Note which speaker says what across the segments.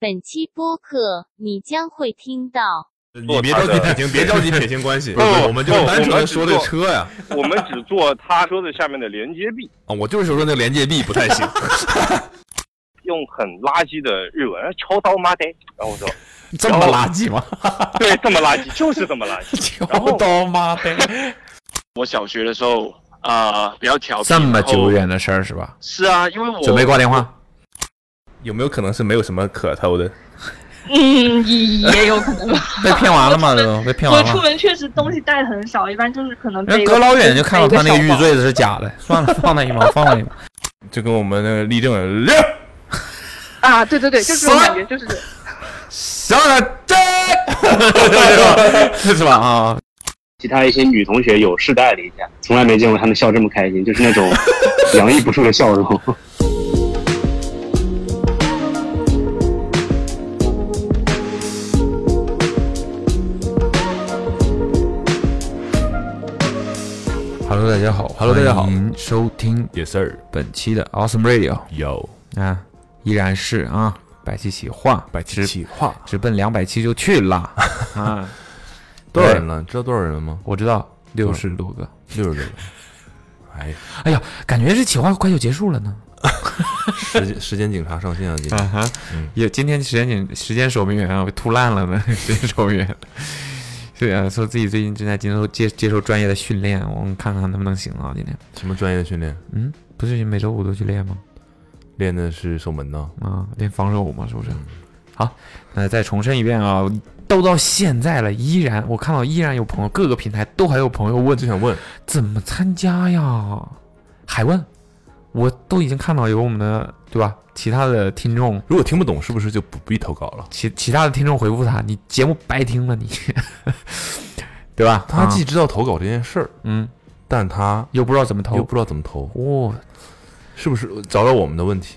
Speaker 1: 本期播客你将会听到。
Speaker 2: 你别着急撇 清，别着急撇清关系，我们就单纯的说这车呀。
Speaker 3: 我们只做他说的下面的连接币
Speaker 2: 啊，我就是说那连接币不太行，
Speaker 3: 用很垃圾的日文“敲刀妈呆”，然后我说
Speaker 4: 这么垃圾吗？
Speaker 3: 对，这么垃圾，就是这么垃圾。
Speaker 4: 敲刀妈呆！
Speaker 5: 我小学的时候啊、呃，比较调皮。
Speaker 4: 这么久远的事儿是吧？
Speaker 5: 是啊，因为我
Speaker 4: 准备挂电话。
Speaker 2: 有没有可能是没有什么可偷的？
Speaker 6: 嗯，也有可能吧。
Speaker 4: 被骗完了嘛？被 骗完
Speaker 6: 了。我出门确实东西带的很少，一般就是可能
Speaker 4: 人隔老远就看到他那个玉坠子是假的，算了，放他一马，放他一马。
Speaker 2: 就跟我们那个立正人
Speaker 6: 啊，对对对，就是我感觉就是
Speaker 4: 小点真，是吧？啊。
Speaker 7: 其他一些女同学有试戴了一下，从来没见过她们笑这么开心，就是那 种洋溢不出的笑容。
Speaker 4: Hello，大家好
Speaker 2: ，Hello，大家好，
Speaker 4: 欢迎收听
Speaker 2: 也事儿
Speaker 4: 本期的 Awesome Radio
Speaker 2: 有
Speaker 4: 啊，依然是啊，百期企划，
Speaker 2: 百期企划，
Speaker 4: 直奔两百期就去了啊。
Speaker 2: 多少人了？知道多少人吗？
Speaker 4: 我知道六十多个，
Speaker 2: 六十多个。 哎，
Speaker 4: 哎呀，感觉这企划快就结束了呢。
Speaker 2: 时间时间警察上线啊！今天
Speaker 4: 啊哈，也今天时间警时间守门员啊，我吐烂了呢， 时间守门员。对啊，说自己最近正在接受接接受专业的训练，我们看看能不能行啊！今天
Speaker 2: 什么专业的训练？
Speaker 4: 嗯，不是每周五都去练吗？
Speaker 2: 练的是守门呢？
Speaker 4: 啊，练防守嘛，是不是？好，那再重申一遍啊，都到现在了，依然我看到依然有朋友，各个平台都还有朋友问，
Speaker 2: 就想问
Speaker 4: 怎么参加呀？还问？我都已经看到有我们的对吧？其他的听众
Speaker 2: 如果听不懂，是不是就不必投稿了？
Speaker 4: 其其他的听众回复他，你节目白听了你， 对吧？
Speaker 2: 他既知道投稿这件事儿，
Speaker 4: 嗯，
Speaker 2: 但他
Speaker 4: 又不知道怎么投，
Speaker 2: 又不知道怎么投，
Speaker 4: 哦，
Speaker 2: 是不是找到我们的问题？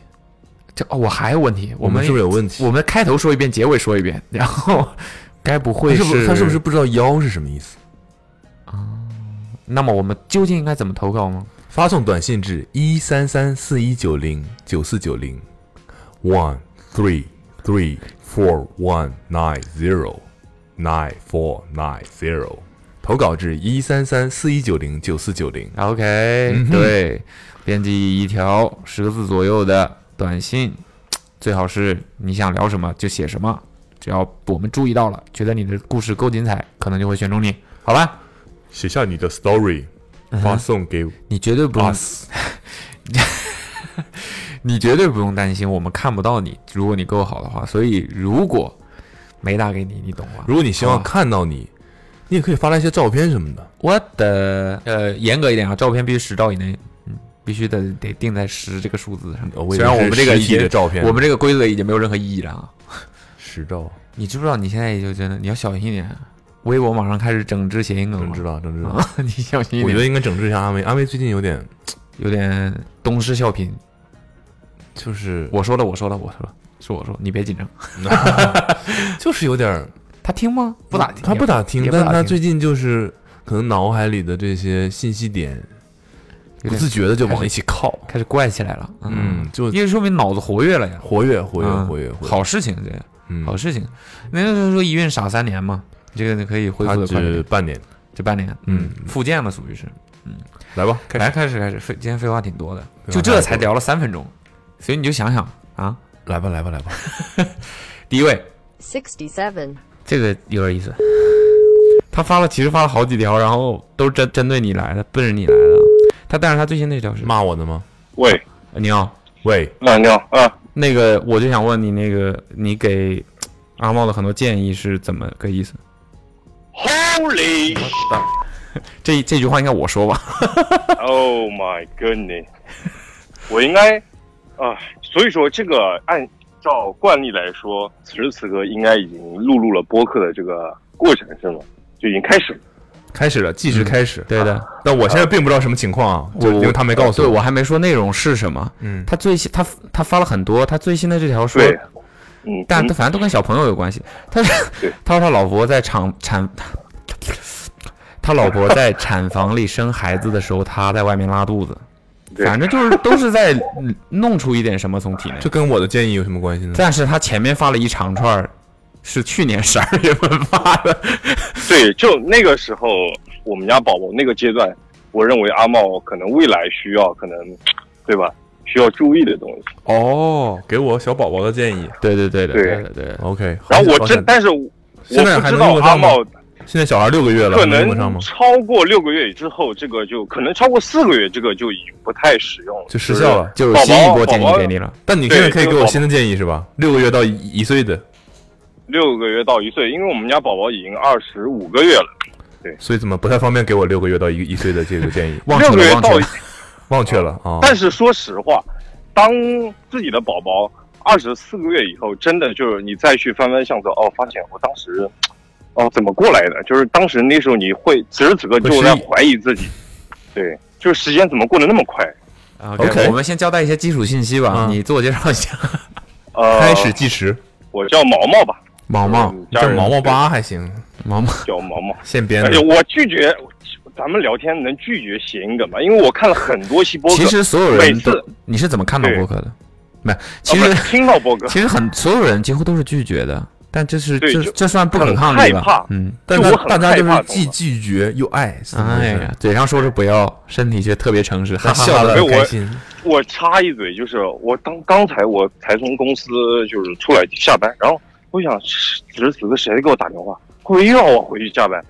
Speaker 4: 这哦，我还有问题，
Speaker 2: 我
Speaker 4: 们
Speaker 2: 是不是有问题？
Speaker 4: 我们开头说一遍，结尾说一遍， 然后该不会
Speaker 2: 是他是不是不知道“妖”是什么意思
Speaker 4: 啊、嗯？那么我们究竟应该怎么投稿吗？
Speaker 2: 发送短信至一三三四一九零九四九零，one three three four one nine zero nine four nine zero，投稿至一三三四一九零九四九零。
Speaker 4: OK，、嗯、对，编辑一条十个字左右的短信，最好是你想聊什么就写什么，只要我们注意到了，觉得你的故事够精彩，可能就会选中你，好吧？
Speaker 2: 写下你的 story。发
Speaker 4: 嗯
Speaker 2: 送给
Speaker 4: 你绝对不
Speaker 2: 啊
Speaker 4: 用， 你绝对不用担心，我们看不到你。如果你够好的话，所以如果没打给你，你懂啊吗？
Speaker 2: 如果你希望看到你，
Speaker 4: 哦
Speaker 2: 你也可以发来一些照片什么的。
Speaker 4: 我的呃，严格一点啊，照片必须十兆以内，嗯，必须得得定在十这个数字上。虽然我们这个已经
Speaker 2: 照片，
Speaker 4: 我们这个规则已经没有任何意义了啊。
Speaker 2: 十兆，
Speaker 4: 你知不知道？你现在也就真的你要小心一点。微博马上开始整治谐音梗啊
Speaker 2: 了，整治了，整治了，
Speaker 4: 你小心一点。
Speaker 2: 我觉得应该整治一下阿威，阿威最近有点，
Speaker 4: 有点东施效颦，
Speaker 2: 就是
Speaker 4: 我说的，我说的，我说的，是我说，你别紧张，
Speaker 2: 就是有点，
Speaker 4: 他听吗？不咋听，
Speaker 2: 他不咋听，但他最近就是可能脑海里的这些信息点，不自觉的就往一起靠，
Speaker 4: 开始怪起来了，
Speaker 2: 嗯，就
Speaker 4: 因为说明脑子活跃了呀，嗯
Speaker 2: 活跃，活跃，活跃，嗯
Speaker 4: 好事情这，好事情，那就是说一孕傻三年嘛。这个你可以恢复的快
Speaker 2: 点，半年，
Speaker 4: 这半年，嗯，复健了属于是，嗯，
Speaker 2: 来吧，
Speaker 4: 来开始开始，废今天废话挺多的，就这才聊了三分钟，所以你就想想啊，
Speaker 2: 来吧来吧来吧，
Speaker 4: 第一位
Speaker 1: ，sixty seven，
Speaker 4: 这个有点意思，他发了其实发了好几条，然后都针针对你来的，奔着你来的，他但是他最新那条是呃
Speaker 2: 骂我的吗？
Speaker 3: 喂，
Speaker 4: 你哦好，
Speaker 2: 喂，
Speaker 3: 啊你好啊，
Speaker 4: 那个我就想问你那个你给阿茂的很多建议是怎么个意思？
Speaker 3: Holy！
Speaker 4: 这这句话应该我说吧
Speaker 3: ？Oh my goodness！我应该啊、呃，所以说这个按照惯例来说，此时此刻应该已经录入了播客的这个过程是吗？就已经开始了，
Speaker 2: 开始了，计时开始。嗯、
Speaker 4: 对的，
Speaker 2: 但我现在并不知道什么情况啊，
Speaker 4: 我
Speaker 2: 因为他没告诉
Speaker 4: 我。对我还没说内容是什么。
Speaker 2: 嗯，
Speaker 4: 他最新他他发了很多，他最新的这条说。
Speaker 3: 对嗯，
Speaker 4: 但反正都跟小朋友有关系。他说， 他说他老婆在产产，他老婆在产房里生孩子的时候，他在外面拉肚子。
Speaker 3: 对
Speaker 4: 反正就是都是在嗯弄出一点什么从体内。
Speaker 2: 这跟我的建议有什么关系呢？
Speaker 4: 但是他前面发了一长串儿，是去年十二月份发的，
Speaker 3: 对，就那个时候，我们家宝宝那个阶段，我认为阿茂可能未来需要，可能，对吧？需要注意的东西。
Speaker 2: 哦，给我小宝宝的建议。
Speaker 4: 对对对的
Speaker 3: 对
Speaker 4: 对的对的。
Speaker 2: OK，
Speaker 3: 然后我
Speaker 2: 好
Speaker 3: 真，
Speaker 2: 现
Speaker 3: 但是我
Speaker 2: 现在
Speaker 3: 不
Speaker 2: 还
Speaker 3: 知
Speaker 2: 能
Speaker 3: 道
Speaker 2: 用得
Speaker 3: 阿
Speaker 2: 上吗
Speaker 3: 茂
Speaker 2: 现在小孩六个月了，
Speaker 3: 可
Speaker 2: 能用得上吗
Speaker 3: 能？超过六个月之后，这个就可能超过四个月，这个就已经不太实用了，
Speaker 2: 就失效了。
Speaker 4: 就有新一波建议给你了，
Speaker 2: 但你现在可以
Speaker 3: 对
Speaker 2: 给
Speaker 3: 这
Speaker 2: 我
Speaker 3: 个
Speaker 2: 新的建议是吧？六个月到一一岁的，
Speaker 3: 六个月到一岁，因为我们家宝宝已经二十五个月了，
Speaker 2: 所以怎么不太方便给我六个月到一一岁的这个建议？
Speaker 4: 忘
Speaker 3: 六
Speaker 4: 却
Speaker 3: 个
Speaker 4: 了
Speaker 3: 月
Speaker 4: 忘却
Speaker 3: 到
Speaker 4: 了，
Speaker 2: 忘却了啊。
Speaker 3: 但是说实话，当自己的宝宝二十四个月以后，真的就是你再去翻翻相册，哦，发现我当时，哦，怎么过来的？就是当时那时候你会此时此刻就在
Speaker 2: 会失忆
Speaker 3: 怀疑自己，对，就是时间怎么过得那么快？
Speaker 4: OK，,
Speaker 2: OK
Speaker 4: 我们先交代一些基础信息吧，
Speaker 2: 嗯
Speaker 4: 你自我介绍一下。
Speaker 3: 呃，
Speaker 2: 开始，计时，
Speaker 3: 我叫毛毛吧，
Speaker 4: 毛毛，
Speaker 3: 嗯
Speaker 2: 叫呃哎毛毛，八还行，
Speaker 4: 毛毛，
Speaker 3: 家人叫毛毛。
Speaker 2: 现编
Speaker 4: 哎
Speaker 3: 而且
Speaker 2: 的。
Speaker 3: 我拒绝，咱们聊天能拒绝谐音梗吗？因为我看了很多期播客，呃
Speaker 4: 其实所有
Speaker 3: 每
Speaker 4: 人
Speaker 3: 次
Speaker 4: 都，你是怎么看到
Speaker 3: 对
Speaker 4: 播客的？没，
Speaker 3: 啊
Speaker 4: 其
Speaker 3: 不
Speaker 4: 实、
Speaker 3: 是听到播客，
Speaker 4: 其实很所有人几乎都是拒绝的，但这是
Speaker 3: 对
Speaker 4: 这
Speaker 3: 就
Speaker 4: 这算不可抗
Speaker 3: 很
Speaker 4: 力
Speaker 3: 害怕
Speaker 4: 吧？嗯，
Speaker 2: 但
Speaker 3: 就
Speaker 2: 大
Speaker 3: 我很
Speaker 2: 大家就
Speaker 3: 害
Speaker 2: 是
Speaker 3: 怕
Speaker 2: 既拒绝又爱，是怎么回
Speaker 4: 哎
Speaker 2: 事
Speaker 4: 呀，嘴上说着不要，身体却特别诚实，哈
Speaker 2: 他
Speaker 4: 哈
Speaker 2: 笑
Speaker 4: 哈
Speaker 2: 得
Speaker 3: 没有
Speaker 2: 很
Speaker 3: 我
Speaker 2: 开心。
Speaker 3: 我插一嘴，就是我刚刚才我才从公司就是出来下班，然后我想此时此刻谁给我打电话，会不会又让我回去加班？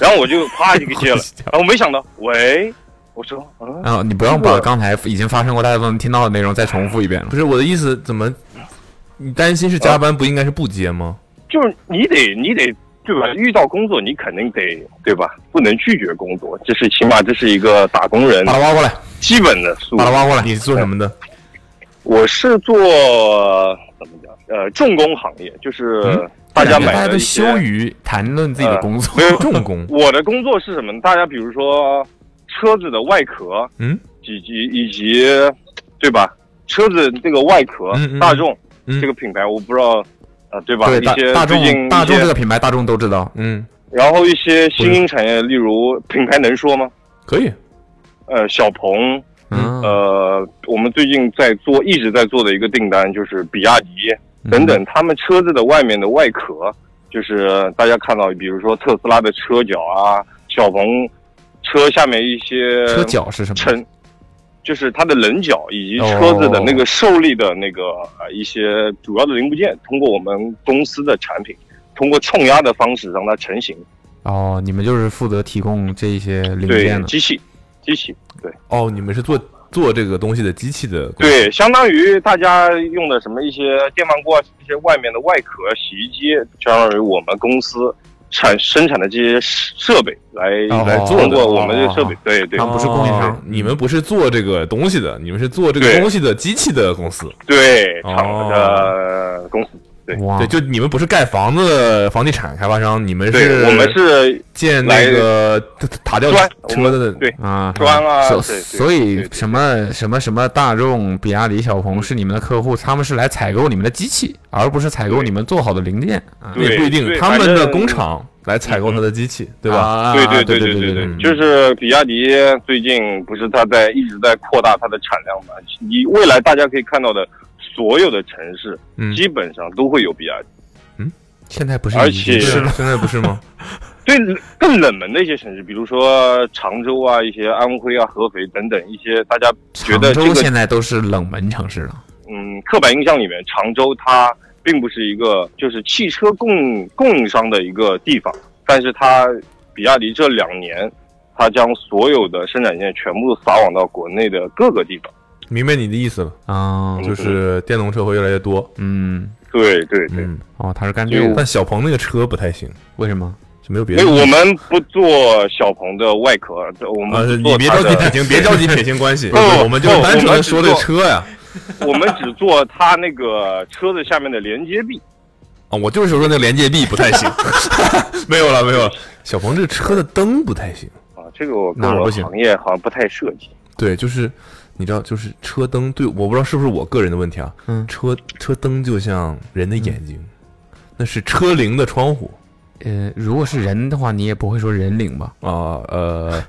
Speaker 3: 然后我就啪就给接了
Speaker 4: 回去加，
Speaker 3: 然后没想到，喂，我说，嗯，
Speaker 4: 啊、你不要把刚才已经发生过大家都能听到的内容再重复一遍了
Speaker 2: 不。是我的意思，怎么你担心是加班，不应该是不接吗？
Speaker 3: 就是你得你得对吧？遇到工作你肯定得对吧？不能拒绝工作，这是起码这是一个打工人
Speaker 2: 呃
Speaker 4: 把它挖过来，
Speaker 3: 基本的素
Speaker 4: 把它
Speaker 3: 养。
Speaker 4: 挖过来。
Speaker 2: 你是做什么的？
Speaker 3: 我是做怎么讲？呃，重工行业，
Speaker 4: 嗯
Speaker 3: 就是大家
Speaker 4: 感觉大
Speaker 3: 买
Speaker 4: 家
Speaker 3: 的
Speaker 4: 都
Speaker 3: 一些。
Speaker 4: 羞于谈论自己的
Speaker 3: 呃
Speaker 4: 工作。
Speaker 3: 没有
Speaker 2: 重工。
Speaker 3: 我的工作是什么呢？大家比如说车子的外壳，
Speaker 2: 嗯，
Speaker 3: 以及以及，对吧？车子这个外壳，
Speaker 2: 嗯嗯
Speaker 3: 大众、
Speaker 2: 嗯
Speaker 3: 这个品牌，我不知道，呃，对吧？
Speaker 4: 对，
Speaker 3: 一些
Speaker 4: 大大
Speaker 3: 最近
Speaker 4: 众大众
Speaker 3: 一
Speaker 4: 这
Speaker 3: 些，
Speaker 4: 个品牌，大众都知道。
Speaker 2: 嗯，
Speaker 3: 然后一些新兴产业，例如品牌能说吗？
Speaker 2: 可以。
Speaker 3: 呃，小鹏，
Speaker 2: 嗯
Speaker 4: 嗯
Speaker 3: 呃，我们最近在做，一直在做的一个订单就是比亚迪
Speaker 4: 嗯
Speaker 3: 等等，他们车子的外面的外壳，就是大家看到，比如说特斯拉的车脚啊，小鹏车下面一些
Speaker 4: 车脚是什么？
Speaker 3: 撑，就是它的棱角以及车子的那个受力的那个呃一些主要的零部件，通过我们公司的产品，通过冲压的方式让它成型。
Speaker 4: 哦，你们就是负责提供这一些零
Speaker 3: 对
Speaker 4: 件，的。
Speaker 3: 机器，机器，对
Speaker 2: 哦，你们是做做这个东西的机器的公司。
Speaker 3: 对，相当于大家用的什么一些电饭锅啊，一些外面的外壳、洗衣机，相当于我们公司产生产的这些设备来
Speaker 4: 哦
Speaker 3: 来
Speaker 2: 做的
Speaker 3: 通过我们
Speaker 4: 哦
Speaker 3: 的
Speaker 4: 哦
Speaker 3: 设备
Speaker 4: 哦，
Speaker 3: 对对
Speaker 4: 他们不是供应商
Speaker 2: 哦你们不是做这个东西的，你们是做这个
Speaker 3: 对
Speaker 2: 东西的机器的公司。
Speaker 3: 对，
Speaker 2: 哦
Speaker 3: 厂的公司，对
Speaker 4: 哇，
Speaker 2: 对，就你们不是盖房子的房地产开发商，你们
Speaker 3: 对
Speaker 2: 是
Speaker 3: 我们是
Speaker 2: 建那个塔吊
Speaker 3: 砖我
Speaker 2: 车
Speaker 3: 们
Speaker 2: 的。
Speaker 3: 对
Speaker 4: 啊，
Speaker 3: 砖啊
Speaker 4: 所
Speaker 3: 对对
Speaker 4: 所
Speaker 3: 对
Speaker 4: 以
Speaker 3: 对
Speaker 4: 什么什么什么大众、比亚迪、小鹏是你们的客户，他们是来采购你们的机器，而不是采购你们做好的零件。啊
Speaker 2: 那也
Speaker 3: 对
Speaker 2: 不一定，
Speaker 3: 对
Speaker 2: 他们
Speaker 3: 反
Speaker 2: 的
Speaker 3: 正嗯
Speaker 2: 工厂来采购他的机器，对吧？
Speaker 4: 啊
Speaker 3: 对对对
Speaker 4: 对对嗯
Speaker 3: 对
Speaker 4: 对
Speaker 3: 对，就是比亚迪最近不是它在一直在扩大它的产量嘛？你未来大家可以看到的所有的城市，
Speaker 2: 嗯
Speaker 3: 基本上都会有比亚迪。
Speaker 4: 现在不是
Speaker 3: 而
Speaker 4: 已经
Speaker 3: 且
Speaker 4: 是
Speaker 2: 是
Speaker 4: 了
Speaker 2: 嗯吗？现在不是 吗？
Speaker 3: 对，更冷门的一些城市，比如说常州啊、一些安徽啊、合肥等等一些大家觉
Speaker 4: 常
Speaker 3: 得这
Speaker 4: 州
Speaker 3: 个
Speaker 4: 现在都是冷门城市了。
Speaker 3: 嗯刻板印象里面，常州它并不是一个就是汽车供供应商的一个地方，但是它比亚迪这两年，它将所有的生产线全部撒网到国内的各个地方。
Speaker 2: 明白你的意思了，
Speaker 3: 嗯
Speaker 4: 啊，
Speaker 2: 嗯就是电动车会越来越多。
Speaker 4: 嗯，
Speaker 3: 对对对。
Speaker 2: 嗯，
Speaker 4: 哦，他是干
Speaker 3: 就
Speaker 4: 这个，
Speaker 2: 但小鹏那个车不太行，
Speaker 4: 为什么？
Speaker 2: 是没有别
Speaker 3: 所
Speaker 2: 的
Speaker 3: 以
Speaker 2: 意思。
Speaker 3: 我们不做小鹏的外壳，我们
Speaker 2: 啊，
Speaker 3: 不
Speaker 2: 你
Speaker 3: 做
Speaker 2: 别
Speaker 3: 它
Speaker 2: 着急
Speaker 3: 的
Speaker 2: 撇清， 别着急撇清关系，
Speaker 3: 不不
Speaker 2: 我们就
Speaker 3: 不
Speaker 2: 单纯
Speaker 3: 我
Speaker 2: 的
Speaker 3: 们只
Speaker 2: 说这
Speaker 3: 做
Speaker 2: 车呀。
Speaker 3: 我们只做它那个车子下面的连接臂。
Speaker 2: 啊，我就是说那个连接臂不太行， 没有了没有了。小鹏这车的灯不太行，
Speaker 3: 啊，这个我
Speaker 2: 哪
Speaker 3: 跟
Speaker 2: 儿不
Speaker 3: 我
Speaker 2: 行
Speaker 3: 行业好像不太涉及。
Speaker 2: 对，就是你知道，就是车灯对，我不知道是不是我个人的问题啊，
Speaker 4: 嗯
Speaker 2: 车车灯就像人的眼睛，那是车铃的窗户
Speaker 4: 呃，如果是人的话，你也不会说人领吧？
Speaker 2: 啊啊，呃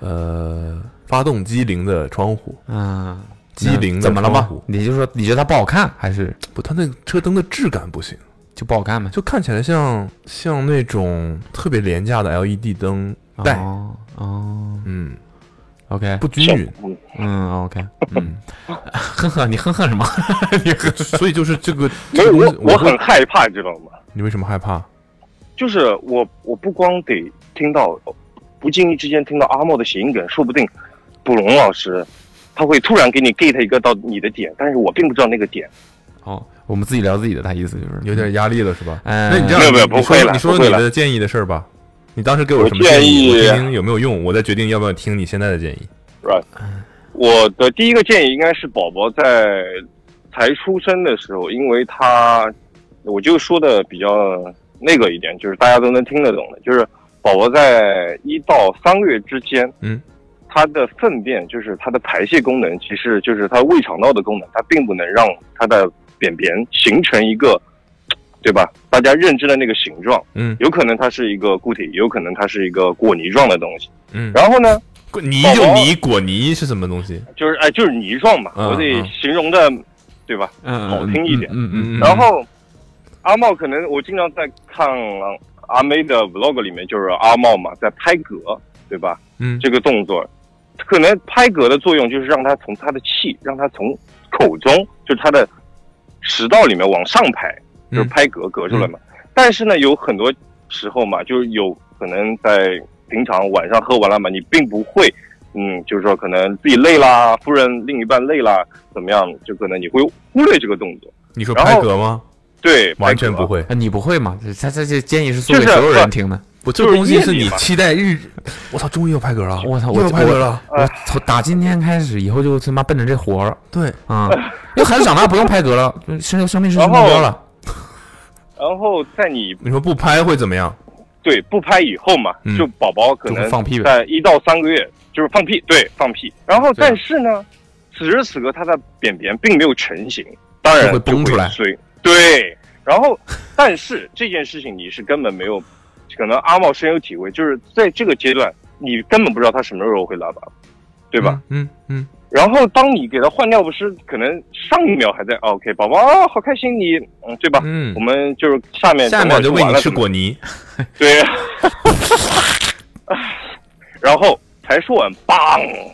Speaker 2: 呃，发动机灵的窗户，
Speaker 4: 嗯，
Speaker 2: 机灵的
Speaker 4: 怎么了吗
Speaker 2: 窗户？
Speaker 4: 你就说你觉得它不好看，还是
Speaker 2: 不，它那个车灯的质感不行，
Speaker 4: 就不好看呗？
Speaker 2: 就看起来像像那种特别廉价的 LED 灯带，
Speaker 4: 哦哦
Speaker 2: 嗯，
Speaker 4: ，OK，
Speaker 2: 不均匀。
Speaker 3: 嗯
Speaker 4: 嗯，OK，嗯， 哼哼，你哼哼什么？ 你哼
Speaker 2: 所以就是这个，
Speaker 3: 没
Speaker 2: 这个
Speaker 3: 有
Speaker 2: 东西
Speaker 3: 我我
Speaker 2: 会
Speaker 3: 很害怕，知道吗？
Speaker 2: 你为什么害怕？
Speaker 3: 就是我我不光得听到，不经意之间听到阿莫的谐音梗，说不定卜龙老师他会突然给你 get 一个到你的点，但是我并不知道那个点。
Speaker 4: 哦，我们自己聊自己的，他意思就是
Speaker 2: 有点压力了是吧？
Speaker 4: 嗯
Speaker 2: 那你这样，
Speaker 3: 没有没有
Speaker 2: 你
Speaker 3: 不
Speaker 2: 说
Speaker 3: 会了
Speaker 2: 你说
Speaker 3: 不会
Speaker 2: 你
Speaker 3: 了
Speaker 2: 的建议的事儿吧。你当时给我
Speaker 3: 我
Speaker 2: 什么建议？我
Speaker 3: 建议
Speaker 2: 听听有没有用，我再决定要不要听你现在的建议。
Speaker 3: 我的第一个建议应该是宝宝在才出生的时候，因为他，我就说的比较那个一点，就是大家都能听得懂的，就是宝宝在一到三个月之间，
Speaker 2: 嗯，
Speaker 3: 他的粪便就是他的排泄功能，其实就是他胃肠道的功能，它并不能让他的便便形成一个，对吧？大家认知的那个形状，
Speaker 2: 嗯
Speaker 3: 有可能它是一个固体，有可能它是一个果泥状的东西。
Speaker 2: 嗯，
Speaker 3: 然后呢，啊
Speaker 2: 后泥
Speaker 3: 宝
Speaker 2: 就
Speaker 3: 宝
Speaker 2: 泥，果泥是什么东西？
Speaker 3: 就是哎，就是泥状嘛，
Speaker 2: 嗯
Speaker 3: 我得
Speaker 2: 嗯
Speaker 3: 形容的，对吧？
Speaker 4: 嗯
Speaker 3: 好听一点
Speaker 4: 嗯
Speaker 2: 嗯
Speaker 4: 嗯
Speaker 3: 然后阿茂可能我经常在看阿妹的 vlog 里面，就是阿茂嘛，在拍嗝，对吧？
Speaker 2: 嗯
Speaker 3: 这个动作，可能拍嗝的作用就是让它从它的气，让它从口中，就是它的食道里面往上排，
Speaker 2: 嗯
Speaker 3: 就是拍嗝嗝出来嘛。但是呢，有很多时候嘛，就是有可能在平常晚上喝完了嘛，你并不会，嗯，就是说可能自己累啦，夫人另一半累啦，怎么样，就可能你会忽略这个动作。
Speaker 2: 你说
Speaker 3: 然
Speaker 2: 拍
Speaker 3: 后
Speaker 2: 嗝吗？
Speaker 3: 对，
Speaker 2: 完全
Speaker 3: 拍嗝
Speaker 2: 不。会，
Speaker 4: 啊，你不会吗？这他这这建议是送给
Speaker 3: 就是
Speaker 4: 所有人听的。
Speaker 2: 不，这
Speaker 3: 就是
Speaker 2: 东西
Speaker 3: 夜
Speaker 2: 是
Speaker 3: 里
Speaker 2: 你
Speaker 3: 嘛
Speaker 2: 期待日。我操，终于要拍嗝了！
Speaker 4: 我操，
Speaker 2: 又
Speaker 4: 我
Speaker 2: 要拍嗝了。
Speaker 4: 我我从打今天开始，以后就他妈奔着这活儿
Speaker 2: 对，
Speaker 4: 啊！因为孩子长大不用拍嗝了，生生命是目
Speaker 3: 然后
Speaker 4: 标了。
Speaker 3: 然后在你
Speaker 2: 你说不拍会怎么样？
Speaker 3: 对不拍以后嘛，
Speaker 2: 嗯
Speaker 3: 就宝宝可
Speaker 4: 就会
Speaker 3: 能
Speaker 4: 放屁呗
Speaker 3: 在一到三个月就是放屁，对，放屁。然后
Speaker 2: 啊
Speaker 3: 但是呢，此时此刻他的便便并没有成型，当然
Speaker 4: 就会
Speaker 3: 就
Speaker 4: 崩出来
Speaker 3: 碎对，然后但是这件事情你是根本没有，可能阿茂深有体会，就是在这个阶段你根本不知道他什么时候会拉粑粑，对吧？
Speaker 2: 嗯？嗯
Speaker 3: 然后当你给他换尿不湿，可能上一秒还在、哦 OK 宝宝啊好开心你嗯对吧？
Speaker 2: 嗯
Speaker 3: 我们就是下面
Speaker 2: 嗯，下面就喂
Speaker 3: 完
Speaker 2: 你
Speaker 3: 了
Speaker 2: 吃
Speaker 3: 怎么
Speaker 2: 果泥。
Speaker 3: 对， 然后才说完，梆，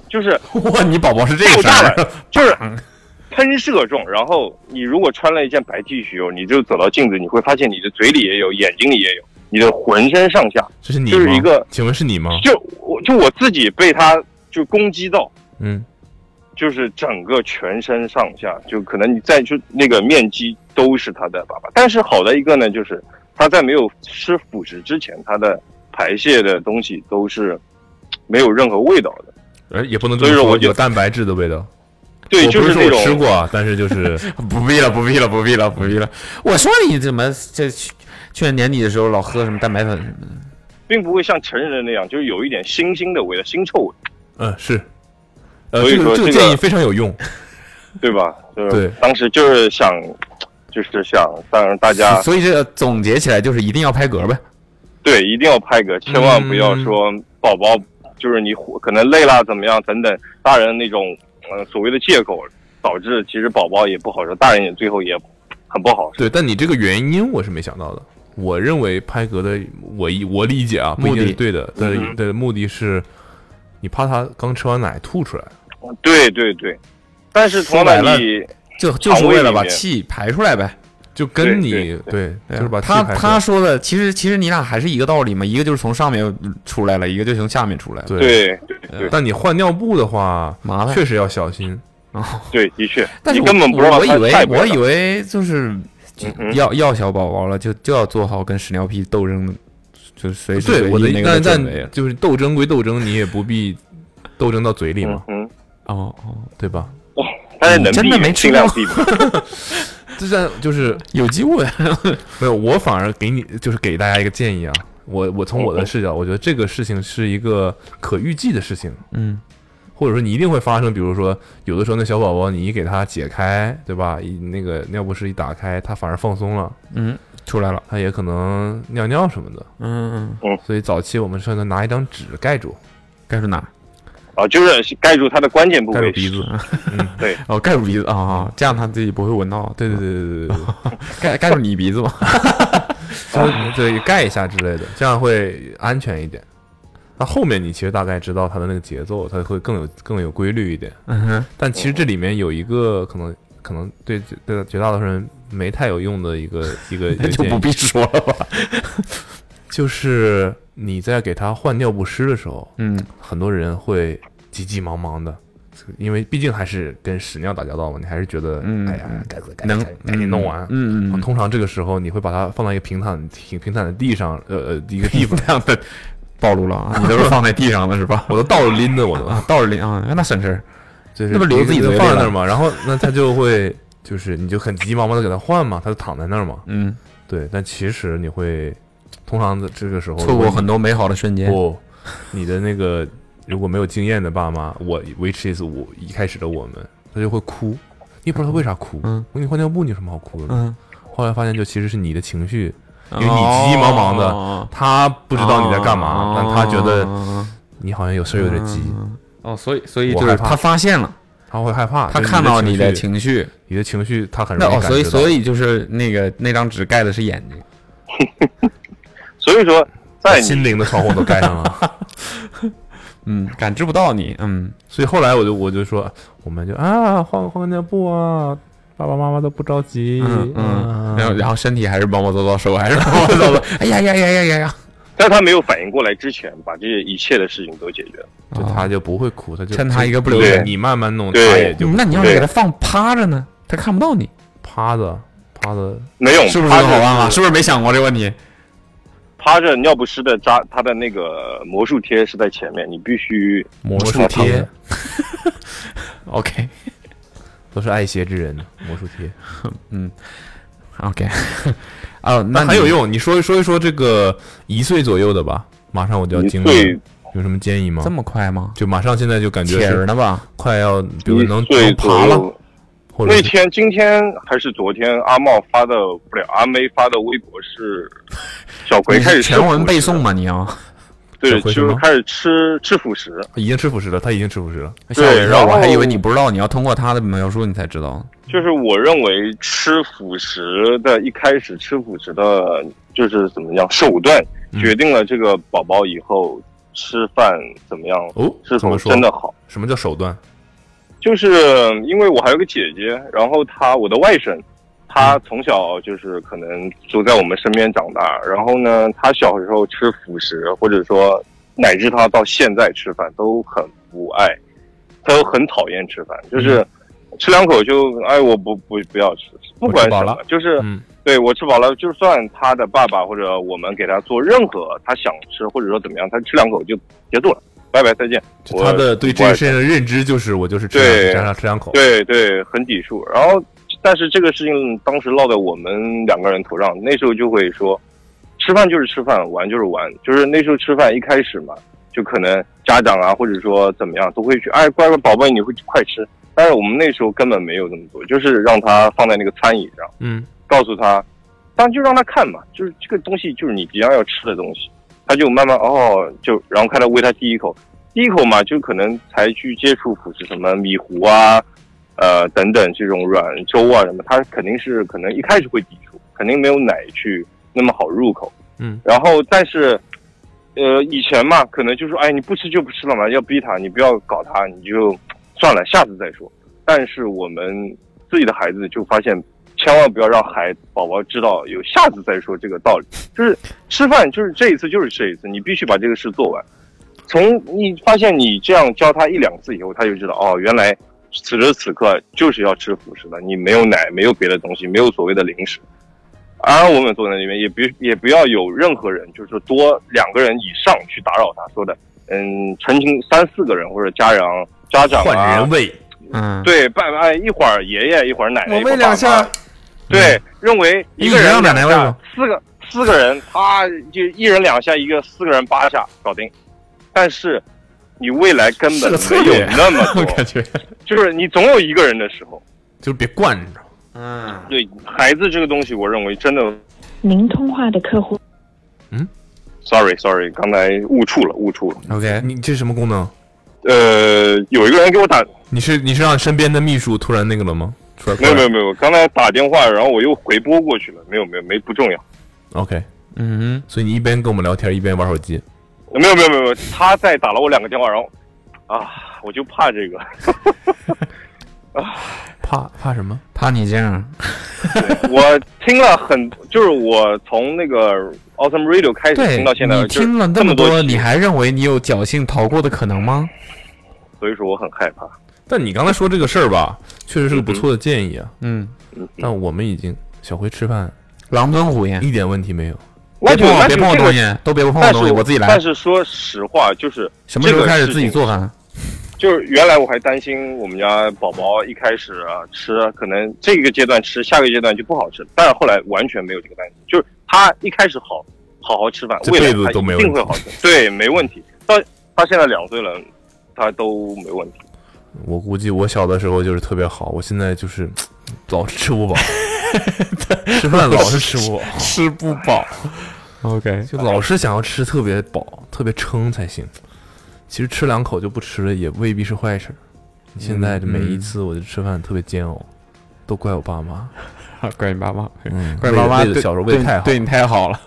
Speaker 3: 就是
Speaker 4: 哇，你宝宝是这
Speaker 3: 爆
Speaker 4: 个
Speaker 3: 炸
Speaker 4: 声
Speaker 3: 了
Speaker 4: 儿，
Speaker 3: 就是喷射中。然后你如果穿了一件白 T 恤哦，你就走到镜子，你会发现你的嘴里也有，眼睛里也有，你的浑身上下，
Speaker 2: 这是你吗？
Speaker 3: 就是一个
Speaker 2: 请问是你吗？
Speaker 3: 就我就我自己被他就攻击到，
Speaker 2: 嗯，
Speaker 3: 就是整个全身上下，就可能你再去那个面积都是他的粑粑。但是好的一个呢，就是他在没有吃辅食之前，他的排泄的东西都是没有任何味道的。
Speaker 2: 呃，也不能这么
Speaker 3: 所以说
Speaker 2: 说，
Speaker 3: 我就
Speaker 2: 有蛋白质的味道。
Speaker 3: 对，
Speaker 2: 我
Speaker 3: 就
Speaker 2: 不是说
Speaker 3: 那
Speaker 2: 我吃
Speaker 3: 种
Speaker 2: 过啊，但是就是
Speaker 4: 不必了，不必了，不必了，不必了。我说你怎么这去去年年底的时候老喝什么蛋白粉什么的？
Speaker 3: 并不会像成人那样，就是有一点腥腥的味道，腥臭味，
Speaker 2: 嗯，是。呃，
Speaker 3: 所以
Speaker 2: 这个
Speaker 3: 说
Speaker 2: 这个
Speaker 3: 这个
Speaker 2: 建议非常有用，
Speaker 3: 对吧？就是
Speaker 2: 对
Speaker 3: 当时就是想，就是想让大家
Speaker 4: 所以这个总结起来就是一定要拍嗝呗。
Speaker 3: 对一定要拍嗝，千万不
Speaker 4: 嗯
Speaker 3: 要说宝宝就是你可能累啦怎么样等等，大人那种呃所谓的借口，导致其实宝宝也不好受，大人也最后也很不好受。
Speaker 2: 对，但你这个原因我是没想到的。我认为拍嗝的，我一我理解啊，不一定是
Speaker 4: 目的
Speaker 2: 对的，的
Speaker 3: 嗯
Speaker 2: 的目的是，你怕他刚吃完奶吐出来。
Speaker 3: 对对对，但是同样
Speaker 4: 说白
Speaker 3: 的
Speaker 4: 了
Speaker 3: 你
Speaker 4: 就就是
Speaker 3: 肠胃
Speaker 4: 为了
Speaker 3: 里
Speaker 4: 把
Speaker 3: 面
Speaker 4: 气排出来呗。
Speaker 2: 就跟
Speaker 3: 对
Speaker 2: 你
Speaker 3: 对
Speaker 2: 就是啊把
Speaker 4: 啊他
Speaker 2: 气排出来
Speaker 4: 他说的，其实其实你俩还是一个道理嘛，一个就是从上面出来了，一个就从下面出来了。
Speaker 2: 对
Speaker 3: 对对对
Speaker 2: 但你换尿布的话，
Speaker 4: 麻烦
Speaker 2: 确实要小心。
Speaker 3: 对，的确，
Speaker 4: 但是
Speaker 3: 你
Speaker 4: 我
Speaker 3: 根本不知道
Speaker 4: 我以
Speaker 3: 他
Speaker 4: 为
Speaker 3: 带不
Speaker 4: 我
Speaker 3: 带
Speaker 4: 以为就是就
Speaker 3: 嗯
Speaker 4: 要要小宝宝了，就就要做好跟屎尿屁斗争的，就随时
Speaker 2: 对，
Speaker 4: 随
Speaker 2: 我
Speaker 4: 地
Speaker 2: 的
Speaker 4: 那个
Speaker 2: 但
Speaker 4: 准备了
Speaker 2: 但。就是斗争归斗争，你也不必斗争到嘴里嘛，
Speaker 3: 嗯，
Speaker 4: 哦哦，
Speaker 2: 对吧？
Speaker 3: 但是能
Speaker 4: 真的
Speaker 3: 避免
Speaker 4: 没吃
Speaker 3: 尽量
Speaker 4: 过
Speaker 3: 避免。
Speaker 2: 这在就是
Speaker 4: 有机会。啊
Speaker 2: 没有，我反而给你就是给大家一个建议啊。我我从我
Speaker 4: 哦
Speaker 2: 的视角，我觉得这个事情是一个可预计的事情，
Speaker 4: 嗯，
Speaker 2: 或者说你一定会发生。比如说，有的时候那小宝宝你一给他解开，对吧？一那个尿不湿一打开，他反而放松了，
Speaker 4: 嗯，出来了。
Speaker 2: 他也可能尿尿什么的。
Speaker 4: 嗯，嗯，
Speaker 2: 所以早期我们说的拿一张纸盖住，
Speaker 4: 该是哪儿？
Speaker 3: 啊，就是盖住它的关键部
Speaker 4: 盖
Speaker 3: 位
Speaker 4: 住。鼻子，
Speaker 3: 对，
Speaker 4: 哦，盖住鼻子啊啊，这样他自己不会闻到。
Speaker 2: 对对对对对对，
Speaker 4: 盖盖住你鼻子嘛。
Speaker 2: 就是对盖一下之类的，这样会安全一点。那后面你其实大概知道它的那个节奏，它会更有更有规律一点。
Speaker 4: 嗯哼，
Speaker 2: 但其实这里面有一个可能可能对对绝大多数人没太有用的一 个一个一
Speaker 4: 那
Speaker 2: 个
Speaker 4: 就
Speaker 2: 建
Speaker 4: 不
Speaker 2: 议，
Speaker 4: 必说了吧。
Speaker 2: 就是你在给它换尿不湿的时候，
Speaker 4: 嗯，
Speaker 2: 很多人会急急忙忙的，因为毕竟还是跟屎尿打交道嘛，你还是觉得、
Speaker 4: 嗯
Speaker 2: 哎呀
Speaker 4: 嗯，
Speaker 2: 赶紧赶
Speaker 4: 能
Speaker 2: 紧赶紧弄完。啊
Speaker 4: 嗯嗯嗯，，
Speaker 2: 通常这个时候你会把它放到一个平坦挺平坦的地上，呃呃一个地方
Speaker 4: 这样的暴露 了啊！你都是放在地上的是 吧？
Speaker 2: 我都倒着拎的，我都
Speaker 4: 啊，倒着淋啊，那省事儿。
Speaker 2: 就是
Speaker 4: 那不留自己
Speaker 2: 就
Speaker 4: 嘴里
Speaker 2: 放在
Speaker 4: 了
Speaker 2: 那儿嘛，然后那它就会就是你就很急急忙忙的给它换嘛，它就躺在那儿嘛，
Speaker 4: 嗯，
Speaker 2: 对，但其实你会通常的这个时候
Speaker 4: 错过很多美好的瞬间。
Speaker 2: 不，你的那个如果没有经验的爸妈，我 which is 我一开始的我们，他就会哭，你也不知道他为啥哭。
Speaker 4: 嗯，
Speaker 2: 我给你换尿布，你有什么好哭的？，
Speaker 4: 嗯，哦
Speaker 2: 后来发现就其实是你的情绪，
Speaker 4: 因
Speaker 2: 为你急急忙忙的
Speaker 4: 的，
Speaker 2: 他不
Speaker 4: 不
Speaker 2: 知道你在干嘛，但他觉得你好像有事儿有点急，
Speaker 4: 哦，所以所以
Speaker 2: 我
Speaker 4: 就是
Speaker 2: 害怕
Speaker 4: 他发现了，
Speaker 2: 他会害怕，
Speaker 4: 他
Speaker 2: 就是
Speaker 4: 看到你
Speaker 2: 你
Speaker 4: 的
Speaker 2: 情绪，
Speaker 4: 情绪，
Speaker 2: 你的情绪他很
Speaker 4: 那
Speaker 2: 容易
Speaker 4: 哦，
Speaker 2: 感
Speaker 4: 所以
Speaker 2: 觉到。
Speaker 4: 所以就是那个那张纸盖的是眼睛，
Speaker 3: 所以说，在你
Speaker 2: 心灵的窗户都盖上了，
Speaker 4: 嗯，感知不到你，嗯，
Speaker 2: 所以后来我就我就说，我们就啊换换个尿布啊，爸爸妈妈都不着急，
Speaker 4: 嗯嗯，
Speaker 2: 啊
Speaker 4: 然后然后身体还是毛毛躁躁，手还是毛毛 躁躁，哎呀呀呀呀呀呀，
Speaker 3: 在他没有反应过来之前，把这一切的事情都解决了。
Speaker 2: 就他就不会哭，他就
Speaker 4: 趁他
Speaker 2: 就
Speaker 4: 一个不留
Speaker 2: 对
Speaker 4: 神
Speaker 2: 你慢慢弄，他
Speaker 3: 对
Speaker 2: 也就
Speaker 4: 嗯那你要是给他放趴着呢，他看不到你，
Speaker 2: 趴着趴着，
Speaker 3: 没有，
Speaker 4: 是不是
Speaker 3: 趴
Speaker 4: 很
Speaker 3: 着
Speaker 4: 好办啊？是不是没想过这个问题？
Speaker 3: 趴着尿不湿的扎，它的那个魔术贴是在前面，你必须
Speaker 2: 魔
Speaker 4: 术
Speaker 2: 术
Speaker 4: 贴
Speaker 2: 贴
Speaker 4: OK
Speaker 2: 都是爱鞋之人，魔术贴
Speaker 4: OK，哦， 那
Speaker 2: 那很有
Speaker 4: 你。
Speaker 2: 用。你说说一说这个一岁左右的吧，马上我就要
Speaker 3: 一
Speaker 2: 经历
Speaker 3: 岁
Speaker 2: 了，有什么建议吗
Speaker 4: 这？么快吗？
Speaker 2: 就马上现在就感觉
Speaker 4: 铁
Speaker 2: 是
Speaker 4: 儿呢吧？
Speaker 2: 快要，比如
Speaker 3: 一
Speaker 2: 能
Speaker 3: 岁
Speaker 2: 能爬
Speaker 3: 左
Speaker 2: 了，
Speaker 3: 右。
Speaker 2: 或者
Speaker 3: 那
Speaker 2: 是
Speaker 3: 天今天还是昨天，阿茂发的不了，阿妹发的微博是小葵
Speaker 4: 你
Speaker 3: 开始
Speaker 4: 是
Speaker 3: 吃
Speaker 4: 全文
Speaker 3: 辅
Speaker 4: 背
Speaker 3: 食
Speaker 4: 诵吗？你要？
Speaker 3: 对
Speaker 2: 小，葵什
Speaker 3: 就是
Speaker 2: 么
Speaker 3: 开始吃吃辅食。
Speaker 2: 已经吃辅食了，他已经吃辅食了。
Speaker 4: 吓我一
Speaker 3: 然
Speaker 4: 跳，
Speaker 3: 后
Speaker 4: 我还以为你不知道，你要通过他的描述你才知道。
Speaker 3: 就是我认为吃辅食的一开始吃辅食的，就是怎么样手段，
Speaker 2: 嗯
Speaker 3: 决定了这个宝宝以后吃饭怎么样，
Speaker 2: 哦，
Speaker 3: 是
Speaker 2: 怎
Speaker 3: 否
Speaker 2: 么说？
Speaker 3: 真的好。
Speaker 2: 什么叫手段？
Speaker 3: 就是因为我还有个姐姐，然后她我的外甥，她
Speaker 4: 嗯
Speaker 3: 从小就是可能就在我们身边长大，然后呢，她小时候吃辅食，或者说乃至她到现在吃饭都很不爱，都很讨厌吃饭，
Speaker 4: 嗯
Speaker 3: 就是吃两口就哎我不不不要吃，不管
Speaker 4: 我
Speaker 3: 什
Speaker 4: 吃饱
Speaker 3: 么，就是
Speaker 2: 嗯，
Speaker 3: 对我吃饱了，就算她的爸爸或者我们给她做任何她想吃或者说怎么样，她吃两口就结束了，拜拜再见。
Speaker 2: 就
Speaker 3: 我
Speaker 2: 他的对这
Speaker 3: 我
Speaker 2: 个事情的认知就是我就是吃
Speaker 3: 对
Speaker 2: 两口，吃两口。
Speaker 3: 对对，很抵触。然后，但是这个事情当时落在我们两个人头上，那时候就会说，吃饭就是吃饭，玩就是玩，就是那时候吃饭一开始嘛，就可能家长啊，或者说怎么样，都会去，哎，乖乖，宝贝，你会快吃。但是我们那时候根本没有这么做，就是让他放在那个餐椅上，
Speaker 2: 嗯，
Speaker 3: 告诉他，但就让他看嘛，就是这个东西就是你即将要吃的东西，他就慢慢哦，就然后开始喂他第一口，第一口嘛，就可能才去接触辅食什么米糊啊，呃等等这种软粥啊什么，他肯定是可能一开始会抵触，肯定没有奶去那么好入口，
Speaker 2: 嗯，
Speaker 3: 然后但是。呃，以前嘛，可能就说，哎，你不吃就不吃了嘛，要逼他，你不要搞他，你就算了，下次再说。但是我们自己的孩子就发现，千万不要让孩宝宝知道有下次再说这个道理，就是吃饭就是这一次就是这一次，你必须把这个事做完。从你发现你这样教他一两次以后，他就知道哦，原来此时此刻就是要吃辅食的，你没有奶，没有别的东西，没有所谓的零食。而我们坐在那边，也不也不要有任何人，就是说多两个人以上去打扰他，说的，嗯，成群三四个人或者家长家长
Speaker 2: 换
Speaker 3: 啊
Speaker 2: 人，喂，
Speaker 4: 嗯，
Speaker 3: 对，爸爸一会儿爷爷，一会儿奶奶，
Speaker 4: 我喂
Speaker 3: 一会儿
Speaker 4: 两
Speaker 3: 爸爸
Speaker 4: 下。嗯哎
Speaker 3: 对，认为一个
Speaker 4: 一人
Speaker 3: 人
Speaker 4: 让奶奶喂
Speaker 3: 两下
Speaker 4: 吧
Speaker 3: 四个四个人，他就一人两下，一个四个人八下搞定。但是你未来根
Speaker 4: 是
Speaker 3: 本
Speaker 4: 个策
Speaker 3: 没
Speaker 4: 略
Speaker 3: 有那么 多，
Speaker 4: 我感觉，
Speaker 3: 就是你总有一个人的时候。
Speaker 2: 就是别惯着。
Speaker 4: 嗯，
Speaker 3: 对孩子这个东西，我认为真的
Speaker 8: 您通话的客户
Speaker 3: ，sorry sorry，刚才误触了，误触了。
Speaker 4: OK，
Speaker 2: 你这是什么功能？
Speaker 3: 呃，有一个人给我打，
Speaker 2: 你是你是让身边的秘书突然那个了吗？突然
Speaker 3: 没有没有没有，刚才打电话，然后我又回拨过去了，没有没有没不重要，
Speaker 2: OK，
Speaker 4: 嗯
Speaker 2: 所以你一边跟我们聊天一边玩手机。
Speaker 3: 没有没有没有没有，他再打了我两个电话，然后啊，我就怕这个，
Speaker 2: 怕怕什么？
Speaker 4: 哼，怕你这样，
Speaker 3: 我听了很，就是我从那个 Awesome Radio 开始
Speaker 4: 对
Speaker 3: 听到现在，
Speaker 4: 你听
Speaker 3: 就是
Speaker 4: 了那
Speaker 3: 这
Speaker 4: 么
Speaker 3: 多
Speaker 4: 多，
Speaker 3: 集，
Speaker 4: 你还认为你有侥幸逃过的可能吗？
Speaker 3: 所以说我很害怕。
Speaker 2: 但你刚才说这个事儿吧，确实是个不错的建议啊。
Speaker 4: 嗯，
Speaker 2: 但我们已经小辉吃饭
Speaker 4: 狼吞虎咽，
Speaker 2: 一点问题没有。
Speaker 3: 那
Speaker 4: 别
Speaker 3: 就
Speaker 4: 碰我，
Speaker 3: 那
Speaker 4: 别
Speaker 3: 就
Speaker 4: 碰我
Speaker 3: 这
Speaker 4: 东
Speaker 3: 个
Speaker 4: 西，都别碰我
Speaker 3: 但是
Speaker 4: 东西，我自己来
Speaker 3: 但。是说实话，就是
Speaker 4: 什么时
Speaker 3: 这
Speaker 4: 候
Speaker 3: 个
Speaker 4: 开始
Speaker 3: 事
Speaker 4: 自己
Speaker 3: 情
Speaker 4: 做 饭？
Speaker 3: 就是原来我还担心我们家宝宝一开始啊吃，可能这个阶段吃，下个阶段就不好吃。但是后来完全没有这个担心，就是他一开始好，好好吃饭，
Speaker 2: 这
Speaker 3: 未来
Speaker 2: 辈子
Speaker 3: 他
Speaker 2: 都没
Speaker 3: 一
Speaker 2: 问
Speaker 3: 定
Speaker 2: 题
Speaker 3: 会好吃。对，没问题。到他现在两岁了，他都没问题。
Speaker 2: 我估计我小的时候就是特别好，我现在就是老是吃不 饱，吃饭老是吃不饱，
Speaker 4: 吃不 饱。OK，
Speaker 2: 就老是想要吃特别饱、特别撑才行。其实吃两口就不吃了，也未必是坏事儿。现在这每一次我就吃饭特别煎熬，都怪我爸妈。啊
Speaker 4: 怪你爸妈，
Speaker 2: 嗯，
Speaker 4: 怪你爸妈
Speaker 2: 喂的
Speaker 4: 对
Speaker 2: 小时候
Speaker 4: 对
Speaker 2: 喂
Speaker 4: 你
Speaker 2: 太好，
Speaker 4: 对你太好了。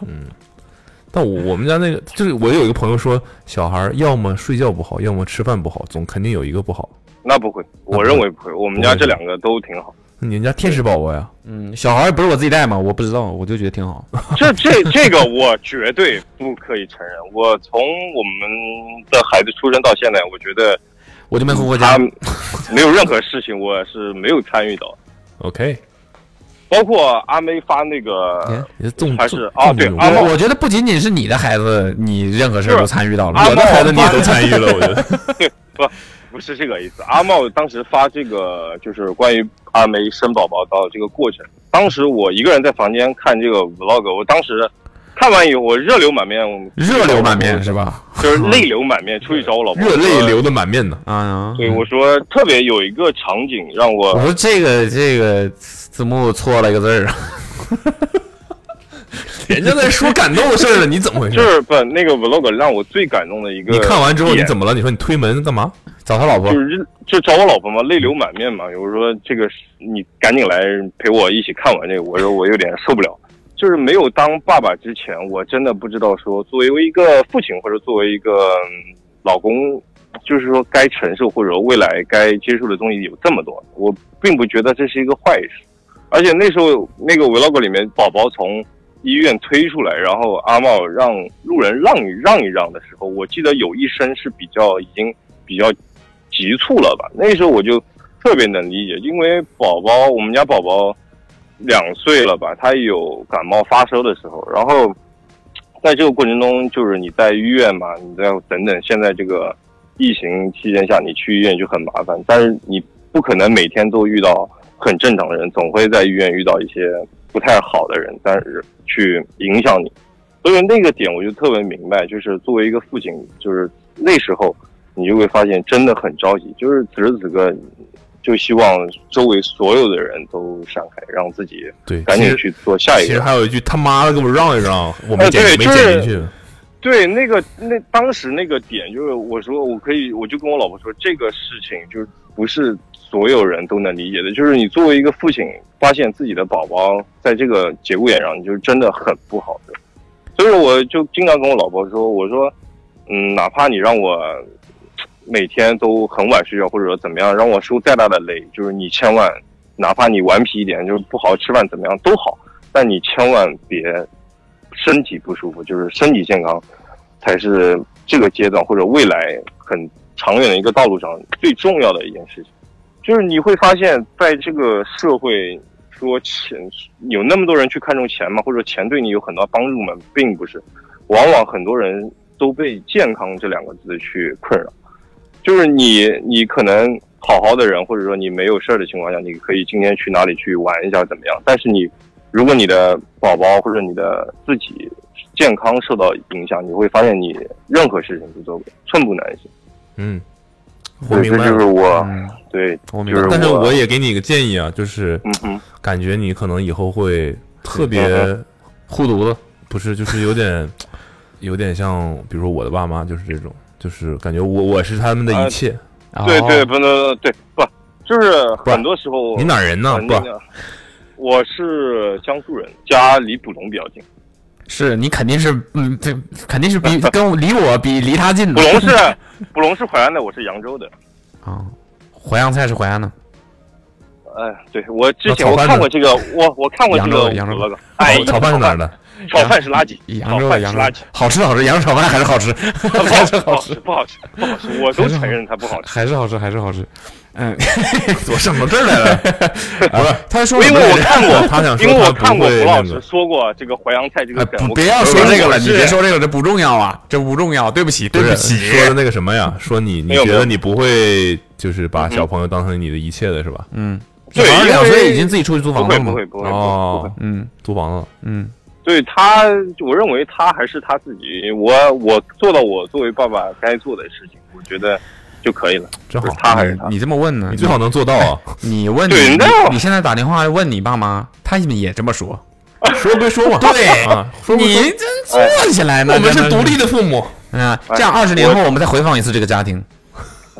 Speaker 2: 但我我们家那个，就是我有一个朋友说，小孩儿要么睡觉不好，要么吃饭不好，总肯定有一个不好。
Speaker 3: 那不会，我认为 不会。我们家这两个都挺好。
Speaker 2: 那你人家天使宝宝呀，
Speaker 4: 嗯，小孩儿不是我自己带吗？我不知道，我就觉得挺好。
Speaker 3: 这这 这个我绝对不可以承认。我从我们的孩子出生到现在，我觉得
Speaker 4: 我就没回过家
Speaker 3: 他。没有任何事情我是没有参与到，
Speaker 2: OK，
Speaker 3: 包括阿妹发那个
Speaker 4: 嗯，
Speaker 2: 你是重
Speaker 3: 还是
Speaker 2: 重
Speaker 3: 啊
Speaker 2: 重
Speaker 3: 对
Speaker 2: 女巫
Speaker 3: 阿
Speaker 4: 我
Speaker 3: 茂
Speaker 4: 我觉得不仅仅是你的孩子，你任何事儿都参与到了。
Speaker 3: 是
Speaker 4: 我的
Speaker 3: 阿茂
Speaker 4: 孩子你也
Speaker 3: 我
Speaker 4: 都
Speaker 3: 妈
Speaker 4: 参与了，我觉 得。
Speaker 3: 不是这个意思。阿茂当时发这个就是关于阿梅生宝宝的这个过程，当时我一个人在房间看这个 vlog，我当时看完以后我热流满面，
Speaker 4: 热流满面是吧？
Speaker 3: 就是泪流满面，出去找我老婆，
Speaker 2: 热泪。流的满面呢。
Speaker 4: 啊，
Speaker 3: 对，我说特别有一个场景让我
Speaker 4: 我说这个这个字幕错了一个字儿啊，
Speaker 2: 人家在说感动的事儿呢，你怎么回
Speaker 3: 就
Speaker 2: 事？
Speaker 3: 是不那个 vlog 让我最感动的一个
Speaker 2: 你
Speaker 3: 点，
Speaker 2: 看完之后你怎么了？你说你推门干嘛？
Speaker 4: 找他老婆
Speaker 3: 就。是就找我老婆嘛，泪流满面嘛。我说这个是你赶紧来陪我一起看完这个，我说我有点受不了。就是没有当爸爸之前，我真的不知道说作为一个父亲或者作为一个嗯老公，就是说该承受或者未来该接触的东西有这么多，我并不觉得这是一个坏事。而且那时候那个 vlog 里面，宝宝从医院推出来，然后阿茂让路人让一让一让的时候，我记得有一声是比较已经比较急促了吧？那时候我就特别能理解，因为宝宝我们家宝宝两岁了吧，他有感冒发烧的时候，然后在这个过程中，就是你在医院嘛，你在等等，现在这个疫情期间下，你去医院就很麻烦，但是你不可能每天都遇到很正常的人，总会在医院遇到一些不太好的人，但是去影响你。所以那个点我就特别明白，就是作为一个父亲，就是那时候你就会发现真的很着急，就是此时此刻，就希望周围所有的人都闪开，让自己
Speaker 2: 对，
Speaker 3: 赶
Speaker 2: 其
Speaker 3: 紧
Speaker 2: 实
Speaker 3: 去做下一
Speaker 2: 其实
Speaker 3: 个人。
Speaker 2: 还有一句他妈的给我让一让，我没
Speaker 3: 呃
Speaker 2: 剪、
Speaker 3: 对
Speaker 2: 没
Speaker 3: 就
Speaker 2: 剪
Speaker 3: 是
Speaker 2: 进去。
Speaker 3: 对，那个那当时那个点就是，我说我可以，我就跟我老婆说，这个事情就是不是所有人都能理解的，就是你作为一个父亲，发现自己的宝宝在这个节骨眼上，你就是真的很不好的。所以说我就经常跟我老婆说，我说，嗯，哪怕你让我呃每天都很晚睡觉，或者说怎么样，让我受再大的累，就是你千万，哪怕你顽皮一点，就是不好好吃饭怎么样都好，但你千万别身体不舒服，就是身体健康才是这个阶段或者未来很长远的一个道路上最重要的一件事情。就是你会发现，在这个社会，说钱有那么多人去看重钱吗？或者钱对你有很大帮助吗？并不是，往往很多人都被“健康”这两个字去困扰。就是你，你可能好好的人，或者说你没有事儿的情况下，你可以今天去哪里去玩一下，怎么样？但是你，如果你的宝宝或者你的自己健康受到影响，你会发现你任何事情都做不了，寸步难行。
Speaker 2: 嗯，我
Speaker 3: 对，
Speaker 2: 明
Speaker 3: 这
Speaker 2: 白
Speaker 3: 就
Speaker 2: 了
Speaker 3: 是我
Speaker 4: 嗯，
Speaker 3: 对，
Speaker 4: 我明
Speaker 3: 就
Speaker 4: 白
Speaker 3: 是。
Speaker 2: 但是
Speaker 3: 我
Speaker 2: 我也给你一个建议啊，就是
Speaker 3: 嗯哼，
Speaker 2: 感觉你可能以后会特别
Speaker 3: 嗯
Speaker 2: 护犊子，不是，就是有点有点像，比如说我的爸妈就是这种，就是感觉我我是他们
Speaker 3: 啊
Speaker 2: 的一切。
Speaker 3: 对对，
Speaker 4: 哦，
Speaker 3: 不能对不，就是很多时候
Speaker 2: 你哪人呢？
Speaker 3: 很
Speaker 2: 不
Speaker 3: 那，个我是江苏人，家离浦东比较近。
Speaker 4: 是你肯定是，嗯，对，肯定 是比跟我离我比离他近的。
Speaker 3: 浦 龙是浦龙是淮安的，我是扬州的。
Speaker 4: 啊，淮扬菜是淮安的。
Speaker 3: 哎，对我之前
Speaker 2: 那炒
Speaker 3: 我
Speaker 2: 饭呢
Speaker 3: 看过这个，我我看过这个
Speaker 4: 扬州的扬州的
Speaker 3: 我哎，
Speaker 2: 哦炒饭是哪儿 的？
Speaker 3: 炒饭是垃圾，
Speaker 4: 扬
Speaker 3: 炒
Speaker 4: 州的
Speaker 3: 饭
Speaker 4: 扬
Speaker 3: 是
Speaker 4: 州
Speaker 3: 垃
Speaker 4: 的
Speaker 3: 圾，
Speaker 4: 好吃好吃，扬州炒饭还是好 吃，
Speaker 3: 不好
Speaker 4: 还是
Speaker 3: 吃，不
Speaker 4: 好
Speaker 3: 好
Speaker 4: 吃
Speaker 3: 吃，，不好吃，不 好吃，我都承认它不好吃。
Speaker 4: 还是好吃，还是好吃。嗯，
Speaker 2: 我上到这儿来 了，不是
Speaker 4: 他说
Speaker 3: 因为我看过，
Speaker 2: 他想说
Speaker 3: 因为
Speaker 2: 他
Speaker 3: 我
Speaker 2: 不
Speaker 3: 看过
Speaker 2: 会
Speaker 3: 胡老
Speaker 2: 那个
Speaker 3: 师说过这个淮扬菜这个
Speaker 4: 哎
Speaker 3: 梗，
Speaker 4: 不
Speaker 3: 我
Speaker 4: 别要说这个了，你别
Speaker 3: 是
Speaker 4: 说这个，这不重要啊，这不重要，对不起，对
Speaker 2: 是
Speaker 4: 起。
Speaker 2: 说的那个什么呀？说你你
Speaker 3: 没有
Speaker 2: 觉
Speaker 3: 没
Speaker 2: 得
Speaker 3: 有
Speaker 2: 你不会就是把小朋友当成你的一切的是吧？
Speaker 4: 嗯，
Speaker 3: 对
Speaker 4: 好像两
Speaker 3: 因为
Speaker 4: 岁已经自己出去租
Speaker 3: 不
Speaker 4: 房子
Speaker 3: 会
Speaker 4: 了吗
Speaker 3: 不？会不会不会
Speaker 2: 哦，，
Speaker 4: 嗯
Speaker 2: 租房子，
Speaker 4: 嗯，
Speaker 3: 对他，我认为他还是他自己，我我做到我作为爸爸该做的事情，我觉得就可以了。
Speaker 2: 真好
Speaker 3: 就是，他还是他，
Speaker 4: 你这么问呢？
Speaker 2: 你最好能做到啊。
Speaker 4: 你问你
Speaker 3: 对
Speaker 4: 你
Speaker 3: 那
Speaker 4: 你现在打电话问你爸妈，他们也这么说。
Speaker 2: 说归 说嘛，
Speaker 4: 对
Speaker 2: 啊，说归
Speaker 4: 你
Speaker 2: 说
Speaker 4: 真坐起来呢？
Speaker 2: 我们是
Speaker 4: 真
Speaker 2: 独立的父母，
Speaker 4: 啊！这样
Speaker 3: 哎
Speaker 4: 二十年
Speaker 3: 我
Speaker 4: 后，我们再回访一次这个家庭。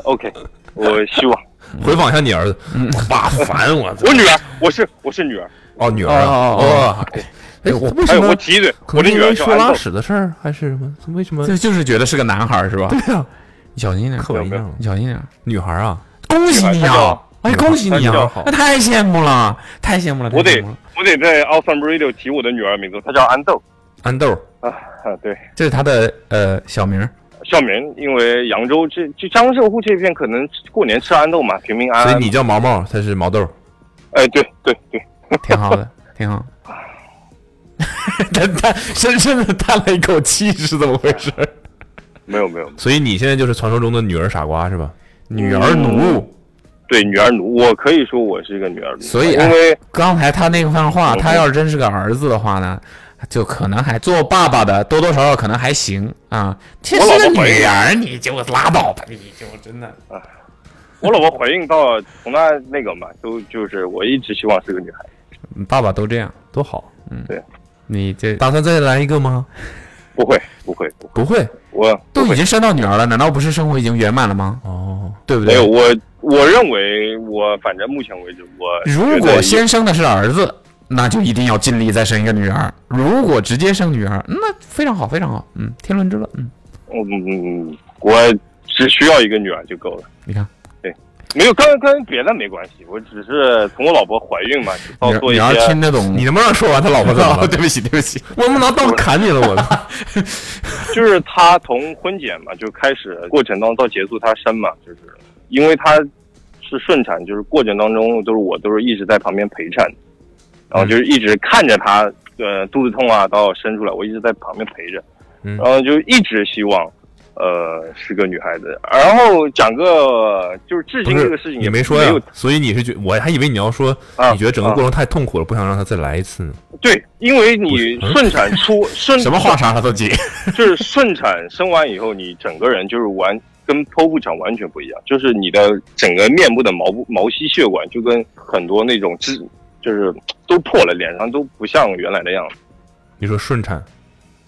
Speaker 3: OK，我希望
Speaker 2: 回访一下你儿子，爸烦 我，
Speaker 3: 我女儿，我是我是女儿。
Speaker 2: 哦女儿啊，
Speaker 4: 哦哦
Speaker 2: 哦，哎，我为
Speaker 3: 哎，我提一嘴，
Speaker 2: 可
Speaker 3: 我
Speaker 2: 能
Speaker 3: 的女
Speaker 2: 因
Speaker 3: 儿
Speaker 2: 为
Speaker 3: 叫
Speaker 2: 说
Speaker 3: 安
Speaker 2: 拉
Speaker 3: 豆，
Speaker 2: 屎的事儿还是什么？为什么
Speaker 4: 就就是觉得是个男孩儿是吧？
Speaker 2: 对啊，
Speaker 4: 你小心一点，
Speaker 2: 刻板印象了
Speaker 4: 你小心一点。
Speaker 2: 女孩啊，
Speaker 4: 恭喜你
Speaker 3: 他
Speaker 4: 啊
Speaker 3: 叫！
Speaker 4: 哎，恭喜你
Speaker 3: 他
Speaker 4: 啊
Speaker 3: 叫！
Speaker 4: 那太羡慕了，太羡慕了，太
Speaker 3: 我
Speaker 4: 羡
Speaker 3: 得
Speaker 4: 哎慕了。
Speaker 3: 我得在 Awesome Radio 提我的女儿名字，她叫安豆
Speaker 2: 安豆，
Speaker 3: 啊啊，对，
Speaker 4: 这是他的呃小名儿，
Speaker 3: 校名，因为扬州这这江浙沪这片可能过年吃安豆嘛，平平安
Speaker 2: 所以
Speaker 3: 安。
Speaker 2: 你叫毛毛，他是毛豆，
Speaker 3: 哎，对对对，
Speaker 4: 挺好的，挺好。 他他深深的叹了一口气，是怎么回事？
Speaker 3: 没有没有，
Speaker 2: 所以你现在就是传说中的女儿傻瓜是吧？
Speaker 4: 女儿奴。
Speaker 3: 对女儿奴，我可以说我是一个女儿奴，
Speaker 4: 所以啊
Speaker 3: 因为
Speaker 4: 刚才他那番话，
Speaker 3: 嗯
Speaker 4: 他要是真是个儿子的话呢，就可能还做爸爸的多多少少可能还行啊。这
Speaker 3: 我老
Speaker 4: 是
Speaker 3: 婆
Speaker 4: 个
Speaker 3: 怀
Speaker 4: 女
Speaker 3: 孕
Speaker 4: 儿，你就拉倒吧，你就真的。
Speaker 3: 我老婆怀孕到从那那个嘛，都就是我一直希望是个女孩。
Speaker 4: 爸爸都这样，
Speaker 2: 多好，
Speaker 4: 嗯你这
Speaker 2: 打算再来一个吗？
Speaker 3: 不会不会不会，
Speaker 2: 不会，
Speaker 3: 我
Speaker 4: 都已经生到女儿了，难道不是生活已经圆满了吗？
Speaker 2: 哦，
Speaker 4: 对不
Speaker 3: 没
Speaker 4: 对
Speaker 3: 有？我我认为我反正目前为止我
Speaker 4: 如
Speaker 3: 觉得
Speaker 4: 果先生的是儿子，那就一定要尽力再生一个女儿；如果直接生女儿，那非常好，非常好。嗯，天伦之乐。嗯，
Speaker 3: 嗯嗯嗯，我只需要一个女儿就够了。
Speaker 4: 你看，
Speaker 3: 没有跟跟别的没关系，我只是从我老婆怀孕嘛，就到
Speaker 4: 女儿
Speaker 3: 做一
Speaker 4: 女儿
Speaker 3: 些
Speaker 4: 听得懂。
Speaker 2: 你能不能说完他老婆怎 么 了？
Speaker 4: 哦对不起，对不起，
Speaker 2: 我不能当时砍你了， 我
Speaker 3: 就是她从婚检嘛就开始过程当中到结束她生嘛，就是因为她是顺产，就是过程当中都是我都是一直在旁边陪产，然后
Speaker 2: 嗯
Speaker 3: 就是一直看着她呃肚子痛啊到生出来，我一直在旁边陪着，
Speaker 2: 嗯
Speaker 3: 然后就一直希望。呃，是个女孩子，然后讲个就是至
Speaker 2: 不
Speaker 3: 今这个
Speaker 2: 是
Speaker 3: 事情
Speaker 2: 你
Speaker 3: 也
Speaker 2: 没说呀啊
Speaker 3: 没有，
Speaker 2: 所以你是觉，我还以为你要说
Speaker 3: 啊
Speaker 2: 你觉得整个
Speaker 3: 啊
Speaker 2: 过程太痛苦了，不想让他再来一次呢。
Speaker 3: 对，因为你
Speaker 2: 不是嗯
Speaker 3: 顺产出顺
Speaker 4: 什么话茬他都接。
Speaker 3: 就是顺产生完以后，你整个人就是完跟剖腹产完全不一样，就是你的整个面部的毛部毛细血管就跟很多那种脂就是都破了，脸上都不像原来的样子。
Speaker 2: 你说顺产，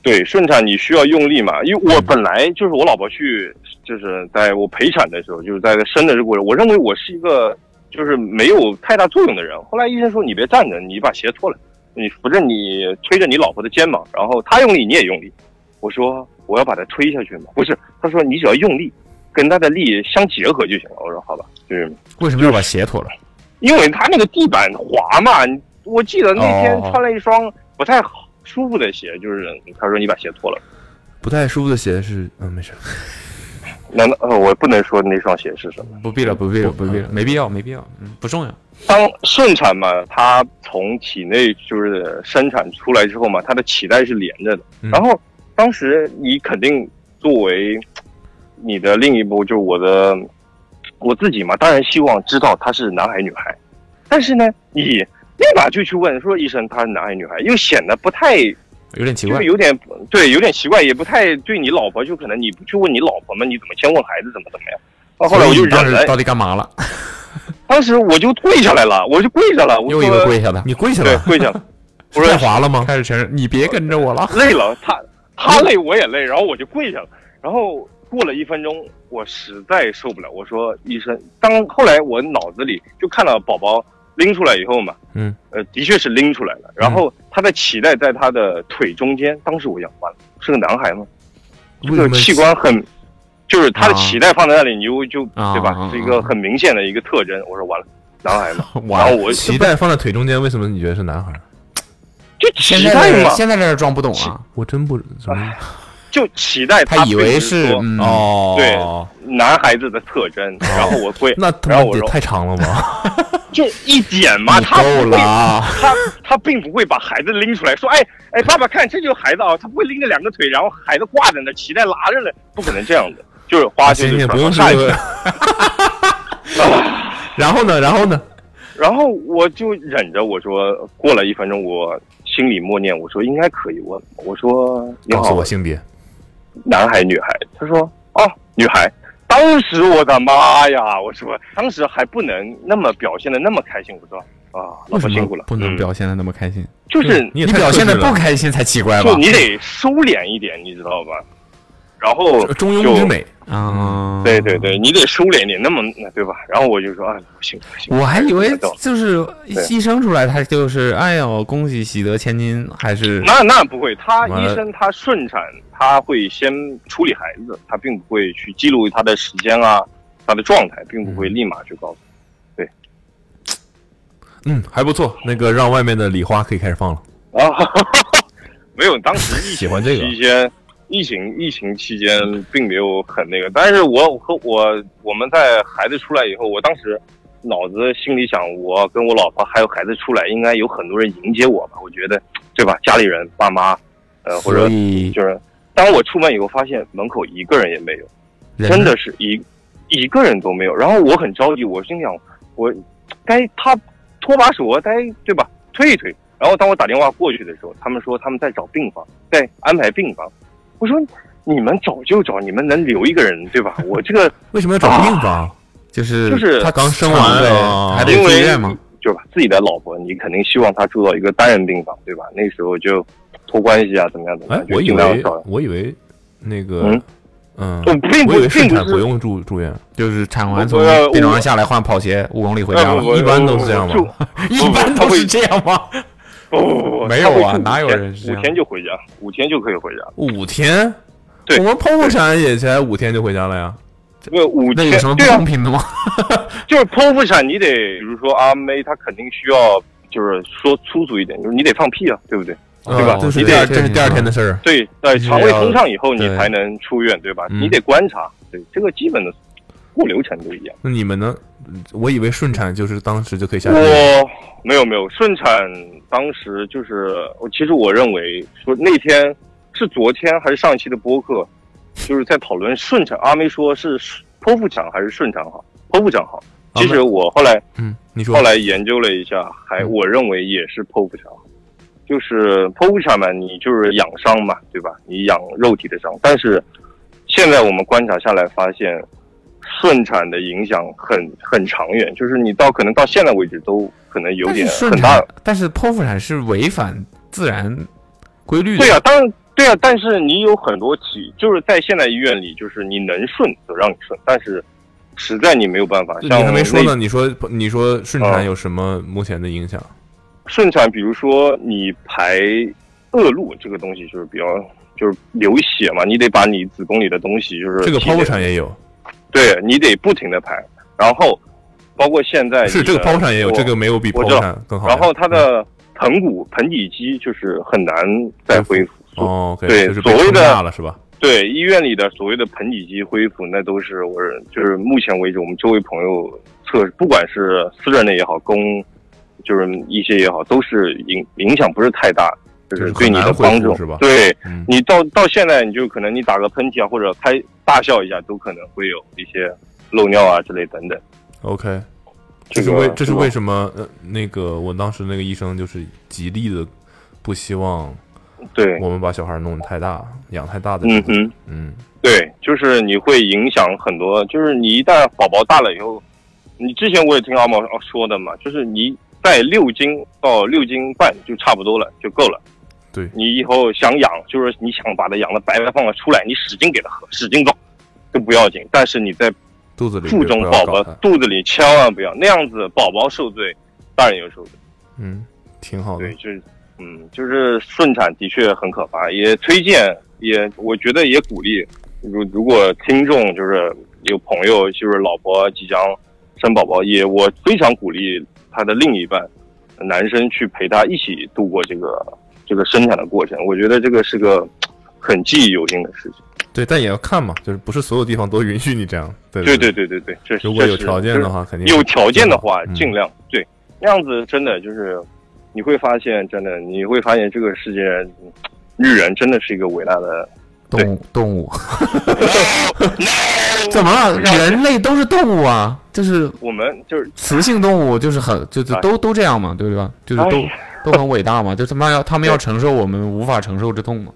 Speaker 3: 对，顺产你需要用力嘛，因为我本来就是我老婆去，就是在我陪产的时候，就是在生的这个过程，我认为我是一个就是没有太大作用的人。后来医生说你别站着，你把鞋脱了，你扶着你推着你老婆的肩膀，然后她用力你也用力。我说我要把她推下去嘛，不是，他说你只要用力，跟她的力相结合就行了。我说好吧，就是
Speaker 4: 为什么要把鞋脱了？
Speaker 3: 因为他那个地板滑嘛，你我记得那天
Speaker 4: 哦
Speaker 3: 穿了一双不太好舒服的鞋，就是他说你把鞋脱了。
Speaker 2: 不太舒服的鞋是，嗯，没事，
Speaker 3: 难道呃，我不能说那双鞋是什么？
Speaker 4: 不必了，不必了，不必了，没必要，没必要，嗯，不重要。
Speaker 3: 当顺产嘛，它从体内就是生产出来之后嘛，它的脐带是连着的。
Speaker 2: 嗯
Speaker 3: 然后当时你肯定作为你的另一部，就是我的我自己嘛，当然希望知道他是男孩女孩，但是呢，你立马就去问说医生他是男孩女孩，又显得不太
Speaker 4: 有点奇
Speaker 3: 就
Speaker 4: 怪
Speaker 3: 是。有点对，有点奇怪，也不太对你老婆，就可能你不去问你老婆嘛，你怎么先问孩子怎么怎么样？啊后来我就
Speaker 4: 所以你当
Speaker 3: 忍了
Speaker 4: 时，到底干嘛了？
Speaker 3: 当时我就跪下来了，我就跪下了，我
Speaker 4: 又
Speaker 3: 说
Speaker 4: 一个跪下的，
Speaker 2: 你跪下
Speaker 3: 对
Speaker 2: 来，
Speaker 3: 跪 下了，我
Speaker 2: 太
Speaker 3: 说
Speaker 2: 滑了吗？
Speaker 4: 开始承认，你别跟着我了。
Speaker 3: 累了，他他累我也累，然后我就跪下了，然后过了一分钟，我实在受不了，我说医生。当后来我脑子里就看到宝宝拎出来以后嘛，
Speaker 2: 嗯，
Speaker 3: 呃，的确是拎出来
Speaker 4: 嗯
Speaker 3: 了。然后他的脐带在他的腿中间，当时我想，完了，是个男孩吗？这
Speaker 2: 为什
Speaker 3: 个
Speaker 2: 么
Speaker 3: 器 官很，就是他的脐带放在那里，你就就
Speaker 4: 啊
Speaker 3: 对
Speaker 4: 啊
Speaker 3: 吧？是一个很明显的一个特征。我说完了，男孩嘛，然
Speaker 4: 哇
Speaker 3: 后，我
Speaker 2: 脐带放在腿中间，为什么你觉得是男孩？
Speaker 3: 就
Speaker 4: 现
Speaker 3: 脐
Speaker 4: 在
Speaker 3: 带
Speaker 4: 这
Speaker 3: 嘛，
Speaker 4: 现在这装不懂啊，
Speaker 2: 我真不什么
Speaker 3: 啊就脐带，
Speaker 4: 他以为是
Speaker 3: 说
Speaker 4: 嗯
Speaker 2: 哦，
Speaker 4: 哦
Speaker 3: 对男孩子的特征。然后我会，
Speaker 2: 那他
Speaker 3: 然
Speaker 2: 妈
Speaker 3: 后我
Speaker 2: 也
Speaker 3: 说
Speaker 2: 太长了吧？
Speaker 3: 就一点嘛，
Speaker 4: 你
Speaker 3: 他不会
Speaker 4: 够了啊！
Speaker 3: 他他并不会把孩子拎出来说，哎哎，爸爸看这就是孩子啊，他不会拎着两个腿，然后孩子挂在那，脐带拉着呢，不可能这样的。就是花心
Speaker 2: 行
Speaker 3: 就
Speaker 2: 行，
Speaker 3: 是
Speaker 4: 啊
Speaker 2: 不用
Speaker 3: 看
Speaker 2: 这个。 然后呢？然后呢？
Speaker 3: 然后我就忍着，我说过了一分钟，我心里默念，我说应该可以，我我说你
Speaker 2: 告诉
Speaker 3: 好
Speaker 2: 我，性别。
Speaker 3: 男孩女孩，他说哦，女孩。当时我的妈呀！我说当时还不能那么表现的那么开心，我说啊，老婆辛苦了，
Speaker 4: 不能
Speaker 3: 嗯
Speaker 4: 表现的那么开心？
Speaker 3: 就是
Speaker 2: 你也
Speaker 4: 你
Speaker 2: 太
Speaker 4: 表现的
Speaker 2: 克制了
Speaker 4: 不开心才奇怪吧
Speaker 3: 就？你得收敛一点，你知道吧？然后
Speaker 2: 中庸
Speaker 3: 就
Speaker 2: 之美。
Speaker 4: 啊，
Speaker 3: 对对对，你得收敛一点，那么那对吧？然后我就说啊，不行不行，
Speaker 4: 我还以为
Speaker 3: 哎知道
Speaker 4: 就是
Speaker 3: 对
Speaker 4: 一生出来他就是哎呦恭喜喜得千金，还是
Speaker 3: 那那不会，他
Speaker 2: 完了
Speaker 3: 医生他顺产，他会先处理孩子，他并不会去记录他的时间啊，他的状态，并不会立马去告诉。
Speaker 2: 嗯，还不错。那个让外面的礼花可以开始放了。
Speaker 3: 啊，哈哈哈 没有，当时疫
Speaker 2: 喜
Speaker 3: 情
Speaker 2: 欢这个
Speaker 3: 期间，疫情疫情期间并没有很那个，但是我和我我们在孩子出来以后，我当时脑子心里想，我跟我老婆还有孩子出来，应该有很多人迎接我吧？我觉得，对吧？家里人、爸妈，呃，或者
Speaker 4: 所以
Speaker 3: 就是，当我出门以后，发现门口一个人也没有。
Speaker 4: 人
Speaker 3: 真的是一一个人都没有。然后我很着急，我心想我该他拖把手啊，该对吧，推一推。然后当我打电话过去的时候，他们说他们在找病房，在安排病房。我说你们找就找，你们能留一个人对吧？我这个
Speaker 2: 为什么要找病房？
Speaker 4: 就是
Speaker 3: 啊就是
Speaker 4: 他刚生
Speaker 2: 啊
Speaker 4: 完呗，还得
Speaker 3: 因
Speaker 4: 住
Speaker 3: 为
Speaker 4: 院嘛。
Speaker 3: 就吧，自己的老婆，你肯定希望她住到一个单人病房对吧？那时候就托关系啊，怎么样怎么
Speaker 2: 哎
Speaker 3: 样，，就
Speaker 2: 我以
Speaker 3: 尽量
Speaker 2: 为
Speaker 3: 找。
Speaker 2: 我以为那个
Speaker 3: 嗯
Speaker 2: 嗯
Speaker 3: 我，并不
Speaker 2: 我以为顺
Speaker 3: 并不
Speaker 2: 产
Speaker 3: 是
Speaker 2: 不用住住院，
Speaker 4: 就是产完
Speaker 3: 我
Speaker 4: 从
Speaker 3: 我
Speaker 4: 病床上下来换跑鞋，五公里回家
Speaker 3: 呃
Speaker 4: 了。
Speaker 3: 不不
Speaker 2: 一般都是这样吧
Speaker 3: 就
Speaker 4: 一般都是这样吗？
Speaker 3: 不不不不，
Speaker 4: 没有
Speaker 3: 他会住
Speaker 4: 啊
Speaker 3: 五
Speaker 4: 哪有
Speaker 3: 天
Speaker 4: 人是这
Speaker 3: 五
Speaker 4: 样
Speaker 3: 天就回家，五天就可以回家。
Speaker 2: 五天。
Speaker 3: 对
Speaker 2: 我们剖腹产也才五天就回家了呀。
Speaker 3: 不，五
Speaker 4: 那
Speaker 3: 天
Speaker 4: 有什么不
Speaker 3: 对啊
Speaker 4: 公，平的吗？
Speaker 3: 就是剖腹产，你得比如说阿妹，她肯定需要，就是说粗俗一点，就是你得放屁啊，对不对？
Speaker 2: 啊
Speaker 3: 对吧
Speaker 2: 这是
Speaker 4: 你
Speaker 2: 第
Speaker 4: 得
Speaker 2: 二，这是第二天的事儿。
Speaker 3: 对，在肠胃通畅以后，
Speaker 4: 对
Speaker 3: 你才能出院，对吧？
Speaker 4: 嗯
Speaker 3: 你得观察，对，这个基本的过流程都一样。
Speaker 2: 那你们呢？我以为顺产就是当时就可以下地。
Speaker 3: 我没有没有顺产，当时就是我其实我认为说那天是昨天还是上期的播客，就是在讨论顺产，阿妹说是剖腹产还是顺产好，剖腹产好。
Speaker 2: 阿妹
Speaker 3: 其实我后来
Speaker 2: 嗯，你说
Speaker 3: 后来研究了一下，还
Speaker 2: 嗯
Speaker 3: 我认为也是剖腹产，就是剖腹产嘛，你就是养伤嘛，对吧？你养肉体的伤，但是现在我们观察下来发现，顺产的影响很很长远，就是你到可能到现在为止都可能有
Speaker 4: 但
Speaker 3: 点
Speaker 4: 是顺
Speaker 3: 很大
Speaker 4: 产，但是剖腹产是违反自然规律的。
Speaker 3: 对呀、啊当然对呀、但是你有很多体，就是在现代医院里，就是你能顺就让你顺，但是实在你没有办法。
Speaker 2: 你
Speaker 3: 像
Speaker 2: 还没说
Speaker 3: 那
Speaker 2: 呢，你说你说顺
Speaker 3: 啊
Speaker 2: 产有什么目前的影响？
Speaker 3: 顺产，比如说你排恶露这个东西，就是比较就是流血嘛，你得把你子宫里的东西就是
Speaker 2: 这个
Speaker 3: 体内
Speaker 2: 剖腹产也有，
Speaker 3: 对你得不停的排，然后包括现在
Speaker 2: 是
Speaker 3: 你
Speaker 2: 这
Speaker 3: 的
Speaker 2: 个剖腹产也有，
Speaker 3: 我
Speaker 2: 这个没有比
Speaker 3: 我
Speaker 2: 剖
Speaker 3: 知
Speaker 2: 腹
Speaker 3: 道
Speaker 2: 产更好呀。嗯
Speaker 3: 然后它的盆骨、盆底肌就是很难再恢复。
Speaker 2: 哦，OK，
Speaker 3: 对
Speaker 2: 就是被
Speaker 3: 所谓
Speaker 2: 冲
Speaker 3: 的
Speaker 2: 大了是吧？
Speaker 3: 对医院里的所谓的盆底肌恢复，那都是我就是目前为止我们周围朋友测，不管是私人的也好，公就是一些也好，都是影影响不是太大，就
Speaker 2: 就是
Speaker 3: 是
Speaker 2: 很
Speaker 3: 对你
Speaker 2: 难
Speaker 3: 的
Speaker 2: 恢
Speaker 3: 帮
Speaker 2: 复
Speaker 3: 助
Speaker 2: 是吧
Speaker 3: 对
Speaker 2: 嗯
Speaker 3: 你到到现在，你就可能你打个喷嚏啊，或者开大笑一下，都可能会有一些漏尿啊之类等等。
Speaker 2: ，OK，这是
Speaker 3: 个
Speaker 2: 为这是
Speaker 3: 吧
Speaker 2: 为什么？呃，那个我当时那个医生就是极力的不希望
Speaker 3: 对，
Speaker 2: 我们把小孩弄得太大，养太大的
Speaker 3: 嗯
Speaker 2: 时候，
Speaker 3: 哼，
Speaker 2: 嗯，
Speaker 3: 对，就是你会影响很多，就是你一旦宝宝大了以后，你之前我也听阿毛说的嘛，就是你在六斤到六斤半就差不多了，就够了。
Speaker 2: 对
Speaker 3: 你以后想养，就是你想把它养的白白胖胖出来，你使劲给它喝，使劲造，都不要紧，但是你在
Speaker 2: 肚子里
Speaker 3: 腹
Speaker 2: 面
Speaker 3: 中
Speaker 2: 不要
Speaker 3: 宝
Speaker 2: 搞
Speaker 3: 宝
Speaker 2: 它。
Speaker 3: 肚子里千万不要，那样子宝宝受罪，大人也受罪。
Speaker 2: 嗯，挺好的
Speaker 3: 对，。就是，嗯，就是顺产的确很可怕，也推荐，也我觉得也鼓励，如如果听众就是有朋友就是老婆即将生宝宝，也我非常鼓励他的另一半，男生去陪他一起度过这个这个生产的过程，我觉得这个是个很记忆犹新的事情。
Speaker 2: 对，但也要看嘛，就是不是所有地方都允许你这样。对
Speaker 3: 对
Speaker 2: 对
Speaker 3: 对，对对对，这是
Speaker 2: 如果有
Speaker 3: 这是
Speaker 2: 条件的话肯定
Speaker 3: 有条件的话
Speaker 2: 嗯
Speaker 3: 尽量、对，那样子真的就是你会发现，真的你会发现这个世界，嗯女人真的是一个伟大的。
Speaker 4: 动物动 物，怎么了？人类都是动物啊，就是
Speaker 3: 我们就是
Speaker 4: 雌性动物，就是很就是
Speaker 3: 哎
Speaker 4: 都都这样嘛，对吧？就是
Speaker 3: 哎
Speaker 4: 都
Speaker 3: 呀
Speaker 4: 都很伟大嘛，就他妈要他们要承受我们无法承受之痛嘛。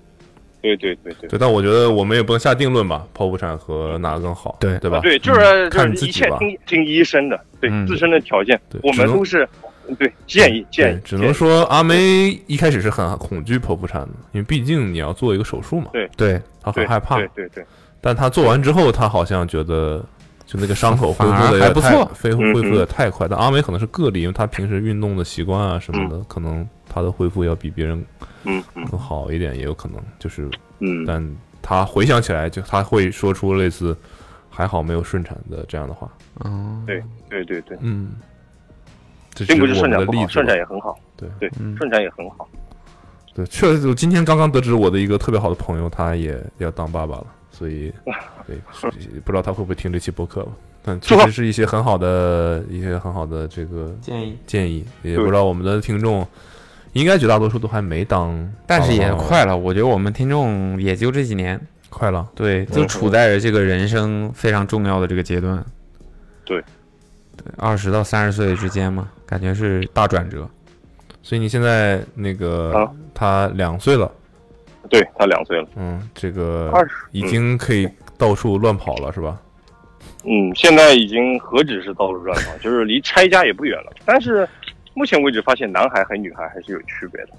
Speaker 3: 对对对对
Speaker 2: 对，但我觉得我们也不能下定论吧，剖腹产和哪个更好，
Speaker 4: 对
Speaker 2: 对吧？
Speaker 3: 啊
Speaker 2: 嗯
Speaker 3: 对，就是就
Speaker 2: 看你
Speaker 3: 是
Speaker 2: 自
Speaker 3: 一
Speaker 2: 己
Speaker 3: 切
Speaker 2: 吧
Speaker 3: 听听医生的，对、
Speaker 4: 嗯
Speaker 3: 自身的条件
Speaker 2: 对，
Speaker 3: 我
Speaker 2: 只
Speaker 3: 们
Speaker 2: 能
Speaker 3: 都是对建议建
Speaker 2: 对
Speaker 3: 议，，
Speaker 2: 只能
Speaker 3: 建议
Speaker 2: 说阿梅一开始是很恐惧剖腹产的，因为毕竟你要做一个手术嘛，
Speaker 4: 对，
Speaker 2: 她很
Speaker 3: 对
Speaker 2: 害怕。
Speaker 3: 对对对，
Speaker 2: 但她做完之后，她好像觉得就那个伤口恢
Speaker 4: 反
Speaker 2: 复
Speaker 4: 而
Speaker 2: 的
Speaker 4: 还不错
Speaker 2: 恢
Speaker 3: 嗯嗯
Speaker 2: 恢复的太快。但阿梅可能是个例，因为她平时运动的习惯啊什么的，可能她的恢复要比别人
Speaker 3: 嗯嗯
Speaker 2: 更好一点，也有可能就是，
Speaker 3: 嗯，
Speaker 2: 但她回想起来，就她会说出类似“还好没有顺产”的这样的话。
Speaker 4: 嗯，
Speaker 3: 对对对对，
Speaker 2: 嗯，这
Speaker 3: 并不是
Speaker 2: 我
Speaker 3: 顺
Speaker 2: 们的
Speaker 3: 产不
Speaker 2: 例
Speaker 3: 好，
Speaker 2: 子
Speaker 3: 顺
Speaker 2: 吧
Speaker 3: 产。也很好，
Speaker 2: 对
Speaker 3: 对
Speaker 4: 嗯，
Speaker 3: 顺产也很好，
Speaker 2: 对，确实，我今天刚刚得知我的一个特别好的朋友，他也要当爸爸了，所 以对，是不知道他会不会听这期播客吧？但确实是一些很好的、一些很好的这个
Speaker 9: 建议
Speaker 2: 建议，也
Speaker 3: 对
Speaker 2: 不知道我们的听众应该绝大多数都还没当爸爸
Speaker 4: 但
Speaker 2: 妈妈吧，
Speaker 4: 是
Speaker 3: 哦
Speaker 4: 也快了，我觉得我们听众也就这几年，
Speaker 2: 快了，
Speaker 4: 对，就处在这个人生非常重要的这个阶段。
Speaker 3: 对
Speaker 4: 对，二十到三十岁之间嘛，感觉是大转折。
Speaker 2: 所以你现在那个
Speaker 3: 啊
Speaker 2: 他两岁了，
Speaker 3: 对他两岁了，
Speaker 2: 嗯，这个
Speaker 3: 二十
Speaker 2: 已经可以到处乱跑了，是吧？
Speaker 3: 嗯，现在已经何止是道路乱 跑，就是离拆家也不远了。但是目前为止，发现男孩和女孩还是有区别的。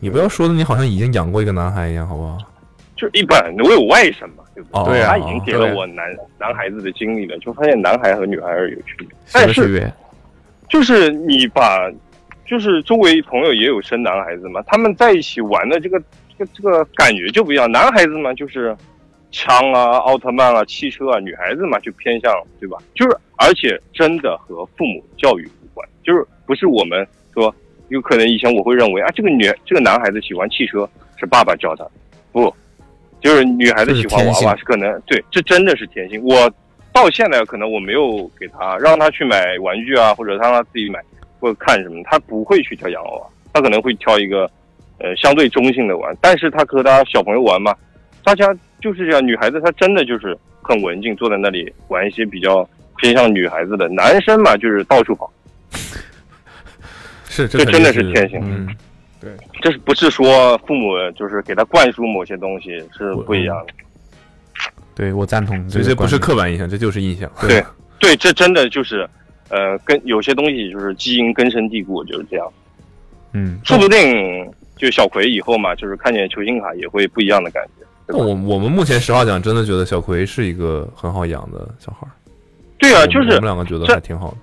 Speaker 2: 你不要说的你好像已经养过一个男孩一样，好不好？
Speaker 3: 就是一般我有外甥嘛，对不
Speaker 2: 哦
Speaker 3: 对？
Speaker 2: 对啊
Speaker 3: 他已经给了我男男孩子的经历了，就发现男孩和女孩是有区别。
Speaker 4: 什
Speaker 3: 但
Speaker 4: 么区
Speaker 3: 哎是
Speaker 4: 别？
Speaker 3: 就是你把，就是周围朋友也有生男孩子嘛，他们在一起玩的这个这个这个感觉就不一样。男孩子嘛，就是枪啊、奥特曼啊、汽车啊；女孩子嘛，就偏向对吧？就是而且真的和父母教育无关，就是不是我们说，有可能以前我会认为啊，这个女这个男孩子喜欢汽车是爸爸教他，不，就是女孩子喜欢娃娃是可能对，这真的是天性。我到现在可能我没有给他让他去买玩具啊，或者让他自己买或者看什么，他不会去挑洋娃娃，他可能会挑一个呃相对中性的玩，但是他和他小朋友玩嘛，大家就是这样，女孩子她真的就是很文静，坐在那里玩一些比较偏向女孩子的，男生嘛就是到处跑，
Speaker 2: 是，
Speaker 3: 这
Speaker 2: 肯
Speaker 3: 真
Speaker 2: 定
Speaker 3: 的是天性
Speaker 2: 嗯，
Speaker 3: 这是不是说父母就是给他灌输某些东西是不一样的？
Speaker 4: 对我赞同，
Speaker 2: 这
Speaker 4: 个
Speaker 2: 这不
Speaker 4: 观
Speaker 2: 是
Speaker 4: 点
Speaker 2: 刻板印象，这就是印象。
Speaker 3: 对对，这真的就是，呃，跟有些东西就是呃基因根深蒂固，就是这样。
Speaker 4: 嗯，
Speaker 3: 说不定就小葵以后嘛，就是看见球星卡也会不一样的感觉。
Speaker 2: 但我我们目前实话讲，真的觉得小葵是一个很好养的小孩儿。
Speaker 3: 对啊，
Speaker 2: 我们
Speaker 3: 就
Speaker 2: 我
Speaker 3: 是
Speaker 2: 们两个觉得
Speaker 3: 这
Speaker 2: 还挺好的。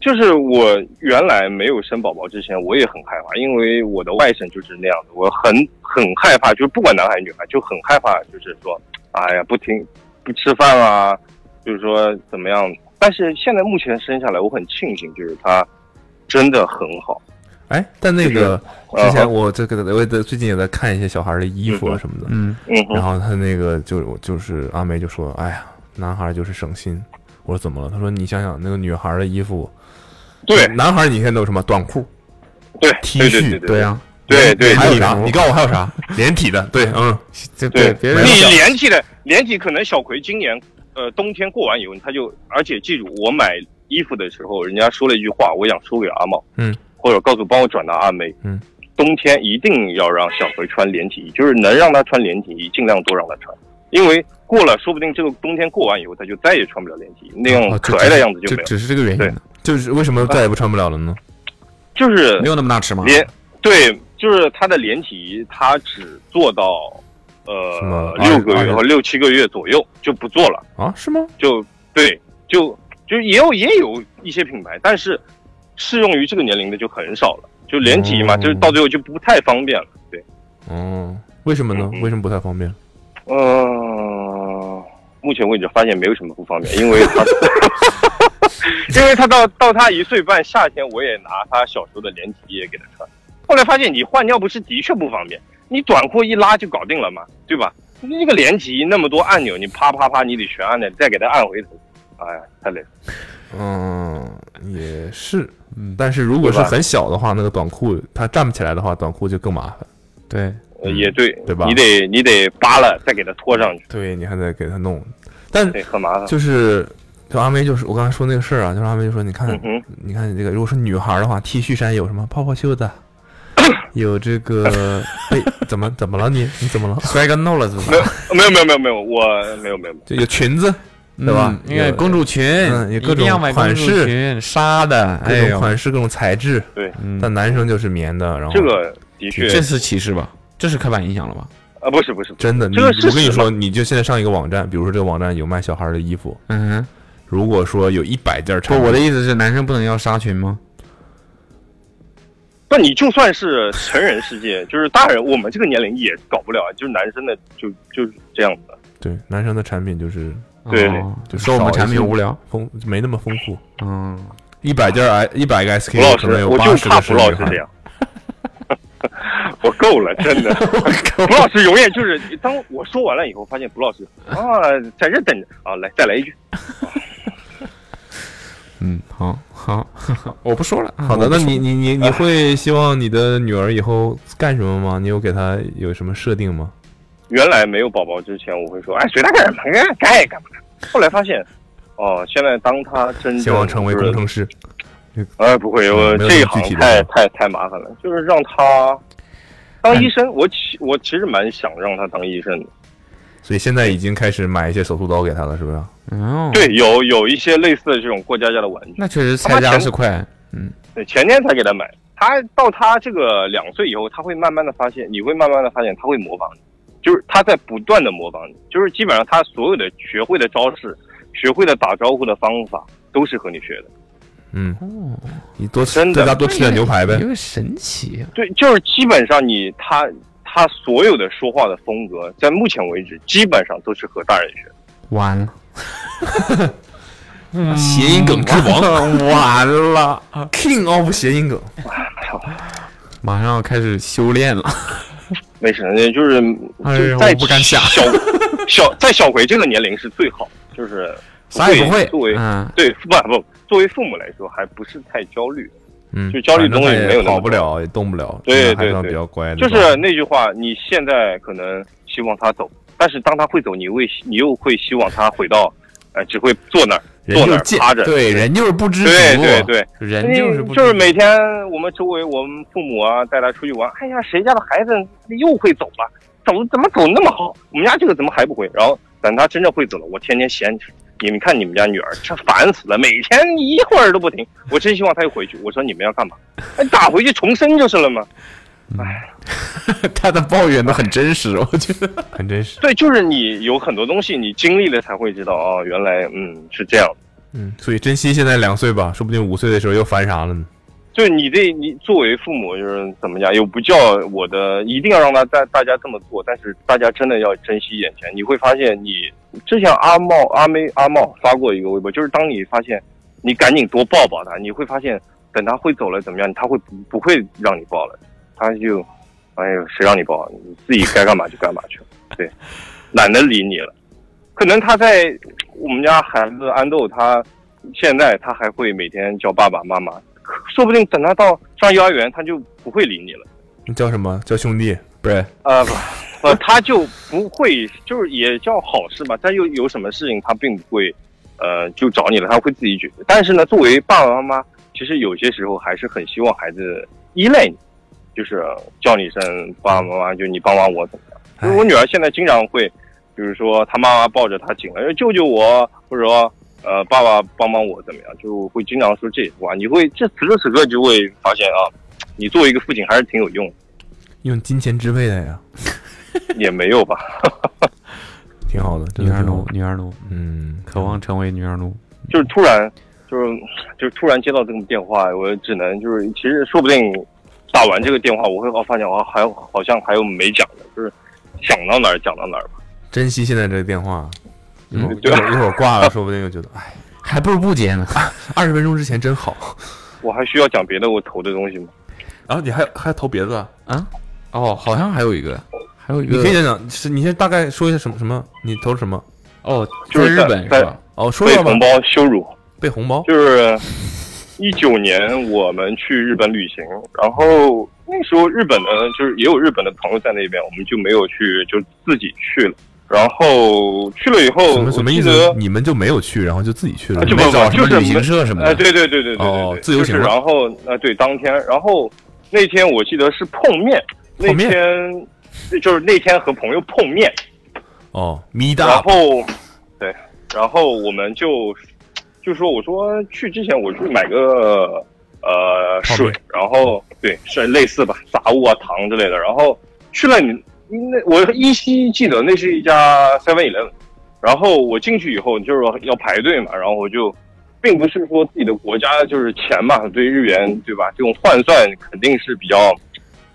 Speaker 3: 就是我原来没有生宝宝之前，我也很害怕，因为我的外甥就是那样的，我很很害怕，就是不管男孩女孩，就很害怕，就是说，哎呀，不听不吃饭啊，就是说怎么样。但是现在目前生下来，我很庆幸，就是他真的很好。
Speaker 2: 哎，但那个
Speaker 3: 就是
Speaker 2: 之前我这个我也在最近也在看一些小孩儿的衣服啊
Speaker 3: 呃嗯
Speaker 2: 什么的，
Speaker 4: 嗯，
Speaker 3: 嗯哼
Speaker 2: 然后他那个就就是阿梅就说：“哎呀，男孩儿就是省心。”我说怎么了？他说：“你想想那个女孩儿的衣服，
Speaker 3: 对
Speaker 2: 男孩儿你看都有什么短裤、
Speaker 3: 对
Speaker 2: T
Speaker 3: 对
Speaker 2: 恤
Speaker 3: 对
Speaker 4: 对啊呀，
Speaker 3: 对对，
Speaker 2: 还有
Speaker 3: 对
Speaker 2: 啥？
Speaker 4: 对
Speaker 2: 你告诉我还有啥？ 连体的，对， 嗯，
Speaker 4: 这
Speaker 3: 对，
Speaker 4: 别人
Speaker 3: 你连体的连体，可能小葵今年呃冬天过完以后，他就而且记住，我买衣服的时候，人家说了一句话，我想说给阿茂，
Speaker 2: 嗯，
Speaker 3: 或者告诉帮我转达阿梅，
Speaker 2: 嗯，
Speaker 3: 冬天一定要让小葵穿连体衣，就是能让她穿连体衣，尽量多让她穿，因为过了，说不定这个冬天过完以后，她就再也穿不了连体衣，那样
Speaker 4: 哦就
Speaker 3: 可爱
Speaker 4: 只
Speaker 3: 的
Speaker 4: 是
Speaker 3: 样子就没有，
Speaker 4: 只是这个原因
Speaker 3: 对啊
Speaker 4: 呢，
Speaker 2: 就是为什么再也不穿不了了呢？
Speaker 3: 就是
Speaker 4: 没有那么大尺码。
Speaker 3: 连对，就是它的连体衣，它只做到
Speaker 2: 什么
Speaker 3: 呃
Speaker 2: 二
Speaker 3: 六个
Speaker 2: 二
Speaker 3: 月
Speaker 2: 十
Speaker 3: 和六七个月左右就不做了。
Speaker 2: 啊？是吗？
Speaker 3: 就对，就就也有也有一些品牌，但是适用于这个年龄的就很少了，就连体嘛，
Speaker 2: 哦
Speaker 3: 就是到最后就不太方便了。对，
Speaker 2: 哦，为什么呢
Speaker 3: 嗯？嗯
Speaker 2: 为什么不太方便？
Speaker 3: 嗯、目前为止发现没有什么不方便，因为他，因为他到到他一岁半夏天，我也拿他小时候的连体液给他穿，后来发现你换尿不湿的确不方便，你短裤一拉就搞定了嘛，对吧？你那个连体衣那么多按钮，你啪啪啪，你得全按的，再给他按回头，哎呀，太累了。
Speaker 2: 嗯，也是。但是如果是
Speaker 3: 对吧
Speaker 2: 很小的话，那个短裤它站不起来的话，短裤就更麻烦。
Speaker 4: 对，
Speaker 3: 呃也对，
Speaker 2: 嗯对吧
Speaker 3: 你得你得扒了，再给它拖上去，
Speaker 2: 对你还得给它弄，但
Speaker 3: 对，很麻烦。
Speaker 2: 就是就阿妹就是我刚才说那个事儿啊，就是阿妹就说你看、
Speaker 3: 嗯哼
Speaker 2: 你看你这个，如果是女孩儿的话，T 恤衫有什么泡泡袖的，啊 有这个被怎么怎么了你你怎么了？
Speaker 4: 摔跟头了是吧？
Speaker 3: 没有没有没有没有，我没有没有没有，
Speaker 2: 就有裙子对吧？
Speaker 4: 嗯因为
Speaker 2: 有
Speaker 4: 公主裙，
Speaker 2: 嗯有各
Speaker 4: 一定要
Speaker 2: 种
Speaker 4: 买
Speaker 2: 款
Speaker 4: 公主
Speaker 2: 式
Speaker 4: 裙，纱的，
Speaker 2: 各
Speaker 4: 哎
Speaker 2: 种
Speaker 4: 呦，
Speaker 2: 款式、各种材质，
Speaker 3: 对，
Speaker 4: 嗯
Speaker 2: 但男生就是棉的，然后
Speaker 3: 这个的确
Speaker 4: 这是歧视吧？这是刻板印象了吧？
Speaker 3: 啊，不是不是，不是
Speaker 2: 真的，你
Speaker 3: 这个是
Speaker 2: 我跟你
Speaker 3: 什
Speaker 2: 说，你就现在上一个网站，比如说这个网站有卖小孩儿的衣服，
Speaker 4: 嗯
Speaker 2: 如果说有一百件儿
Speaker 4: 哼，
Speaker 2: 产
Speaker 4: 不，
Speaker 2: 品，
Speaker 4: 我的意思是，男生不能要纱裙吗？
Speaker 3: 不，你就算是成人世界，就是大人，我们这个年龄也搞不了，就是男生的就就是这样子。
Speaker 2: 对男生的产品就是
Speaker 3: 对
Speaker 4: 哦
Speaker 2: 就
Speaker 4: 说我们
Speaker 2: 少一
Speaker 4: 产品
Speaker 2: 些
Speaker 4: 无聊。
Speaker 2: 丰没那么丰富，
Speaker 4: 嗯，
Speaker 2: 一百件儿 I 一百个
Speaker 3: 吴
Speaker 2: SKU
Speaker 3: 老
Speaker 2: 可
Speaker 3: 师
Speaker 2: 能，有
Speaker 3: 我
Speaker 2: 八
Speaker 3: 就
Speaker 2: 十
Speaker 3: 怕
Speaker 2: 个是
Speaker 3: 吴老
Speaker 2: 女
Speaker 3: 师
Speaker 2: 孩
Speaker 3: 这
Speaker 2: 儿。
Speaker 3: 样。 我够了，真的。吴老师永远就是，当我说完了以后，发现吴老师啊，在这等着啊，来再来一句，
Speaker 4: 嗯，好好，我不说了。
Speaker 2: 嗯好的，
Speaker 4: 我不
Speaker 2: 那
Speaker 4: 说
Speaker 2: 你你你你会希望你的女儿以后干什么吗？你有给她有什么设定吗？
Speaker 3: 原来没有宝宝之前，我会说，哎，随他干什么干干也干不干。后来发现，哦，现在当他真正
Speaker 2: 希望成为工，程师。
Speaker 3: 哎，不会，我
Speaker 2: 嗯没有
Speaker 3: 这一
Speaker 2: 那么
Speaker 3: 行
Speaker 2: 具体的
Speaker 3: 太太太麻烦了，就是让他当医生。我其我其实蛮想让他当医生
Speaker 2: 嗯
Speaker 3: 的，
Speaker 2: 所以现在已经开始买一些手术刀给她了，是不是？
Speaker 4: 哦，
Speaker 3: 对，，有有一些类似的这种过家家的玩具。
Speaker 4: 那确实
Speaker 3: 他
Speaker 4: 菜
Speaker 3: 妈
Speaker 4: 价
Speaker 3: 全
Speaker 4: 是快。嗯，
Speaker 3: 对，前天才给他买。他到他这个两岁以后，他会慢慢的发现，你会慢慢的发现他会模仿你，就是他在不断的模仿你，就是基本上他所有的学会的招式，学会的打招呼的方法，都是和你学的。
Speaker 2: 嗯，
Speaker 4: 哦，
Speaker 2: 你多吃，
Speaker 3: 真的
Speaker 2: 在家多吃点牛排呗
Speaker 4: 因。为神奇啊。
Speaker 3: 对，就是基本上你他他所有的说话的风格，在目前为止，基本上都是和大人学的。
Speaker 4: 完了，谐音梗之王，完了，
Speaker 2: King of 谐音梗，
Speaker 4: 马上要开始修炼了。
Speaker 3: 没事，那就是
Speaker 4: 哎
Speaker 3: 就是
Speaker 4: 呀
Speaker 3: 在
Speaker 4: 我不敢想
Speaker 3: 小小在小葵这个年龄是最好，就是
Speaker 4: 啥也不会
Speaker 3: 作为、
Speaker 4: 嗯
Speaker 3: 对不不作为父母来说，还不是太焦虑。
Speaker 2: 嗯，
Speaker 3: 就焦虑
Speaker 2: 反正
Speaker 3: 东西
Speaker 2: 她也
Speaker 3: 没有那么
Speaker 2: 跑不了，也动不了，
Speaker 3: 对
Speaker 2: 还
Speaker 3: 对
Speaker 2: 算
Speaker 3: 对
Speaker 2: 比较乖的
Speaker 3: 就
Speaker 2: 状态。
Speaker 3: 是那句话，你现在可能希望他走，但是当他会走，你会你又会希望他回到，呃，只会坐那儿
Speaker 2: 人
Speaker 3: 坐
Speaker 2: 就
Speaker 3: 那
Speaker 2: 是
Speaker 3: 儿
Speaker 2: 贱
Speaker 3: 趴着。
Speaker 4: 对，人就是不知足，
Speaker 3: 对对对，
Speaker 4: 人就是不知足
Speaker 3: 就是每天我们周围我们父母啊带他出去玩，哎呀，谁家的孩子又会走了，走怎么走那么好？我们家这个怎么还不会？然后等他真正会走了，我天天嫌你们看你们家女儿，这烦死了，每天一会儿都不停。我真希望她又回去。我说你们要干嘛？哎，打回去重生就是了嘛。
Speaker 4: 他的抱怨都很真实，我觉得。
Speaker 2: 很真实。
Speaker 3: 对，就是你有很多东西你经历了才会知道哦，原来嗯是这样的。
Speaker 2: 嗯，所以珍惜现在两岁吧，说不定五岁的时候又烦啥了呢。
Speaker 3: 就是你这你作为父母就是怎么讲，又不叫我的，一定要让他大大家这么做，但是大家真的要珍惜眼前，你会发现你之前阿茂阿妹阿茂发过一个微博，就是当你发现你赶紧多抱抱他，你会发现等他会走了怎么样，他会不不会让你抱了，他就哎呦谁让你抱，你自己该干嘛就干嘛去了，对，懒得理你了。可能他在我们家孩子安豆，他现在他还会每天叫爸爸妈妈，可说不定等他到上幼儿园，他就不会理你了。
Speaker 2: 你叫什么？叫兄弟？不是，
Speaker 3: 呃，不，呃，他就不会，就是也叫好事吧。他又有什么事情，他并不会，呃，就找你了，他会自己解决。但是呢，作为爸爸妈妈，其实有些时候还是很希望孩子依赖你，就是叫你一声爸爸妈妈，就你帮帮我怎么样？
Speaker 2: 哎
Speaker 3: 就是我女儿现在经常会，比如说她妈妈抱着她紧了，哎救救我，或者说呃爸爸帮帮我怎么样，就会经常说这些话。你会这此时此刻就会发现啊，你作为一个父亲还是挺有用的。
Speaker 2: 用金钱支配的呀。
Speaker 3: 也没有吧。
Speaker 2: 挺好的，真
Speaker 9: 女
Speaker 2: 的
Speaker 9: 儿
Speaker 2: 挺好
Speaker 9: 奴
Speaker 2: 的，
Speaker 9: 女儿奴，
Speaker 2: 嗯，
Speaker 9: 渴望成为女儿奴。
Speaker 3: 就是突然，就是就突然接到这个电话，我只能就是，其实说不定打完这个电话，我会发现我还有好像还有没讲的，就是想到哪儿讲到哪儿吧。
Speaker 2: 珍惜现在这个电话，一会儿
Speaker 3: 嗯
Speaker 2: 一会儿一会儿挂了，说不定又觉得，哎，
Speaker 4: 还不如不接呢。
Speaker 2: 二十分钟之前真 好。
Speaker 3: 我还需要讲别的我投的东西吗？
Speaker 2: 然后你还还投别
Speaker 3: 啊
Speaker 2: 的，
Speaker 4: 哦，好像还有一个，还有一
Speaker 2: 你
Speaker 4: 个，
Speaker 2: 可以讲讲，是你先大概说一下什么什么，你投什么？
Speaker 4: 哦，
Speaker 3: 就是
Speaker 4: 在日
Speaker 3: 在
Speaker 4: 本是
Speaker 3: 在
Speaker 4: 吧？
Speaker 2: 哦，说
Speaker 3: 被
Speaker 2: 一下吧
Speaker 3: 同。胞羞辱，
Speaker 2: 被红包，
Speaker 3: 就是一九年我们去日本旅行，然后那时候日本呢，就是也有日本的朋友在那边，我们就没有去，就自己去了。然后去了以后，
Speaker 2: 什么什么意思
Speaker 3: 我记得？
Speaker 2: 你们就没有去，然后就自己去了
Speaker 3: 啊？就
Speaker 4: 没哎
Speaker 3: 不
Speaker 4: 找什
Speaker 3: 就
Speaker 4: 么
Speaker 3: 是
Speaker 4: 旅行社什么
Speaker 3: 呃，
Speaker 4: 的。
Speaker 3: 对对对对对
Speaker 2: 嗯
Speaker 3: 对，
Speaker 2: 哦
Speaker 3: 对
Speaker 2: 自由
Speaker 3: 就
Speaker 2: 行
Speaker 3: 是
Speaker 2: 了
Speaker 3: 然后呃，对，当天，然后那天我记得是碰面，那
Speaker 2: 碰面
Speaker 3: 天就是那天和朋友碰面，
Speaker 2: 哦，meet
Speaker 3: 然
Speaker 2: up，
Speaker 3: 后对，然后我们就就说我说去之前我去买个呃
Speaker 2: 泡面
Speaker 3: 水，然后对是类似吧杂物啊糖之类的，然后去了你那我依稀记得那是一家 Seven Eleven，然后我进去以后就是要排队嘛，然后我就。并不是说自己的国家就是钱嘛，对日元对吧？这种换算肯定是比较、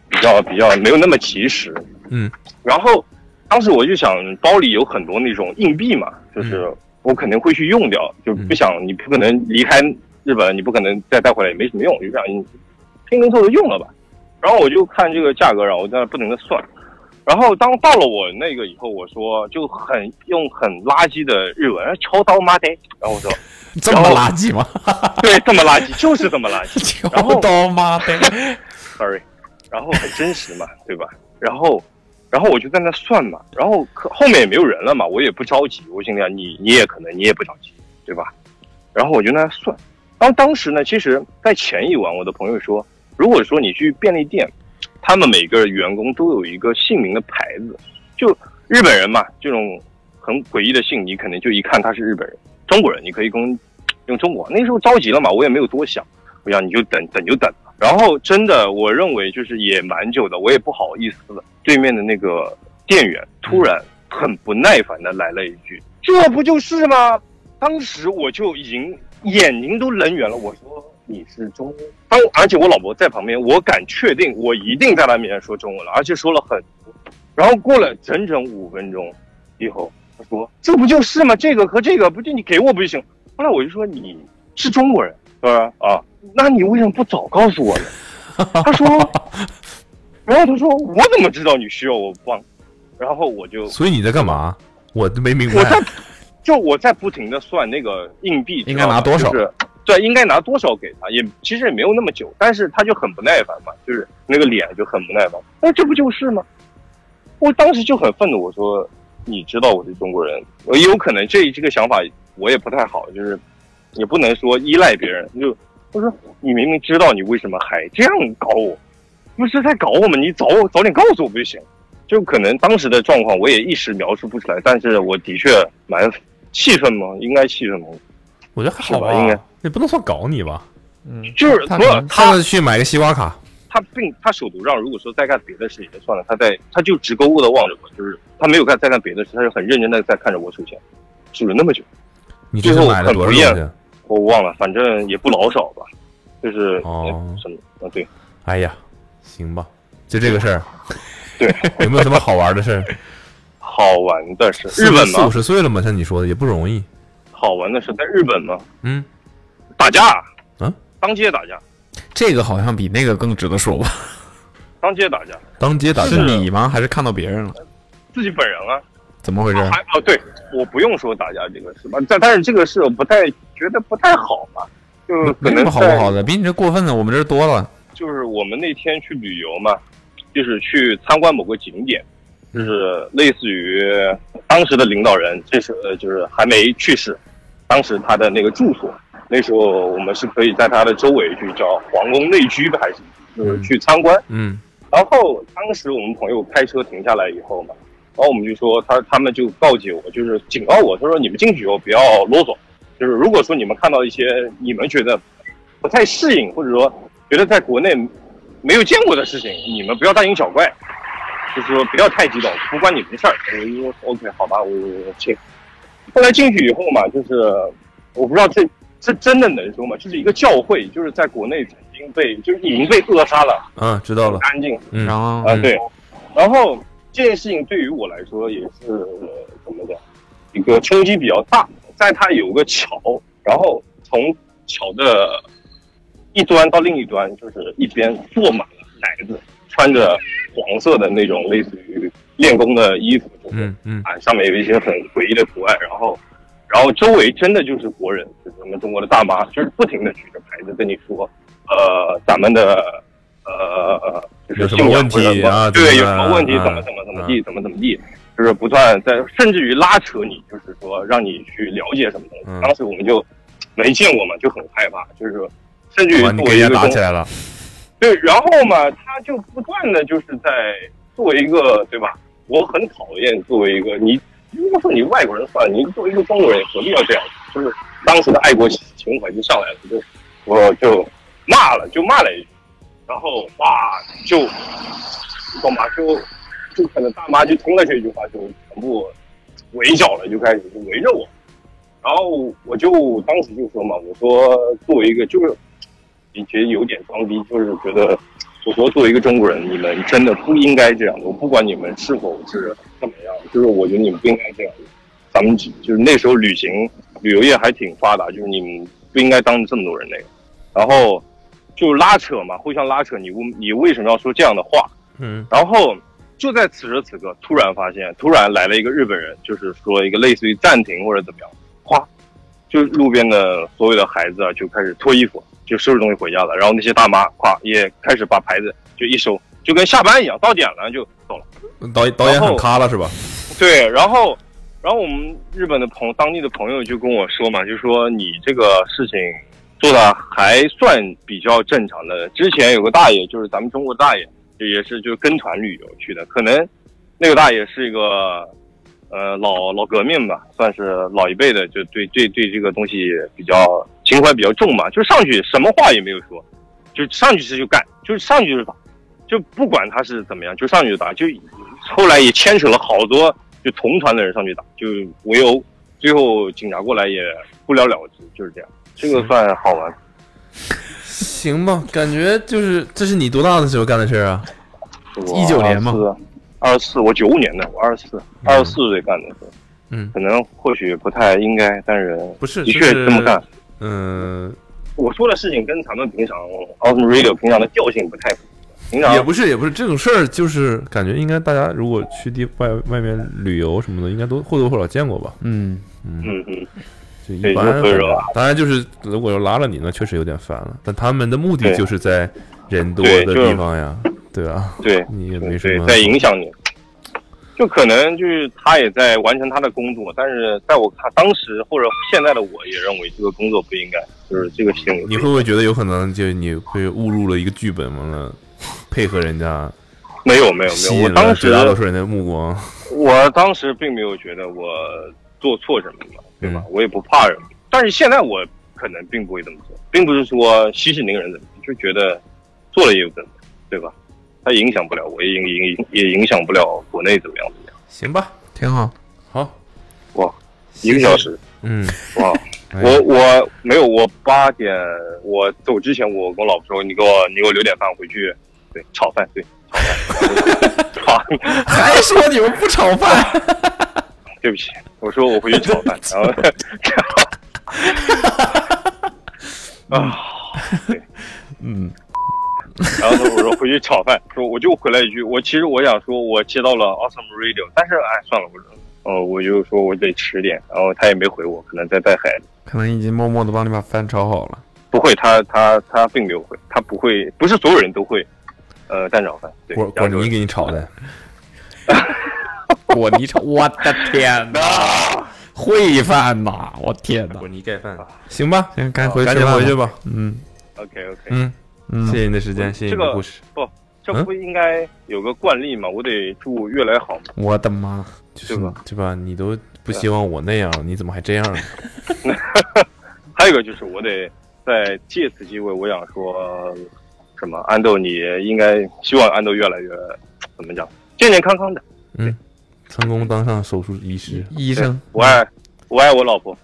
Speaker 3: 比较、比较没有那么及时。
Speaker 2: 嗯，
Speaker 3: 然后当时我就想，包里有很多那种硬币嘛，就是我肯定会去用掉，就不想你不可能离开日本，你不可能再带回来也没什么用，就想你拼拼凑凑用了吧。然后我就看这个价格，然后我在那不停的算。然后当到了我那个以后，我说就很用很垃圾的日文，超刀妈呆。然后我说，
Speaker 4: 这么垃圾吗？
Speaker 3: 对，这么垃圾就是这么垃圾。然后
Speaker 4: 刀妈的，
Speaker 3: sorry，然后很真实嘛， 对吧？然后，然后我就在那算嘛，然后可后面也没有人了嘛，我也不着急，我心里想你你也可能你也不着急，对吧？然后我就在那算，然后当时呢，其实，在前一晚，我的朋友说，如果说你去便利店，他们每个员工都有一个姓名的牌子，就日本人嘛，这种很诡异的姓，你可能就一看他是日本人，中国人你可以跟用中国，那时候着急了嘛，我也没有多想。我想你就等等就等。然后真的，我认为就是也蛮久的，我也不好意思了。对面的那个店员突然很不耐烦的来了一句：“这不就是吗？”当时我就已经眼睛都棱圆了，我说。你是中文，当而且我老婆在旁边，我敢确定，我一定在她面前说中文了，而且说了很多。然后过了整整五分钟以后，他说：“这不就是吗？这个和这个不就你给我不就行？”后来我就说：“你是中国人，他说啊，那你为什么不早告诉我 呢？他说，然后他说我怎么知道你需要我帮？然后我就
Speaker 2: 所以你在干嘛？我都没明
Speaker 3: 我在
Speaker 2: 白。
Speaker 3: 就我在不停的算那个硬币
Speaker 4: 应该拿多少
Speaker 3: 就是对，应该拿多少给他，也其实也没有那么久，但是他就很不耐烦嘛，就是那个脸就很不耐烦。那这不就是吗？我当时就很愤怒，我说你知道我是中国人，我也有可能这这个想法我也不太好，就是也不能说依赖别人，就我说你明明知道你为什么还这样搞我，不是在搞我吗？你早早点告诉我不就行？就可能当时的状况我也一时描述不出来，但是我的确蛮气愤嘛，应该气愤嘛，
Speaker 2: 我觉得还好
Speaker 3: 是吧应该
Speaker 2: 也不能算搞你吧。
Speaker 4: 嗯，
Speaker 3: 就是
Speaker 4: 他
Speaker 3: 不
Speaker 4: 可能
Speaker 2: 下次去买个西瓜卡，
Speaker 3: 他并他手头上如果说在干别的事也就算了，他在他就直勾勾的望着我，就是他没有干在干别的事，他就很认真的在看着我数钱，数了那么久，
Speaker 2: 你这次买了多少
Speaker 3: 最后
Speaker 2: 东
Speaker 3: 很不
Speaker 2: 西？
Speaker 3: 我忘了，反正也不老少吧，就是
Speaker 2: 哦
Speaker 3: 什么啊对，
Speaker 2: 哎呀，行吧，就这个事儿。
Speaker 3: 对，
Speaker 2: 有没有什么好玩的事儿？
Speaker 3: 好玩的是 日本
Speaker 2: 四五
Speaker 3: 嘛，
Speaker 2: 十岁了嘛，像你说的也不容易。
Speaker 3: 好玩的是在日本嘛
Speaker 2: 嗯，
Speaker 3: 打架，
Speaker 2: 嗯，
Speaker 3: 当街打架，
Speaker 4: 这个好像比那个更值得说吧？
Speaker 3: 当街打架，
Speaker 2: 当街打架
Speaker 4: 是你吗？还是看到别人了？
Speaker 3: 自己本人啊，
Speaker 4: 怎么回事？
Speaker 3: 还哦，对，我不用说打架这个事吧，但但是这个事我不太觉得不太好嘛，就是可
Speaker 4: 没什
Speaker 3: 能
Speaker 4: 么好不
Speaker 3: 在
Speaker 4: 好的，比你这过分的我们这儿多了。
Speaker 3: 就是我们那天去旅游嘛，就是去参观某个景点，就是类似于当时的领导人，这是呃就是还没去世，当时他的那个住所，那时候我们是可以在他的周围去叫皇宫内居吧，还是就是去参观。
Speaker 2: 嗯
Speaker 3: 然后当时我们朋友开车停下来以后嘛，然后我们就说他他们就告诫我，就是警告我，他说你们进去以后不要啰嗦，就是如果说你们看到一些你们觉得不太适应，或者说觉得在国内没有见过的事情，你们不要大惊小怪，就是说不要太激动，不关你们的事儿。我一说 OK，好吧，我我我去。后来进去以后嘛，就是我不知道这这真的能说吗？这是一个教会，就是在国内曾经被就是已经被扼杀了，
Speaker 2: 嗯，知道了。
Speaker 3: 干净
Speaker 2: 嗯
Speaker 4: 然后
Speaker 3: 啊、对。然后这件事情对于我来说也是、呃怎么讲，一个冲击比较大。在它有个桥，然后从桥的一端到另一端，就是一边坐满了奶子，穿着黄色的那种类似于练功的衣服，就是
Speaker 2: 嗯嗯
Speaker 3: 啊，上面有一些很诡异的图案，然后，然后周围真的就是国人，就是我们中国的大妈，就是不停的举着牌子跟你说，呃，咱们的呃，就是
Speaker 2: 有什么
Speaker 3: 信仰
Speaker 2: 问题
Speaker 3: 或者什么
Speaker 2: 啊
Speaker 3: 对，
Speaker 2: 怎
Speaker 3: 有
Speaker 2: 么
Speaker 3: 什
Speaker 2: 了
Speaker 3: 么问题，
Speaker 2: 啊
Speaker 3: 怎么怎么怎么地，怎么怎么地，就是不断在，甚至于拉扯你，就是说让你去了解什么东西。
Speaker 2: 嗯
Speaker 3: 当时我们就没见过嘛，就很害怕，就是说甚至于
Speaker 2: 哇，你
Speaker 3: 作
Speaker 2: 跟
Speaker 3: 为一
Speaker 2: 人
Speaker 3: 个
Speaker 2: 家打
Speaker 3: 中
Speaker 2: 起来了。
Speaker 3: 对，然后嘛，他就不断的就是在作为一个，对吧？我很讨厌作为一个你，如果说你外国人算了，你作为一个中国人，何必要这样？就是当时的爱国情怀就上来了，就我就骂了，就骂了一句，然后哇，就你懂吗？就就可能大妈就听了这句话，就全部围剿了，就开始就围着我。然后我就当时就说嘛，我说作为一个就是，你觉得有点装逼，就是觉得我说作为一个中国人，你们真的不应该这样。我不管你们是否是怎么样，就是我觉得你们不应该这样。咱们就就是那时候旅行旅游业还挺发达，就是你们不应该当着这么多人那个，然后就拉扯嘛，互相拉扯。你为你为什么要说这样的话？
Speaker 2: 嗯
Speaker 3: 然后就在此时此刻，突然发现，突然来了一个日本人，就是说一个类似于暂停或者怎么样，哗，就路边的所有的孩子啊，就开始脱衣服，就收拾东西回家了。然后那些大妈，咵也开始把牌子就一收，就跟下班一样，到点了就走了。
Speaker 2: 导演导演
Speaker 3: 然后
Speaker 2: 很咖了是吧？
Speaker 3: 对，然后，然后我们日本的朋友当地的朋友就跟我说嘛，就说你这个事情做的还算比较正常的。之前有个大爷，就是咱们中国大爷，也是就是跟团旅游去的，可能那个大爷是一个呃老老革命吧，算是老一辈的，就对对对这个东西比较情怀比较重嘛，就上去什么话也没有说，就上去是就干，就是上去就是打，就不管他是怎么样，就上去就打，就后来也牵扯了好多就同团的人上去打，就唯有最后警察过来也不了了之，就是这样，这个算好玩。
Speaker 2: 行吧，感觉就是这是你多大的时候干的事儿啊？
Speaker 4: 19年嘛
Speaker 3: 二十四，我九五年的，我二十四，二十四岁干的事，
Speaker 2: 嗯，
Speaker 3: 可能或许不太应该，但是
Speaker 2: 不是，
Speaker 3: 的
Speaker 2: 就
Speaker 3: 确
Speaker 2: 是
Speaker 3: 这么干。
Speaker 2: 嗯，
Speaker 3: 我说的事情跟咱们平常 Awesome Radio 平常的调性不太符合，平常
Speaker 2: 也不是也不是这种事儿，就是感觉应该大家如果去地外外面旅游什么的，应该都或多或少见过吧。
Speaker 4: 嗯，
Speaker 2: 嗯，
Speaker 3: 嗯嗯，
Speaker 2: 就
Speaker 3: 对
Speaker 2: 一
Speaker 3: 就
Speaker 2: 般
Speaker 3: 所以说啊。
Speaker 2: 当然就是如果要拉了你，那确实有点烦了。但他们的目的
Speaker 3: 对
Speaker 2: 就是在人多
Speaker 3: 对
Speaker 2: 的
Speaker 3: 就是
Speaker 2: 地方呀，对吧？
Speaker 3: 对，
Speaker 2: 你也没
Speaker 3: 对
Speaker 2: 什
Speaker 3: 对
Speaker 2: 么，
Speaker 3: 在影响你。就可能就是他也在完成他的工作，但是在我看当时或者现在的我也认为这个工作不应该，就是这个行为。
Speaker 2: 你会不会觉得有可能就是你会误入了一个剧本，完了配合人家，
Speaker 3: 没有没有
Speaker 2: 吸
Speaker 3: 没有，我
Speaker 2: 引
Speaker 3: 当
Speaker 2: 了
Speaker 3: 时
Speaker 2: 绝大多数人的目光？
Speaker 3: 我当时并没有觉得我做错什么嘛，
Speaker 2: 嗯
Speaker 3: 对吧？我也不怕人，但是现在我可能并不会这么做，并不是说息事宁人怎么样，就觉得做了也有怎么样，对吧？它影响不了我，也影影影也影响不了国内怎么样怎么样。
Speaker 2: 行吧，
Speaker 4: 挺好。
Speaker 2: 好，
Speaker 3: 哇，一个小时，
Speaker 2: 嗯，
Speaker 3: 哇！
Speaker 2: 哎
Speaker 3: 我我没有，我八点我走之前，我跟我老婆说，你给我你给我留点饭回去，对，炒饭，对， 炒饭， 炒饭，
Speaker 4: 还说你们不炒饭？
Speaker 3: 对不起，我说我回去炒饭，然后，啊，
Speaker 4: 嗯，
Speaker 3: 然后他说我说回去炒饭，说我就回来一句，我其实我想说，我接到了 Awesome Radio，但是哎算了，我说，呃，我就说我得迟点，然后他也没回我，可能在带孩子。
Speaker 4: 可能已经默默的帮你把饭炒好了。
Speaker 3: 不会，他他他并没有会，他不会，不是所有人都会，呃，蛋炒饭，对，
Speaker 2: 果果
Speaker 3: 扬州
Speaker 2: 泥
Speaker 3: 人
Speaker 2: 给你炒的，
Speaker 3: 啊
Speaker 4: 我你炒，我的天哪！ 烩饭呐，我天哪！
Speaker 2: 泥盖饭，
Speaker 3: 啊
Speaker 2: 行吧，
Speaker 4: 行，该回去
Speaker 2: 赶紧
Speaker 4: 了
Speaker 2: 回去。吧。
Speaker 4: 嗯
Speaker 3: OK OK，、
Speaker 2: 嗯，
Speaker 4: 嗯，
Speaker 2: 谢谢你的时间，谢谢你
Speaker 3: 这
Speaker 2: 的
Speaker 3: 个
Speaker 2: 故事，
Speaker 3: 这不应该有个惯例吗？我得祝越来越好吗？
Speaker 4: 我的妈！
Speaker 2: 就是
Speaker 3: 对吧
Speaker 2: 对吧？你都不希望我那样，你怎么还这样呢？
Speaker 3: 还有一个就是我得在借此机会，我想说，什么安豆，你应该希望安豆越来越怎么讲，健健康康的。
Speaker 2: 嗯，成功当上手术医师。
Speaker 4: 医生，
Speaker 3: 我爱我爱我老婆。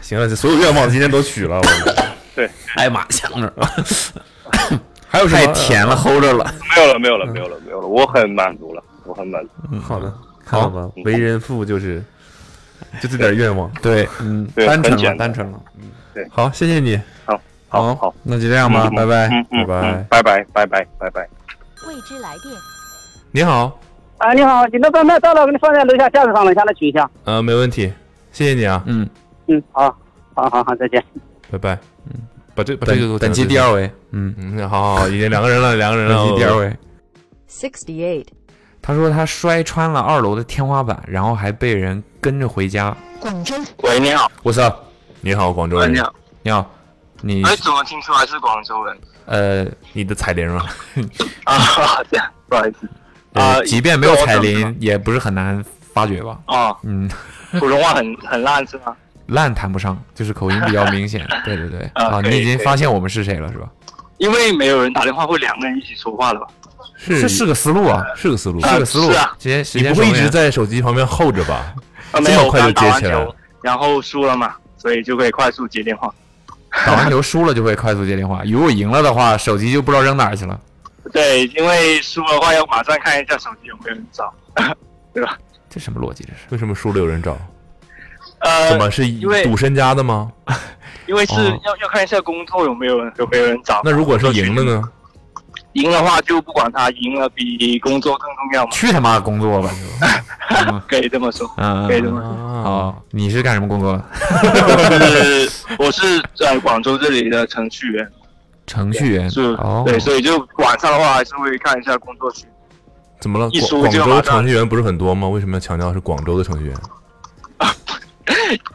Speaker 2: 行了，这所有愿望今天都许了。我
Speaker 4: 哎呀妈，香着，
Speaker 2: 还有什
Speaker 4: 太
Speaker 2: 么？
Speaker 4: 甜了，齁着了。
Speaker 3: 没有了，没有
Speaker 4: 嗯
Speaker 3: 了，没有了，没有了，我很满足了，我很满足。
Speaker 2: 好的，看到吗？为人父就是就这点愿望。
Speaker 4: 对，嗯，
Speaker 3: 对
Speaker 4: 单纯
Speaker 3: 很简
Speaker 4: 了，
Speaker 3: 单
Speaker 4: 单纯了。
Speaker 2: 好，谢谢你，
Speaker 3: 好好，
Speaker 4: 那就这样吧，
Speaker 3: 嗯
Speaker 4: 拜拜。
Speaker 3: 嗯
Speaker 2: 拜
Speaker 3: 嗯，
Speaker 2: 拜
Speaker 3: 嗯拜拜，拜拜，拜拜。
Speaker 1: 未知来电，
Speaker 2: 你好，
Speaker 10: 哎
Speaker 9: 啊，你好，你那外卖到了，我给你放在楼下架子上，楼下来取一下。
Speaker 2: 呃，没问题，谢谢你啊，
Speaker 4: 嗯，
Speaker 9: 嗯，好，好好好，再见。
Speaker 2: 拜拜。把这把这个给我
Speaker 4: 本本期
Speaker 2: 讲
Speaker 4: 第二位，嗯，
Speaker 2: 嗯，好好，好已经两个人了，两个人
Speaker 4: 本
Speaker 2: 了。
Speaker 4: 期第二位。
Speaker 1: sixty-eight，
Speaker 4: 他说他摔穿了二楼的天花板，然后还被人跟着回家。
Speaker 5: 喂，你好，
Speaker 4: 我操！
Speaker 2: 你好，广州
Speaker 5: 喂，
Speaker 2: 人
Speaker 5: 你，好，
Speaker 4: 你好，你
Speaker 5: 哎，怎么听出来是广州人
Speaker 4: 呃，
Speaker 2: 你的彩铃啊，
Speaker 5: 啊？这样，不好意思啊
Speaker 4: 呃，即便没有彩
Speaker 5: 这我怎
Speaker 4: 铃
Speaker 5: 么，
Speaker 4: 也不是很难发觉吧？
Speaker 5: 哦，
Speaker 4: 嗯，
Speaker 5: 普通话很很烂是吗？
Speaker 4: 烂谈不上，就是口音比较明显。对对对，
Speaker 5: 啊
Speaker 4: 啊，
Speaker 5: 可以
Speaker 4: 你已经
Speaker 5: 可以
Speaker 4: 发现我们是谁了，是吧？
Speaker 5: 因为没有人打电话会两个人一起说话的吧？
Speaker 4: 这
Speaker 2: 是
Speaker 4: 是个思路啊，
Speaker 2: 是个思路，
Speaker 4: 是个思路
Speaker 5: 是啊。
Speaker 4: 时间时
Speaker 2: 你
Speaker 4: 间
Speaker 2: 不会
Speaker 4: 守
Speaker 2: 一
Speaker 4: 门
Speaker 2: 直
Speaker 4: 员
Speaker 2: 在手机旁边候着吧？这
Speaker 5: 啊，没
Speaker 2: 么
Speaker 5: 有，我
Speaker 2: 快就
Speaker 5: 刚打完
Speaker 2: 接起来了
Speaker 5: 球，然后输了嘛，所以就可以快速接电话。
Speaker 4: 打完球输了就会快速接电话，如果赢了的话，手机就不知道扔哪儿去了。
Speaker 5: 对，因为输的话要马上看一下手机有没有人找，
Speaker 4: 这什么逻辑？这是
Speaker 2: 为什么输了有人找？
Speaker 5: 呃，
Speaker 2: 怎么是
Speaker 5: 因为
Speaker 2: 赌身家的吗？
Speaker 5: 因为是
Speaker 4: 哦
Speaker 5: 要、要看一下工作有没有人有没有人找。
Speaker 2: 那如果是赢了呢？
Speaker 5: 赢的话就不管他，赢了比工作更重要嘛，
Speaker 4: 去他妈工作吧 就。嗯
Speaker 5: 可以这么说。
Speaker 4: 嗯，
Speaker 5: 可以的吗
Speaker 2: 啊，
Speaker 4: 哦，你是干什么工作的？
Speaker 5: 就是我是在广州这里的程序员，
Speaker 4: 程序员。
Speaker 5: 是、
Speaker 4: 哦，
Speaker 5: 对，所以就晚上的话还是会看一下工作群
Speaker 2: 怎么了？
Speaker 5: 一
Speaker 2: 广
Speaker 5: 输
Speaker 2: 广
Speaker 5: 就
Speaker 2: 州
Speaker 5: 马上
Speaker 2: 程序员不是很多吗？为什么要强调是广州的程序员？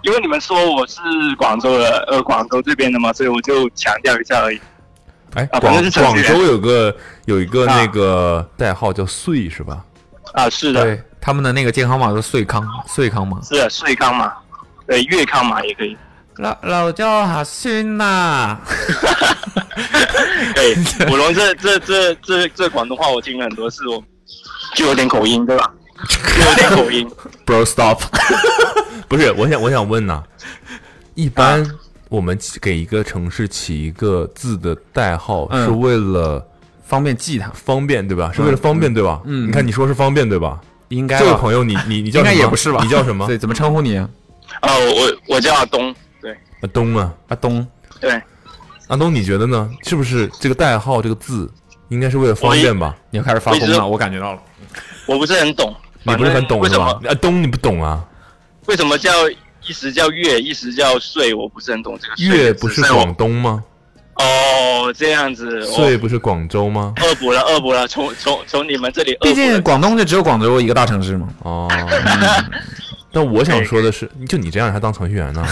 Speaker 5: 因为你们说我是广州的，呃，广州这边的嘛，所以我就强调一下而已。
Speaker 2: 哎，
Speaker 5: 啊
Speaker 2: 广
Speaker 5: 反正是程
Speaker 2: 广
Speaker 5: 序员
Speaker 2: 州有个有一个
Speaker 5: 啊
Speaker 2: 那个代号叫“穗”是吧？
Speaker 5: 啊，是的，
Speaker 4: 对，他们的那个健康码是穗康，穗康码。
Speaker 5: 是的，穗康嘛，对，粤康嘛也可以，
Speaker 4: 老老叫哈熏呐，
Speaker 5: 可以。我龙这这这这这广东话我听了很多次，我就有点口音，对吧？就有点口音。
Speaker 2: Bro stop！不是，我想我想问呐、一般我们起给一个城市起一个字的代号，
Speaker 4: 嗯
Speaker 2: 是为了
Speaker 4: 方便记他，
Speaker 2: 方便对吧？是为了方便对吧？
Speaker 4: 嗯
Speaker 2: 你看你说是方便对吧？
Speaker 4: 应该
Speaker 2: 这位
Speaker 4: 吧
Speaker 2: 朋友你，你你叫什么
Speaker 4: 应该也不是吧？
Speaker 2: 你叫什么？
Speaker 4: 对，怎么称呼你？啊
Speaker 5: 哦，我我叫阿东，对
Speaker 2: 阿东啊，
Speaker 4: 阿东，
Speaker 5: 对，
Speaker 2: 阿东，你觉得呢？是不是这个代号这个字应该是为了方便吧？
Speaker 4: 你要开始发
Speaker 5: 我一
Speaker 4: 功
Speaker 5: 直
Speaker 4: 了，我感觉到了。
Speaker 5: 我不是很懂，
Speaker 2: 你不是很懂
Speaker 5: 为
Speaker 2: 是
Speaker 5: 什么
Speaker 2: 吧？阿东，你不懂啊？
Speaker 5: 为什么叫一时叫粤，一时叫穗？我不是很懂这个穗的字。
Speaker 2: 粤不是
Speaker 5: 所以我
Speaker 2: 广东吗？
Speaker 5: 哦，这样子。
Speaker 2: 穗
Speaker 5: 哦、
Speaker 2: 不是广州吗？
Speaker 5: 恶补了，恶补了，从从从你们这里恶补
Speaker 4: 毕
Speaker 5: 了。
Speaker 4: 竟广东就只有广州一个大城市嘛。
Speaker 2: 哦， 但我
Speaker 5: 哎
Speaker 2: 想说的是，就你这样还当程序员呢？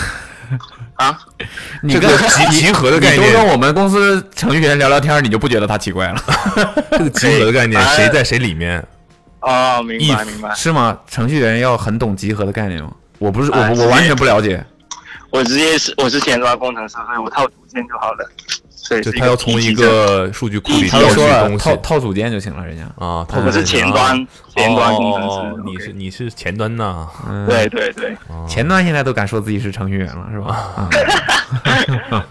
Speaker 5: 啊，
Speaker 4: 你
Speaker 2: 这
Speaker 4: 跟
Speaker 2: 个集集合的
Speaker 4: 你
Speaker 2: 概
Speaker 4: 都跟
Speaker 2: 念，
Speaker 4: 我们公司程序员聊聊天，你就不觉得他奇怪了
Speaker 2: 这个集合的概念，
Speaker 5: 哎
Speaker 2: 谁在谁里面？
Speaker 5: 哦，明白明白。
Speaker 4: 是吗？程序员要很懂集合的概念吗？我不是，我
Speaker 5: 哎
Speaker 4: 我完全不了解。
Speaker 5: 我直接是我是前端工程师，所以我套组件就好了。对，
Speaker 2: 就是他要
Speaker 5: 个
Speaker 2: 从
Speaker 5: 低级
Speaker 2: 一
Speaker 5: 的，
Speaker 2: 个数据库里
Speaker 4: 他
Speaker 2: 调
Speaker 4: 就
Speaker 2: 取
Speaker 4: 说了
Speaker 2: 东
Speaker 4: 套
Speaker 2: 西
Speaker 4: 套组件就行了，人家。
Speaker 2: 啊。套
Speaker 5: 我
Speaker 2: 路
Speaker 5: 是
Speaker 2: 人
Speaker 5: 前
Speaker 2: 啊
Speaker 5: 端前端工程
Speaker 2: 哦
Speaker 5: 师。
Speaker 2: 你
Speaker 5: OK
Speaker 2: 是你是前端呐？啊
Speaker 4: 嗯，
Speaker 5: 对对对，
Speaker 4: 前端现在都敢说自己是程序员了，是吧？ 啊，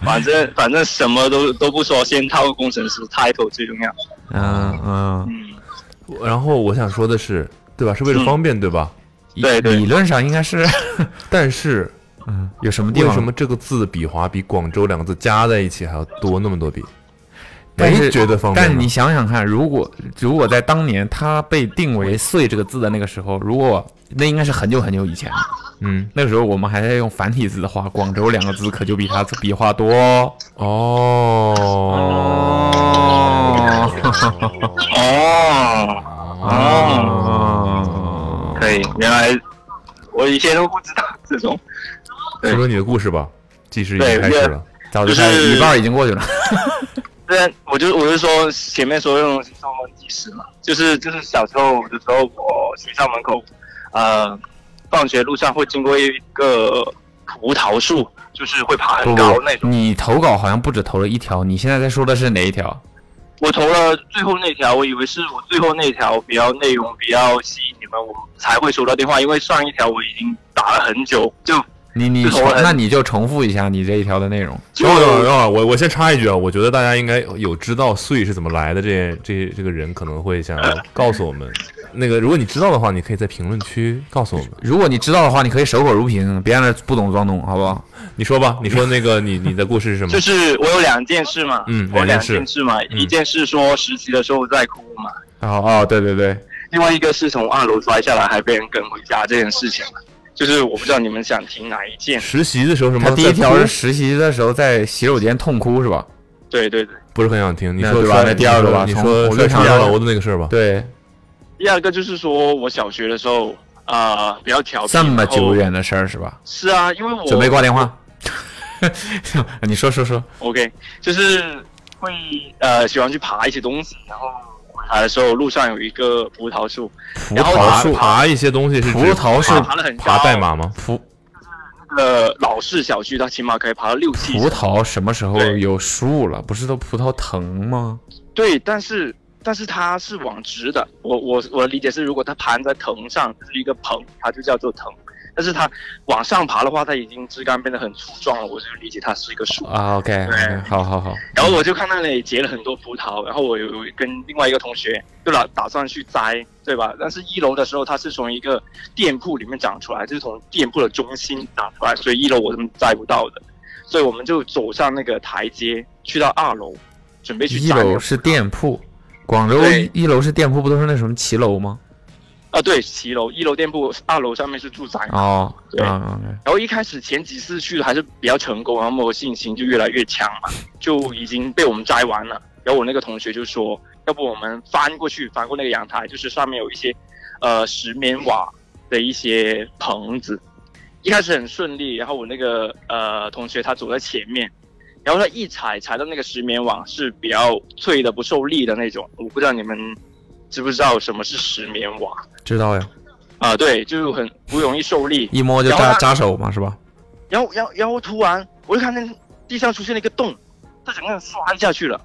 Speaker 5: 反正反正什么都都不说，先套个工程师 title 最重要。
Speaker 4: 嗯嗯，
Speaker 2: 然后我想说的是，对吧？是为了
Speaker 5: 嗯
Speaker 2: 方便，对吧？
Speaker 5: 对对
Speaker 4: 理论上应该是，
Speaker 2: 但是
Speaker 4: 嗯，有什么地
Speaker 2: 为
Speaker 4: 方？
Speaker 2: 什么这个字的笔划比“广州”两个字加在一起还要多那么多笔？
Speaker 4: 但
Speaker 2: 没
Speaker 4: 是
Speaker 2: 觉得方便吗？
Speaker 4: 但是你想想看，如果如果在当年他被定为“碎”这个字的那个时候，如果那应该是很久很久以前了，
Speaker 2: 嗯
Speaker 4: 那个时候我们还在用繁体字的话，“广州”两个字可就比他笔画多哦。
Speaker 2: 哦
Speaker 5: 哦，
Speaker 4: 哦，
Speaker 5: 可以，原来我以前都不知道这种。对
Speaker 2: 说说你的故事吧，计时已
Speaker 5: 对
Speaker 2: 经开始
Speaker 5: 因为
Speaker 2: 了。
Speaker 4: 早就开
Speaker 5: 就是
Speaker 4: 始一半已经过去了。
Speaker 5: 对，我就我就说前面说的东西说文历史嘛，就是就是小时候的时候，我学校门口，呃，放学路上会经过一个葡萄树，就是会爬很
Speaker 4: 不
Speaker 5: 高那
Speaker 4: 不，
Speaker 5: 种。
Speaker 4: 你投稿好像不止投了一条，你现在在说的是哪一条？
Speaker 5: 我投了最后那条，我以为是我最后那条比较内容比较吸引你们，我才会收到电话，因为上一条我已经打了很久，就
Speaker 4: 你你
Speaker 5: 自从 我
Speaker 4: 那你就重复一下你这一条的内容。
Speaker 2: 等会儿，等会儿，等会儿，我我先插一句啊，我觉得大家应该有知道穗是怎么来的这，这这个人可能会想要告诉我们。那个，如果你知道的话，你可以在评论区告诉我们。
Speaker 4: 如果你知道的话，你可以守口如瓶，别让那不懂装懂，好不好？
Speaker 2: 你说吧，你说那个你你的故事是什 么？
Speaker 5: 就是我有两件事嘛，
Speaker 2: 嗯
Speaker 5: 我有
Speaker 2: 两件
Speaker 5: 两
Speaker 2: 事
Speaker 5: 件事嘛，
Speaker 2: 嗯
Speaker 5: 一件事说实习的时候在哭嘛，
Speaker 4: 哦哦，对对对，
Speaker 5: 另外一个是从二楼摔下来还被人跟回家这件事情嘛，就是我不知道你们想听哪一件，
Speaker 2: 实习的时候什么？
Speaker 4: 他第一条
Speaker 2: 在
Speaker 4: 是
Speaker 2: 哭
Speaker 4: 实习的时候在洗手间痛哭是吧？
Speaker 5: 对对对，
Speaker 2: 不是很想听？你
Speaker 4: 那
Speaker 2: 说
Speaker 4: 对吧
Speaker 2: 摔
Speaker 4: 那第二个吧
Speaker 2: 你
Speaker 4: 从
Speaker 2: 说
Speaker 4: 我
Speaker 2: 摔
Speaker 4: 就
Speaker 2: 上
Speaker 4: 想
Speaker 2: 下
Speaker 4: 到
Speaker 2: 楼的那个事儿吧？
Speaker 4: 对，
Speaker 5: 第二个就是说我小学的时候啊、比较调皮，
Speaker 4: 这么
Speaker 5: 然后
Speaker 4: 久远的事儿是吧？
Speaker 5: 是啊，因为我
Speaker 4: 准备挂电话。 你说说说，
Speaker 5: OK，就是会呃喜欢去爬一些东西，然后回来的时候路上有一个葡萄树，
Speaker 2: 葡
Speaker 5: 然后
Speaker 2: 萄树
Speaker 5: 爬
Speaker 2: 爬一些东西是指
Speaker 4: 葡萄树
Speaker 5: 爬爬得很
Speaker 2: 爬
Speaker 5: 高
Speaker 2: 代码吗？
Speaker 4: 葡
Speaker 5: 那个老式小区，它起码可以爬到六七
Speaker 4: 葡
Speaker 5: 层。
Speaker 4: 萄什么时候
Speaker 5: 对
Speaker 4: 有树了？不是都葡萄藤吗？
Speaker 5: 对，但是但是它是往直的。我我我的理解是，如果它盘在藤上，就是一个棚，它就叫做藤。但是它往上爬的话，它已经枝干变得很粗壮了，我就理解它是一个树。
Speaker 4: 啊，OK，, o k 好好好，
Speaker 5: 然后我就看那里结了很多葡萄，然后我有跟另外一个同学就打打算去摘，对吧？但是一楼的时候它是从一个店铺里面长出来，就是从店铺的中心长出来，所以一楼我是摘不到的，所以我们就走上那个台阶去到二楼，准备去
Speaker 4: 一
Speaker 5: 摘那个
Speaker 4: 楼是店铺，广州
Speaker 5: 对
Speaker 4: 一楼是店铺，不都是那什么骑楼吗？
Speaker 5: 啊，对，骑楼一楼店铺，二楼上面是住宅嘛。
Speaker 4: 哦，
Speaker 5: 对
Speaker 4: 啊，OK，
Speaker 5: 然后一开始前几次去还是比较成功，然后我信心就越来越强嘛，就已经被我们摘完了。然后我那个同学就说，要不我们翻过去，翻过那个阳台，就是上面有一些，呃，石棉瓦的一些棚子。一开始很顺利，然后我那个呃同学他走在前面，然后他一踩踩到那个石棉瓦是比较脆的、不受力的那种。我不知道你们知不知道什么是石棉瓦
Speaker 4: 知道呀，
Speaker 5: 啊、对，就是很不容易受力。
Speaker 4: 一摸就
Speaker 5: 然后
Speaker 4: 扎
Speaker 5: 他
Speaker 4: 扎手嘛，是吧？
Speaker 5: 然后，然后，然后突然我就看见地上出现了一个洞，他整个人摔下去了。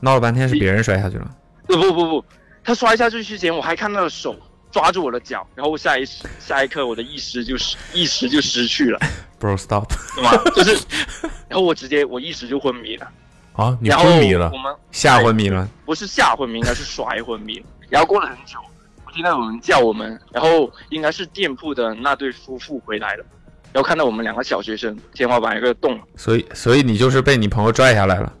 Speaker 4: 闹了半天是别人摔下去了，
Speaker 5: 呃不不不，他摔下去之前，我还看到了手抓住我的脚，然后下一时下一刻我的意识就失意识就失去了，
Speaker 4: bro stop，
Speaker 5: 对吗？就是， 然后我直接我意识就昏迷了，
Speaker 2: 啊，你
Speaker 5: 然后
Speaker 2: 昏迷了
Speaker 5: 我。们
Speaker 4: 吓昏迷了。
Speaker 5: 不是吓昏迷，应该是摔昏迷。然后过了很久，我听到有人叫我们，然后应该是店铺的那对夫妇回来了，然后看到我们两个小学生天花板有个洞，
Speaker 4: 所以，所以你就是被你朋友拽下来了。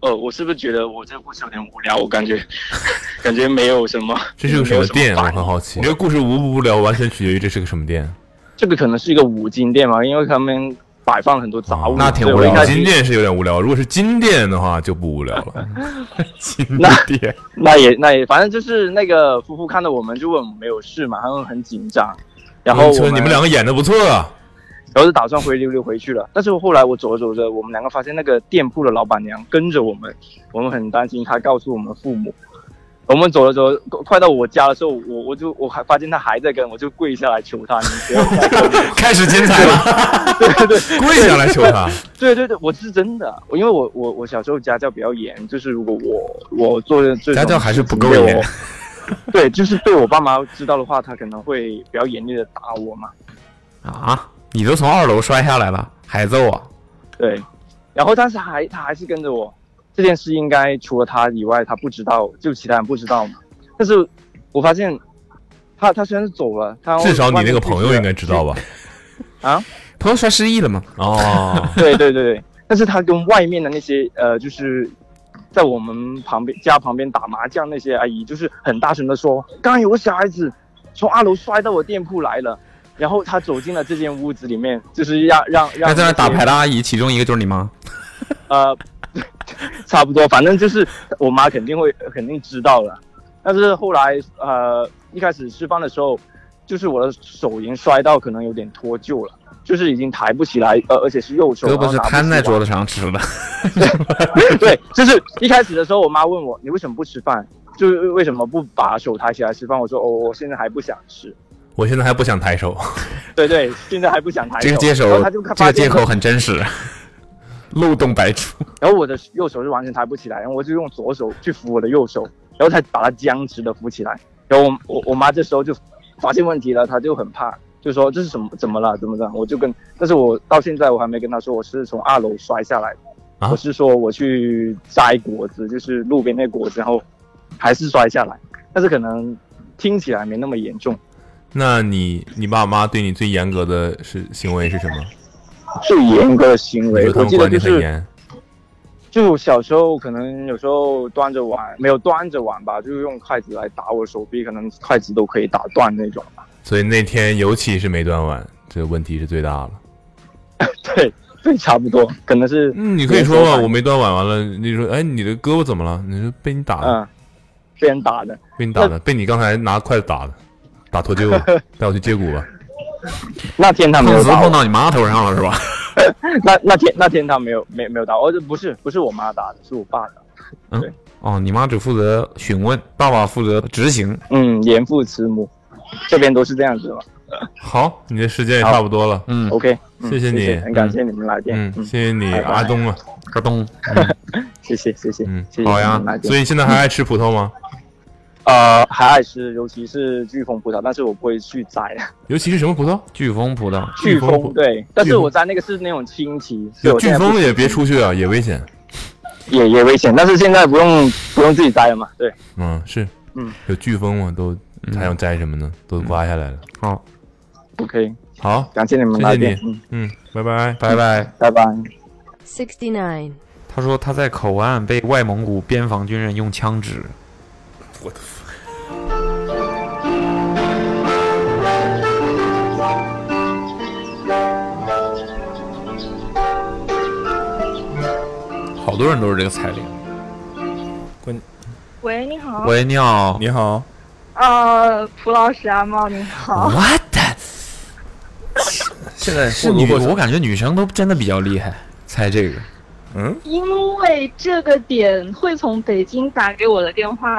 Speaker 5: 呃，我是不是觉得我这个故事有点无聊？我感觉 感觉没有什么，
Speaker 2: 这是个什
Speaker 5: 没有
Speaker 2: 么
Speaker 5: 什么
Speaker 2: 店？我啊
Speaker 5: 反应
Speaker 2: 很好奇。你这个故事无不无聊，完全取决于这是个什么店。
Speaker 5: 这个可能是一个五金店嘛，因为他们摆放了很多杂
Speaker 2: 哦
Speaker 5: 物，
Speaker 4: 那挺
Speaker 5: 所以
Speaker 4: 无
Speaker 5: 我一
Speaker 4: 聊的
Speaker 5: 开
Speaker 2: 啊金
Speaker 5: 始
Speaker 2: 店是有点无聊，如果是金店的话就不无聊 了。
Speaker 4: 金
Speaker 5: 那
Speaker 4: 店，
Speaker 5: 那也那也，反正就是那个夫妇看到我们就问我们没有事嘛，他们很紧张，然后
Speaker 2: 嗯你
Speaker 5: 我
Speaker 2: 们两个演的不错啊，
Speaker 5: 然后就打算灰溜溜回去了。但是后来我走着走着，我们两个发现那个店铺的老板娘跟着我们，我们很担心，她告诉我们父母。我们走着走着，快到我家的时候，我我就我还发现她还在跟，我就跪下来求她，你不要再跟我
Speaker 4: 开始精彩了，
Speaker 5: 对对
Speaker 2: 跪下来求他。
Speaker 5: 对对对，我是真的，我因为我我我小时候家教比较严，就是如果我我做这种
Speaker 4: 家教还是不够
Speaker 5: 事情被
Speaker 4: 严
Speaker 5: 我。对，就是被我爸妈知道的话，他可能会比较严厉的打我嘛。
Speaker 4: 啊！你都从二楼摔下来了，还揍啊？
Speaker 5: 对，然后但是还他还是跟着我，这件事应该除了他以外，他不知道，就其他人不知道嘛。但是我发现他他虽然是走了，他
Speaker 2: 至少你那个朋友应该知道吧？
Speaker 5: 啊，
Speaker 4: 朋友摔失忆了吗？
Speaker 2: 哦，
Speaker 5: 对对对对，但是他跟外面的那些呃，就是在我们旁边家旁边打麻将那些阿姨，就是很大声的说，刚刚有个小孩子从二楼摔到我店铺来了，然后他走进了这间屋子里面，就是让让让
Speaker 4: 那在那打牌
Speaker 5: 的
Speaker 4: 的阿姨，其中一个就是你妈。
Speaker 5: 呃， 差不多，反正就是我妈肯定会肯定知道了，但是后来呃一开始吃饭的时候，就是我的手已经摔到可能有点脱臼了。就是已经抬不起来，呃，而且是右手，
Speaker 4: 胳膊是
Speaker 5: 然后拿不
Speaker 4: 摊
Speaker 5: 起
Speaker 4: 在
Speaker 5: 来
Speaker 4: 桌子上吃的。
Speaker 5: 对，就是一开始的时候，我妈问我你为什么不吃饭，就是为什么不把手抬起来吃饭？我说哦，我现在还不想吃。
Speaker 2: 我现在还不想抬手。
Speaker 5: 对对，现在还不想抬手。
Speaker 4: 这个接手
Speaker 5: 哎然后她就，
Speaker 4: 这
Speaker 5: 发
Speaker 4: 个
Speaker 5: 现
Speaker 4: 接口很真实。漏洞百 出。
Speaker 5: 然后我的右手是完全抬不起来，然后我就用左手去扶我的右手，然后才把它僵直的扶起来。然后我我我妈这时候就发现问题了，她就很怕，就说这是什么怎么了怎么的？我就跟，但是我到现在我还没跟她说我是从二楼摔下来的，
Speaker 2: 啊
Speaker 5: 我是说我去摘果子，就是路边那果子，然后还是摔下来，但是可能听起来没那么严重。
Speaker 2: 那你你爸妈对你最严格的是行为是什么？
Speaker 5: 最严格的行
Speaker 2: 你
Speaker 5: 为，
Speaker 2: 说他
Speaker 5: 我
Speaker 2: 们
Speaker 5: 记得
Speaker 2: 管
Speaker 5: 就
Speaker 2: 你很
Speaker 5: 是
Speaker 2: 严，
Speaker 5: 就小时候可能有时候端着碗，没有端着碗吧，就是用筷子来打我手臂，可能筷子都可以打断那种。
Speaker 2: 所以那天尤其是没端碗，这问题是最大了。
Speaker 5: 对，对，差不多，可能是。
Speaker 2: 嗯，你可以说吧，我没端碗，完了你说，哎，你的胳膊怎么了？你说被你打的，
Speaker 5: 嗯，被人打的。
Speaker 2: 被你打的，被你刚才拿筷子打的，打脱 臼了，带我去接骨吧。
Speaker 5: 那天他没
Speaker 4: 碰
Speaker 5: 有
Speaker 4: 瓷
Speaker 5: 打
Speaker 4: 碰
Speaker 5: 我，
Speaker 4: 到你妈头上了是吧？
Speaker 5: 那那天那天他没有没没有打我，哦这不是不是我妈打的，是我爸打的。
Speaker 4: 哦，你妈只负责询问，爸爸负责执行。
Speaker 5: 嗯，严父慈母，这边都是这样子嘛。
Speaker 2: 好，你的时间也差不多了，
Speaker 4: 嗯，
Speaker 5: OK，嗯、
Speaker 2: 谢谢你
Speaker 5: 很感谢你们来电，
Speaker 2: 嗯，
Speaker 5: 嗯，
Speaker 2: 谢谢你
Speaker 5: 拜拜
Speaker 2: 阿东啊，
Speaker 4: 咯咚。嗯
Speaker 5: 谢谢谢谢，
Speaker 2: 嗯
Speaker 5: 谢谢你
Speaker 4: 好呀
Speaker 5: 们来电
Speaker 2: 所以你现在还爱吃葡萄
Speaker 5: 嗯
Speaker 2: 吗？
Speaker 5: 呃，还爱吃，尤其是飓风葡萄，但是我不会去摘。
Speaker 2: 尤其是什么葡萄？
Speaker 4: 飓风葡萄，
Speaker 2: 飓
Speaker 5: 飓
Speaker 2: 风
Speaker 5: 风对，但是
Speaker 2: 飓风
Speaker 5: 我摘那个是那种青提，所以
Speaker 2: 有
Speaker 5: 我现
Speaker 2: 飓
Speaker 5: 在不
Speaker 2: 风也别出去啊，也危险。
Speaker 5: 也也危险，但是现在不用不用自己摘了嘛，对，
Speaker 2: 嗯，是，
Speaker 5: 嗯，
Speaker 2: 有飓风嘛，都
Speaker 4: 嗯
Speaker 2: 还想摘什么呢？都挖下来了。
Speaker 4: 好，
Speaker 5: OK，
Speaker 2: 好，
Speaker 5: 感谢你们
Speaker 2: 谢
Speaker 5: 来
Speaker 2: 谢
Speaker 5: 电，
Speaker 2: 你
Speaker 5: 嗯，，
Speaker 2: 嗯，拜拜。
Speaker 4: 拜拜。
Speaker 5: 拜拜。
Speaker 1: sixty nine
Speaker 4: 他说他在口岸被外蒙古边防军人用枪指。好多人都是这个彩铃。
Speaker 6: 喂，你好，
Speaker 4: 喂，你好，
Speaker 2: 你好，
Speaker 6: 呃，蒲老师阿茂，你好，
Speaker 4: What the-
Speaker 2: 现
Speaker 5: 哎
Speaker 2: 在
Speaker 4: 是女，我感觉女生都真的比较厉害，猜这个。
Speaker 2: 嗯，
Speaker 6: 因为这个点会从北京打给我的电话，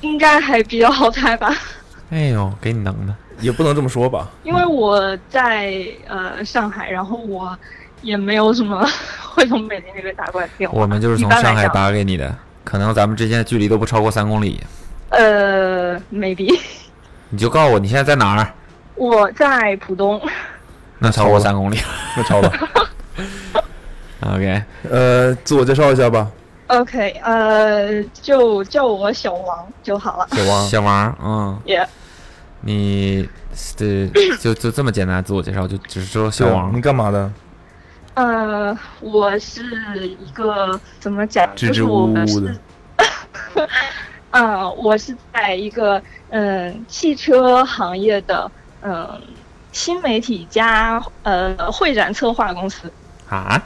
Speaker 6: 应该还比较好猜吧。
Speaker 4: 哎呦，给你能的。
Speaker 2: 也不能这么说吧。
Speaker 6: 因为我在呃上海，然后我也没有什么 会从北京那边打过来的电话。
Speaker 4: 我们就是从上海打给你的，可能咱们之间的距离都不超过三公里。
Speaker 6: 呃，maybe
Speaker 4: 你就告诉我你现在在哪儿？
Speaker 6: 我在浦东，
Speaker 4: 那超过三公 里。
Speaker 2: 那超了。
Speaker 4: OK，
Speaker 2: 呃，自我介绍一下吧。
Speaker 6: OK，呃，就叫我小王就好了。
Speaker 2: 小王，
Speaker 4: 小王，嗯，
Speaker 6: 也
Speaker 4: 你这就就这么简单自我介绍，就只说小王。
Speaker 2: 干嘛的？
Speaker 6: 呃，我是一个怎么讲，
Speaker 2: 支
Speaker 6: 就
Speaker 2: 支
Speaker 6: 是我
Speaker 2: 吾
Speaker 6: 们
Speaker 2: 吾
Speaker 6: 是
Speaker 2: 的，
Speaker 6: 呃，我是在一个嗯、呃汽车行业的嗯、呃新媒体加呃会展策划公司。
Speaker 4: 啊，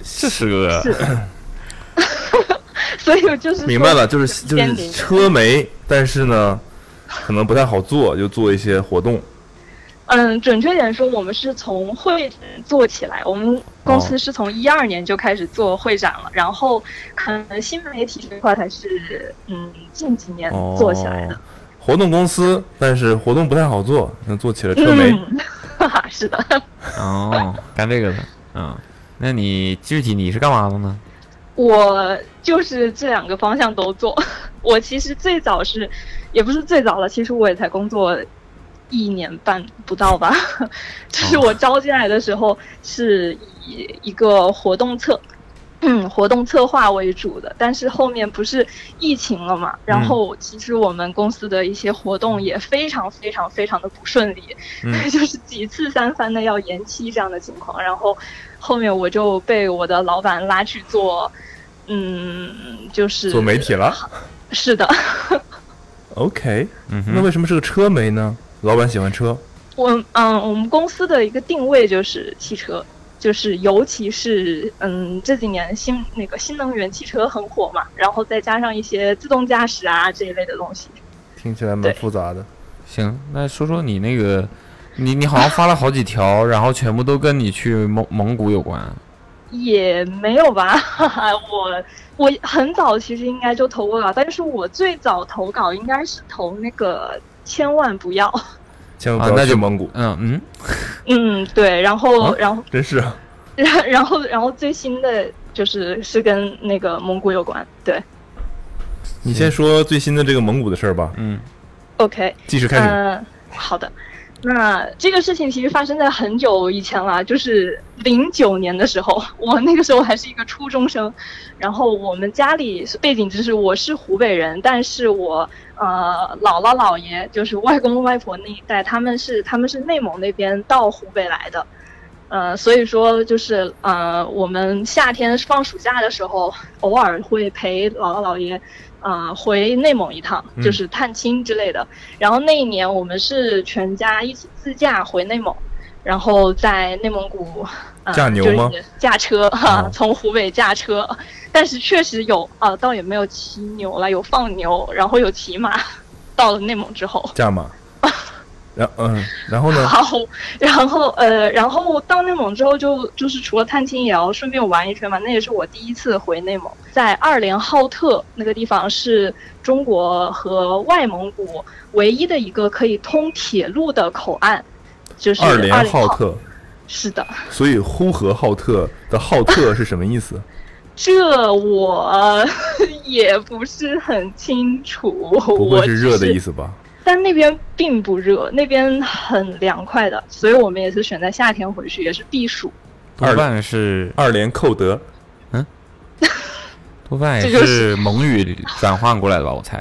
Speaker 4: 这是个
Speaker 6: 是，所以我就是说
Speaker 11: 明白了，就是就
Speaker 6: 偏
Speaker 11: 是
Speaker 6: 离
Speaker 11: 车媒，但是呢，可能不太好做，就做一些活动。
Speaker 6: 嗯，准确点说，我们是从会展做起来，我们公司是从一二年就开始做会展了，然后可能新媒体这块才是嗯近几年
Speaker 11: 哦，
Speaker 6: 做起来的。
Speaker 11: 活动公司，但是活动不太好做，那做起了车媒。
Speaker 6: 嗯， 哈哈，是的，
Speaker 4: 哦， 干这个的，嗯，那你具体你是干嘛的呢？
Speaker 6: 我就是这两个方向都做。 我其实最早是，也不是最早了，其实我也才工作一年半不到吧。 就是我招进来的时候是以一个活动策，嗯，活动策划为主的，但是后面不是疫情了嘛，然后其实我们公司的一些活动也非常非常非常的不顺利， 就是几次三番的要延期这样的情况，然后后面我就被我的老板拉去做，嗯，就是
Speaker 11: 做媒体了
Speaker 6: 是的，
Speaker 11: ，OK，
Speaker 4: 嗯
Speaker 11: 那
Speaker 4: 哼，
Speaker 11: 为什么是个车媒呢？老板喜欢车，
Speaker 6: 我嗯，我们公司的一个定位就是汽车，就是尤其是嗯这几年新那个新能源汽车很火嘛，然后再加上一些自动驾驶啊这一类的东西。
Speaker 11: 听起来蛮
Speaker 6: 对
Speaker 11: 复杂
Speaker 4: 啊
Speaker 11: 的。
Speaker 4: 行，那说说你那个，你你好像发了好几条，然后全部都跟你去蒙蒙古有关。
Speaker 6: 也没有吧， 哈哈，我我很早其实应该就投过稿，但是我最早投稿应该是投那个千万不要，
Speaker 11: 千万
Speaker 4: 啊
Speaker 11: 不
Speaker 4: 那
Speaker 11: 要去
Speaker 4: 就
Speaker 11: 蒙古，
Speaker 4: 嗯嗯，
Speaker 6: 嗯对，然后、然后
Speaker 11: 真是啊
Speaker 6: 然然后然后最新的就是是跟那个蒙古有关，对
Speaker 2: 你先说最新的这个蒙古的事儿吧。嗯，
Speaker 6: ，OK，
Speaker 2: 计时开始
Speaker 6: 嗯、好的。那呃这个事情其实发生在很久以前了，就是零九年的时候，我那个时候还是一个初中生，然后我们家里呃背景知识，我是湖北人，但是我呃姥姥姥爷就是外公外婆那一代，他们是他们是内蒙那边到湖北来的，呃，所以说就是呃，我们夏天放暑假的时候，偶尔会陪姥姥姥爷，呃，回内蒙一趟，
Speaker 12: 嗯
Speaker 6: 就是探亲之类的。然后那一年我们是全家一起自驾回内蒙，然后在内蒙古，呃、
Speaker 2: 驾牛吗哦
Speaker 6: 就是驾车哈、从湖北驾车，但是确实有啊、倒也没有骑牛了，有放牛，然后有骑马。 到了内蒙之后，
Speaker 2: 价码。然嗯，然后呢？
Speaker 6: 然后，然后呃，然后到内蒙之后就就是除了探亲，也要顺便玩一圈嘛。那也是我第一次回内蒙，在二连浩特那个地方是中国和外蒙古唯一的一个可以通铁路的口岸，就是
Speaker 2: 二
Speaker 6: 连
Speaker 2: 连浩。特，
Speaker 6: 是的，
Speaker 2: 所以呼和浩特的浩特是什么意思？
Speaker 6: 这我呃也不是很清楚。
Speaker 2: 不
Speaker 6: 我
Speaker 2: 会是
Speaker 6: 只
Speaker 2: 热的意思吧？
Speaker 6: 但那边并不热，那边很凉快的，所以我们也是选在夏天回去，也是避暑。
Speaker 4: 多半是
Speaker 2: 二连寇德，
Speaker 4: 嗯，多半
Speaker 6: 这就
Speaker 4: 也是蒙语转换过来的吧，我猜。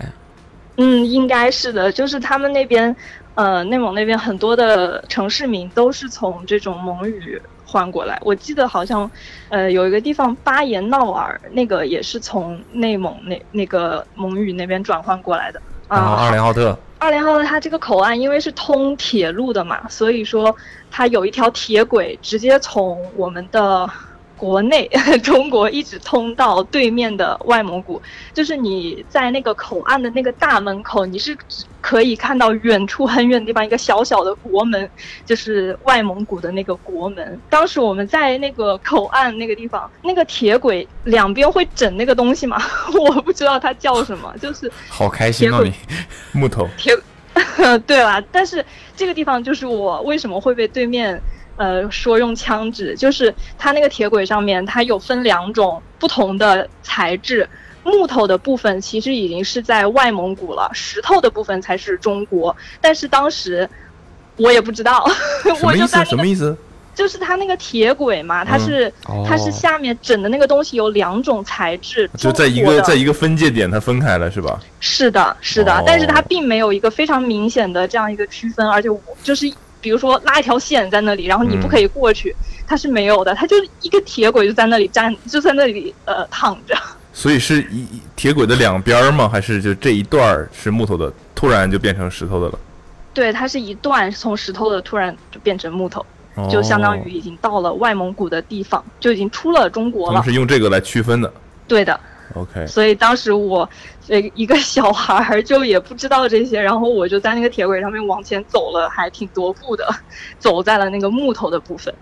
Speaker 6: 嗯，应该是的，就是他们那边，呃，内蒙那边很多的城市名都是从这种蒙语换过来。我记得好像，呃，有一个地方巴彦淖尔，那个也是从内蒙那那个蒙语那边转换过来的
Speaker 4: 然后
Speaker 6: 啊。
Speaker 4: 二连浩特，
Speaker 6: 二连浩它这个口岸因为是通铁路的嘛，所以说它有一条铁轨直接从我们的国内 中国一直通到对面的外蒙古，就是你在那个口岸的那个大门口，你是可以看到远处很远的地方一个小小的国门，就是外蒙古的那个国门。当时我们在那个口岸那个地方，那个铁轨两边会整那个东西嘛， 我不知道它叫什么，就是
Speaker 4: 好开心哦
Speaker 6: 铁轨
Speaker 4: 你。
Speaker 2: 木头
Speaker 6: 铁， 对啦，但是这个地方就是我为什么会被对面呃说用枪指，就是它那个铁轨上面它有分两种不同的材质，木头的部分其实已经是在外蒙古了，石头的部分才是中国。但是当时我也不知道，
Speaker 2: 什
Speaker 6: 我
Speaker 2: 么
Speaker 6: 就
Speaker 2: 意
Speaker 6: 在
Speaker 2: 思？
Speaker 6: 那个
Speaker 2: 什么意思？
Speaker 6: 就是它那个铁轨嘛，它是、
Speaker 2: 嗯哦
Speaker 6: 它是下面整的那个东西有两种材质，
Speaker 2: 就在一
Speaker 6: 中国
Speaker 2: 个
Speaker 6: 的
Speaker 2: 在一个分界点，它分开了是吧？
Speaker 6: 是的，是的，
Speaker 2: 哦
Speaker 6: 但是它并没有一个非常明显的这样一个区分，而且我就是比如说拉一条线在那里，然后你
Speaker 2: 嗯
Speaker 6: 不可以过去，它是没有的，它就是一个铁轨就在那里站，就在那里呃躺着。
Speaker 2: 所以是一一铁轨的两边儿吗？还是就这一段儿是木头的，突然就变成石头的了？
Speaker 6: 对，它是一段从石头的突然就变成木头，
Speaker 2: 哦
Speaker 6: 就相当于已经到了外蒙古的地方，就已经出了中国
Speaker 2: 他
Speaker 6: 了
Speaker 2: 们。是用这个来区分的。
Speaker 6: 对的，
Speaker 2: OK，
Speaker 6: 所以当时我这一个小孩儿就也不知道这些，然后我就在那个铁轨上面往前走了，还挺多步的，走在了那个木头的部分，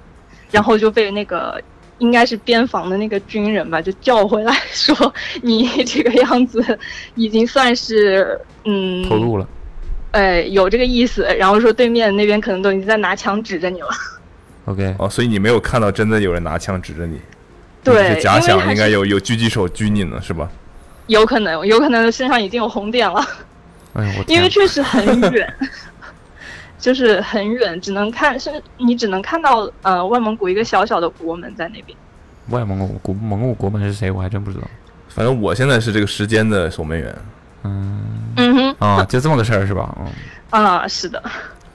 Speaker 6: 然后就被那个应该是边防的那个军人吧，就叫回来 说你这个样子已经算是嗯
Speaker 4: 投入了，
Speaker 6: 呃有这个意思，然后说对面那边可能都已经在拿枪指着你了，
Speaker 4: OK，
Speaker 2: 哦，所以你没有看到真的有人拿枪指着你，
Speaker 6: 对
Speaker 2: 你是假
Speaker 6: 因为
Speaker 2: 想
Speaker 6: 还
Speaker 2: 应该
Speaker 6: 是
Speaker 2: 有有狙击手狙你呢，是吧？
Speaker 6: 有可能有可能身上已经有红点了。
Speaker 4: 哎呦我
Speaker 6: 因
Speaker 4: 天
Speaker 6: 为确实很 远，就是很远，只能看是你只能看到呃外蒙古一个小小的国门在那边。
Speaker 4: 外蒙古古蒙古国门是谁？我还真不知道。
Speaker 2: 反正我现在是这个时间的守门员
Speaker 4: 嗯
Speaker 6: 嗯哼，
Speaker 4: 啊，就这么个事儿是吧？嗯，
Speaker 6: 啊，是的，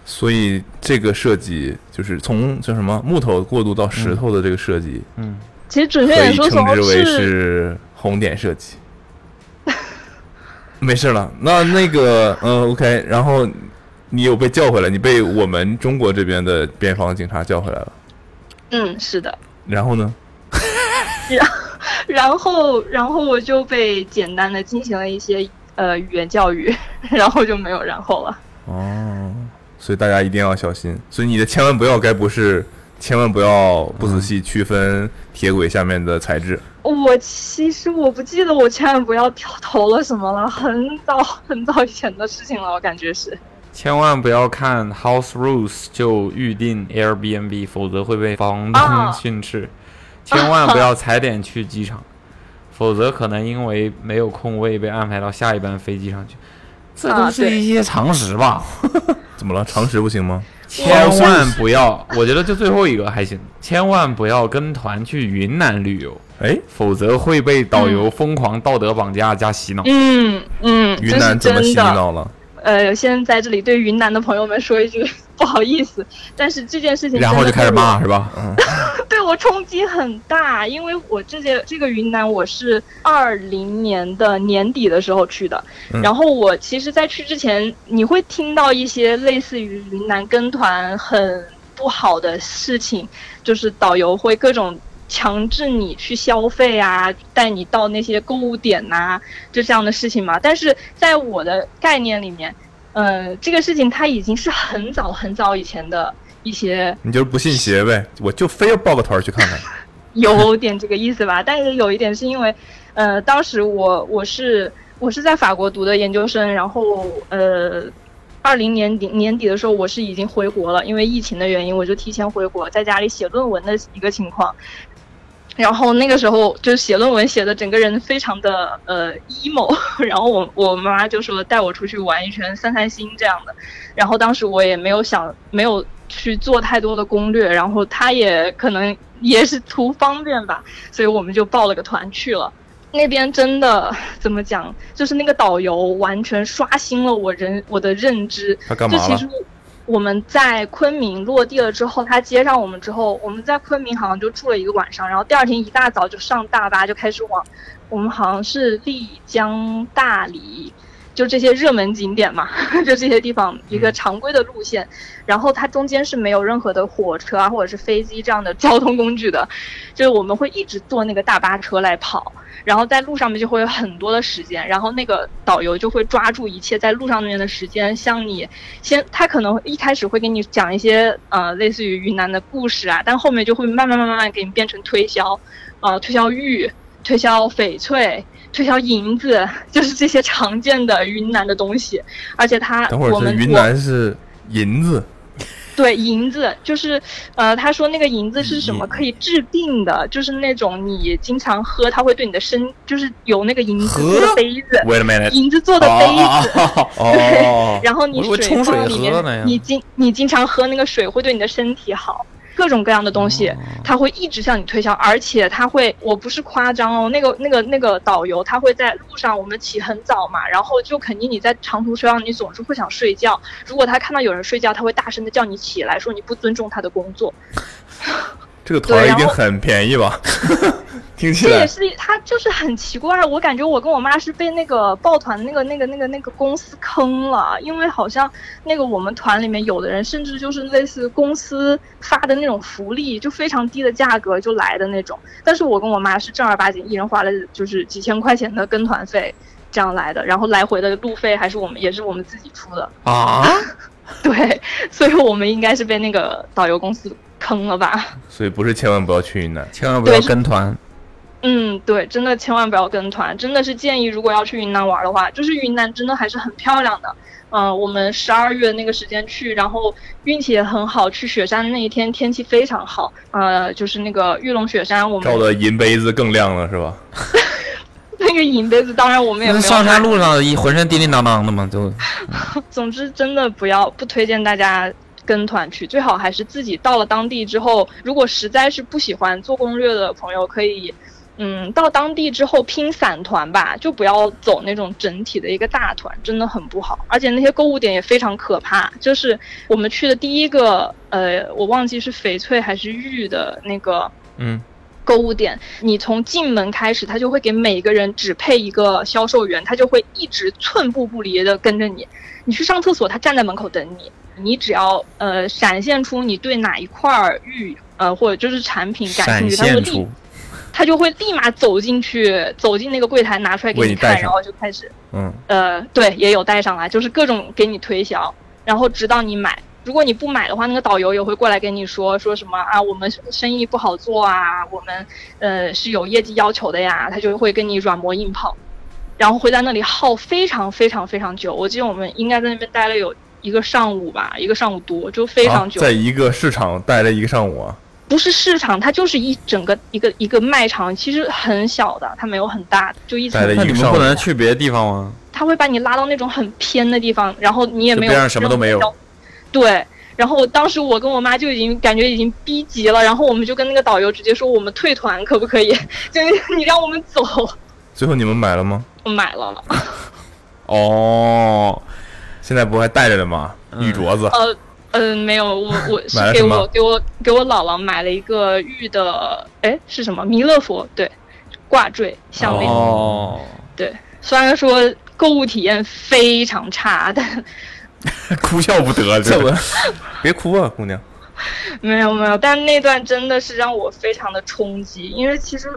Speaker 2: 所以这个设计就是从叫什么木头过渡到石头的这个设计，
Speaker 4: 嗯，
Speaker 6: 其实准确
Speaker 2: 可
Speaker 6: 点
Speaker 2: 以
Speaker 6: 说
Speaker 2: 称之为
Speaker 6: 是
Speaker 2: 是红点设计。没事了，那那个，嗯、o k 然后你有被叫回来，你被我们中国这边的边防警察叫回来了，
Speaker 6: 嗯，是的。
Speaker 2: 然后呢？
Speaker 6: 然然后然后我就被简单的进行了一些呃语言教育， 然后就没有然后了。
Speaker 2: 哦，所以大家一定要小心，所以你的千万不要，该不是千万不要不仔细区分铁轨下面的材质。
Speaker 6: 我其实我不记得我千万不要跳投了什么了，很早很早以前的事情了，我感觉是。
Speaker 4: 千万不要看 House Rules 就预定 Airbnb，否则会被房东训斥。
Speaker 13: 千万不要踩点去机场，否则可能因为没有空位被安排到下一班飞机上去。这都是一些常识吧？
Speaker 14: 怎么了？常识不行吗？
Speaker 13: 千万不要，我觉得就最后一个还行，千万不要跟团去云南旅游，
Speaker 14: 哎，
Speaker 13: 否则会被导游疯狂道德绑架加洗脑。
Speaker 6: 嗯嗯，这是真的。
Speaker 14: 了？
Speaker 6: 呃，先在这里对云南的朋友们说一句 不好意思，但是这件事情
Speaker 13: 然后
Speaker 6: 真
Speaker 13: 就
Speaker 6: 的
Speaker 13: 开始
Speaker 6: 对我
Speaker 13: 骂是吧？嗯，
Speaker 6: 对我冲击很大，因为我这届这个云南我是二零年的年底的时候去的，
Speaker 10: 嗯
Speaker 6: 然后我其实，在去之前，你会听到一些类似于云南跟团很不好的事情，就是导游会各种。强制你去消费啊，带你到那些购物点呐、就这样的事情嘛。但是在我的概念里面，呃，这个事情它已经是很早很早以前的一些
Speaker 14: 你就是不信邪呗，我就非要报个团儿去看看。
Speaker 6: 有点这个意思吧。 但是有一点是因为，呃，当时我我是我是在法国读的研究生，然后呃，二零年底年底的时候我是已经回国了，因为疫情的原因，我就提前回国，在家里写论文的一个情况。然后那个时候就写论文写的整个人非常的呃 emo，然 后我我妈就说带我出去玩一圈散散心这样的，然后当时我也没有想没有去做太多的攻略，然后她也可能也是图方便吧，所以我们就报了个团去了。那边真的怎么讲，就是那个导游完全刷新了我人我的认知。
Speaker 10: 他干嘛
Speaker 6: 就其
Speaker 10: 了
Speaker 6: 实我们在昆明落地了之后，他接上我们之后，我们在昆明好像就住了一个晚上，然后第二天一大早就上大巴就开始往，我们好像是丽江、大理，就这些热门景点嘛，就这些地方一个常规的路线，然后它中间是没有任何的火车啊或者是飞机这样的交通工具的，就是我们会一直坐那个大巴车来跑，然后在路上面就会有很多的时间，然后那个导游就会抓住一切在路上面的时间，向你先，他可能一开始会给你讲一些呃类似于云南的故事啊，但后面就会慢慢慢慢慢给你变成推销，呃推销玉、推销翡翠、推销银子， 就是这些常见的云南的东西，而且他
Speaker 14: 等会
Speaker 6: 我
Speaker 14: 儿这
Speaker 6: 们
Speaker 14: 云
Speaker 6: 我
Speaker 14: 南是银 子，
Speaker 6: 对，银子就是，呃，他说那个银子是什么可以治病的，就是那种你经常喝，它会对你的身，就是有那个银子做的
Speaker 13: 喝
Speaker 6: 杯子
Speaker 13: Wait a minute
Speaker 6: 银子做的杯
Speaker 2: 啊
Speaker 6: 子，
Speaker 13: 哦
Speaker 6: 对， 然后你
Speaker 13: 我以为
Speaker 6: 水
Speaker 13: 冲水
Speaker 6: 放里
Speaker 13: 喝呢呀
Speaker 6: 面，你经你经常喝那个水会对你的身体好，各种各样的东西，
Speaker 13: 哦
Speaker 6: 他会一直向你推销，而且他会，我不是夸张哦，那个那个那个导游他会在路上，我们起很早嘛，然后就肯定你在长途车上你总是会想睡觉，如果他看到有人睡觉，他会大声的叫你起来，说你不尊重他的工作，
Speaker 14: 这个团儿
Speaker 6: 对
Speaker 14: 一
Speaker 6: 然
Speaker 14: 定
Speaker 6: 后
Speaker 14: 很便宜吧？ 听起
Speaker 6: 这也
Speaker 14: 来
Speaker 6: 是他就是很奇怪，我感觉我跟我妈是被那个抱团那个那个那个那个公司坑了，因为好像那个我们团里面有的人甚至就是类似公司发的那种福利，就非常低的价格就来的那种，但是我跟我妈是正儿八经一人花了就是几千块钱的跟团费这样来的，然后来回的路费还是我们也是我们自己出的，
Speaker 13: 啊，
Speaker 6: 对，所以我们应该是被那个导游公司坑了吧。
Speaker 14: 所以不是千万不要去云南，
Speaker 13: 千万
Speaker 6: 不要对跟
Speaker 13: 团。
Speaker 6: 嗯，对，真的千万不要跟团，真的是建议如果要去云南玩的话，就是云南真的还是很漂亮的。嗯、我们十二月那个时间去，然后运气也很好，去雪山那一天天气非常好，呃，就是那个玉龙雪山，我
Speaker 14: 照
Speaker 6: 们
Speaker 14: 的银杯子更亮了是吧？
Speaker 6: 那个银杯子，当然我们也没
Speaker 13: 那
Speaker 6: 有
Speaker 13: 上
Speaker 6: 拿
Speaker 13: 山路上一浑身叮叮当当的嘛，
Speaker 4: 嗯
Speaker 13: 就
Speaker 6: 总之，真的不要不推荐大家跟团去，最好还是自己到了当地之后，如果实在是不喜欢做攻略的朋友，可以。嗯，到当地之后拼散团吧，就不要走那种整体的一个大团，真的很不好。而且那些购物点也非常可怕，就是我们去的第一个，呃，我忘记是翡翠还是玉的那个
Speaker 13: 嗯，
Speaker 6: 购物点，你从进门开始，他就会给每个人只配一个销售员，他就会一直寸步不离的跟着你。你去上厕所，他站在门口等你。你只要呃闪现出你对哪一块儿玉呃或者就是产品感
Speaker 13: 闪
Speaker 6: 兴趣，他会
Speaker 13: 现
Speaker 6: 立
Speaker 13: 出，
Speaker 6: 他就会立马走进去，走进那个柜台拿出来给
Speaker 13: 为
Speaker 6: 你
Speaker 13: 你戴上
Speaker 6: 看，然后就开始
Speaker 13: 嗯，
Speaker 6: 呃，对，也有带上来，就是各种给你推销，然后直到你买。如果你不买的话，那个导游也会过来跟你说说什么啊，我们生意不好做啊，我们呃是有业绩要求的呀，他就会跟你软磨硬泡，然后会在那里耗非常非常非常久。我记得我们应该在那边待了有一个上午吧，一个上午多，就非常
Speaker 14: 啊
Speaker 6: 久。
Speaker 14: 在一个市场待了一个上午啊，
Speaker 6: 不是市场，它就是一整个一个一个卖场，其实很小的，它没有很大，就一层。
Speaker 4: 那你们不
Speaker 14: 啊
Speaker 4: 能去别的地方吗？
Speaker 6: 他会把你拉到那种很偏的地方，然后你也没有
Speaker 4: 边上什么都没有
Speaker 6: 任何交。对，然后当时我跟我妈就已经感觉已经逼急了，然后我们就跟那个导游直接说我们退团可不可以？ 就是你让我们走，
Speaker 2: 最后你们买了吗？
Speaker 6: 我买了。
Speaker 2: 哦，现在不还带着呢吗？玉镯子，
Speaker 6: 呃嗯、没有，我我是
Speaker 2: 买了
Speaker 6: 给
Speaker 2: 什么
Speaker 6: 我给我给我姥姥买了一个玉的，哎是什么弥勒佛对，挂坠项链。
Speaker 4: 哦，
Speaker 6: 对，虽然说购物体验非常差，但
Speaker 2: 哭笑不得，
Speaker 4: 这
Speaker 2: 不，别哭啊，姑娘。
Speaker 6: 没有没有，但那段真的是让我非常的冲击，因为其实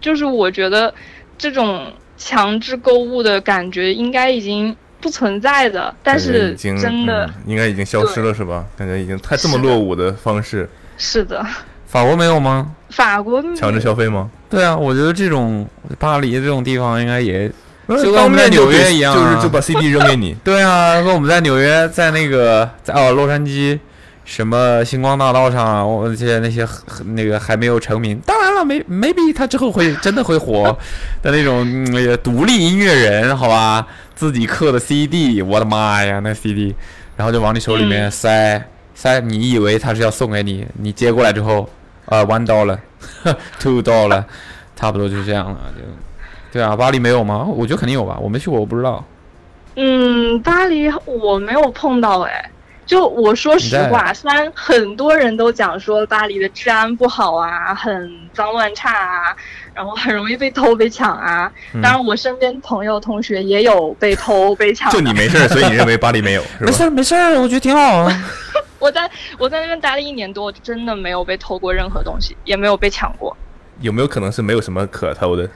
Speaker 6: 就是我觉得这种强制购物的感觉应该已经不存在的，但
Speaker 2: 感觉
Speaker 6: 是
Speaker 2: 已经
Speaker 6: 真的、
Speaker 2: 嗯应该已经消失了是吧？感觉已经太这么落伍的方式，
Speaker 6: 是的，
Speaker 4: 法国没有吗？
Speaker 6: 法国
Speaker 2: 嗯
Speaker 6: 嗯
Speaker 2: 强制消费吗？
Speaker 4: 对啊，我觉得这种巴黎这种地方应该也
Speaker 2: 呃
Speaker 4: 就跟我们在
Speaker 2: 当面就
Speaker 4: 纽
Speaker 2: 给
Speaker 4: 约一样啊、
Speaker 2: 就是就把 CD 扔给 你
Speaker 4: 对啊，跟我们在纽约，在那个在哦洛杉矶什么星光大道上，我那些那些那个还没有成名，当然了，没 maybe 他之后会真的会火的那种、嗯那个独立音乐人，好吧，自己刻的 CD，我的妈呀，那 CD，然后就往你手里面塞、塞，你以为他是要送给你，你接过来之后，呃，one dollar，two dollar，差不多就这样了，就。对啊，巴黎没有吗？我觉得肯定有吧，我没去过，我不知道。
Speaker 6: 嗯，巴黎我没有碰到哎。就我说实话，
Speaker 4: 你在
Speaker 6: 虽然很多人都讲说巴黎的治安不好啊，很脏乱差啊，然后很容易被偷被抢啊。
Speaker 2: 嗯
Speaker 6: 当然，我身边朋友同学也有被偷被抢的。
Speaker 2: 就
Speaker 6: 啊
Speaker 2: 你没事儿，所以你认为巴黎没有是吧？
Speaker 4: 儿没事儿，我觉得挺好啊。
Speaker 6: 我在我在那边待了一年多，我真的没有被偷过任何东西，也没有被抢过。
Speaker 2: 有没有可能是没有什么可偷的？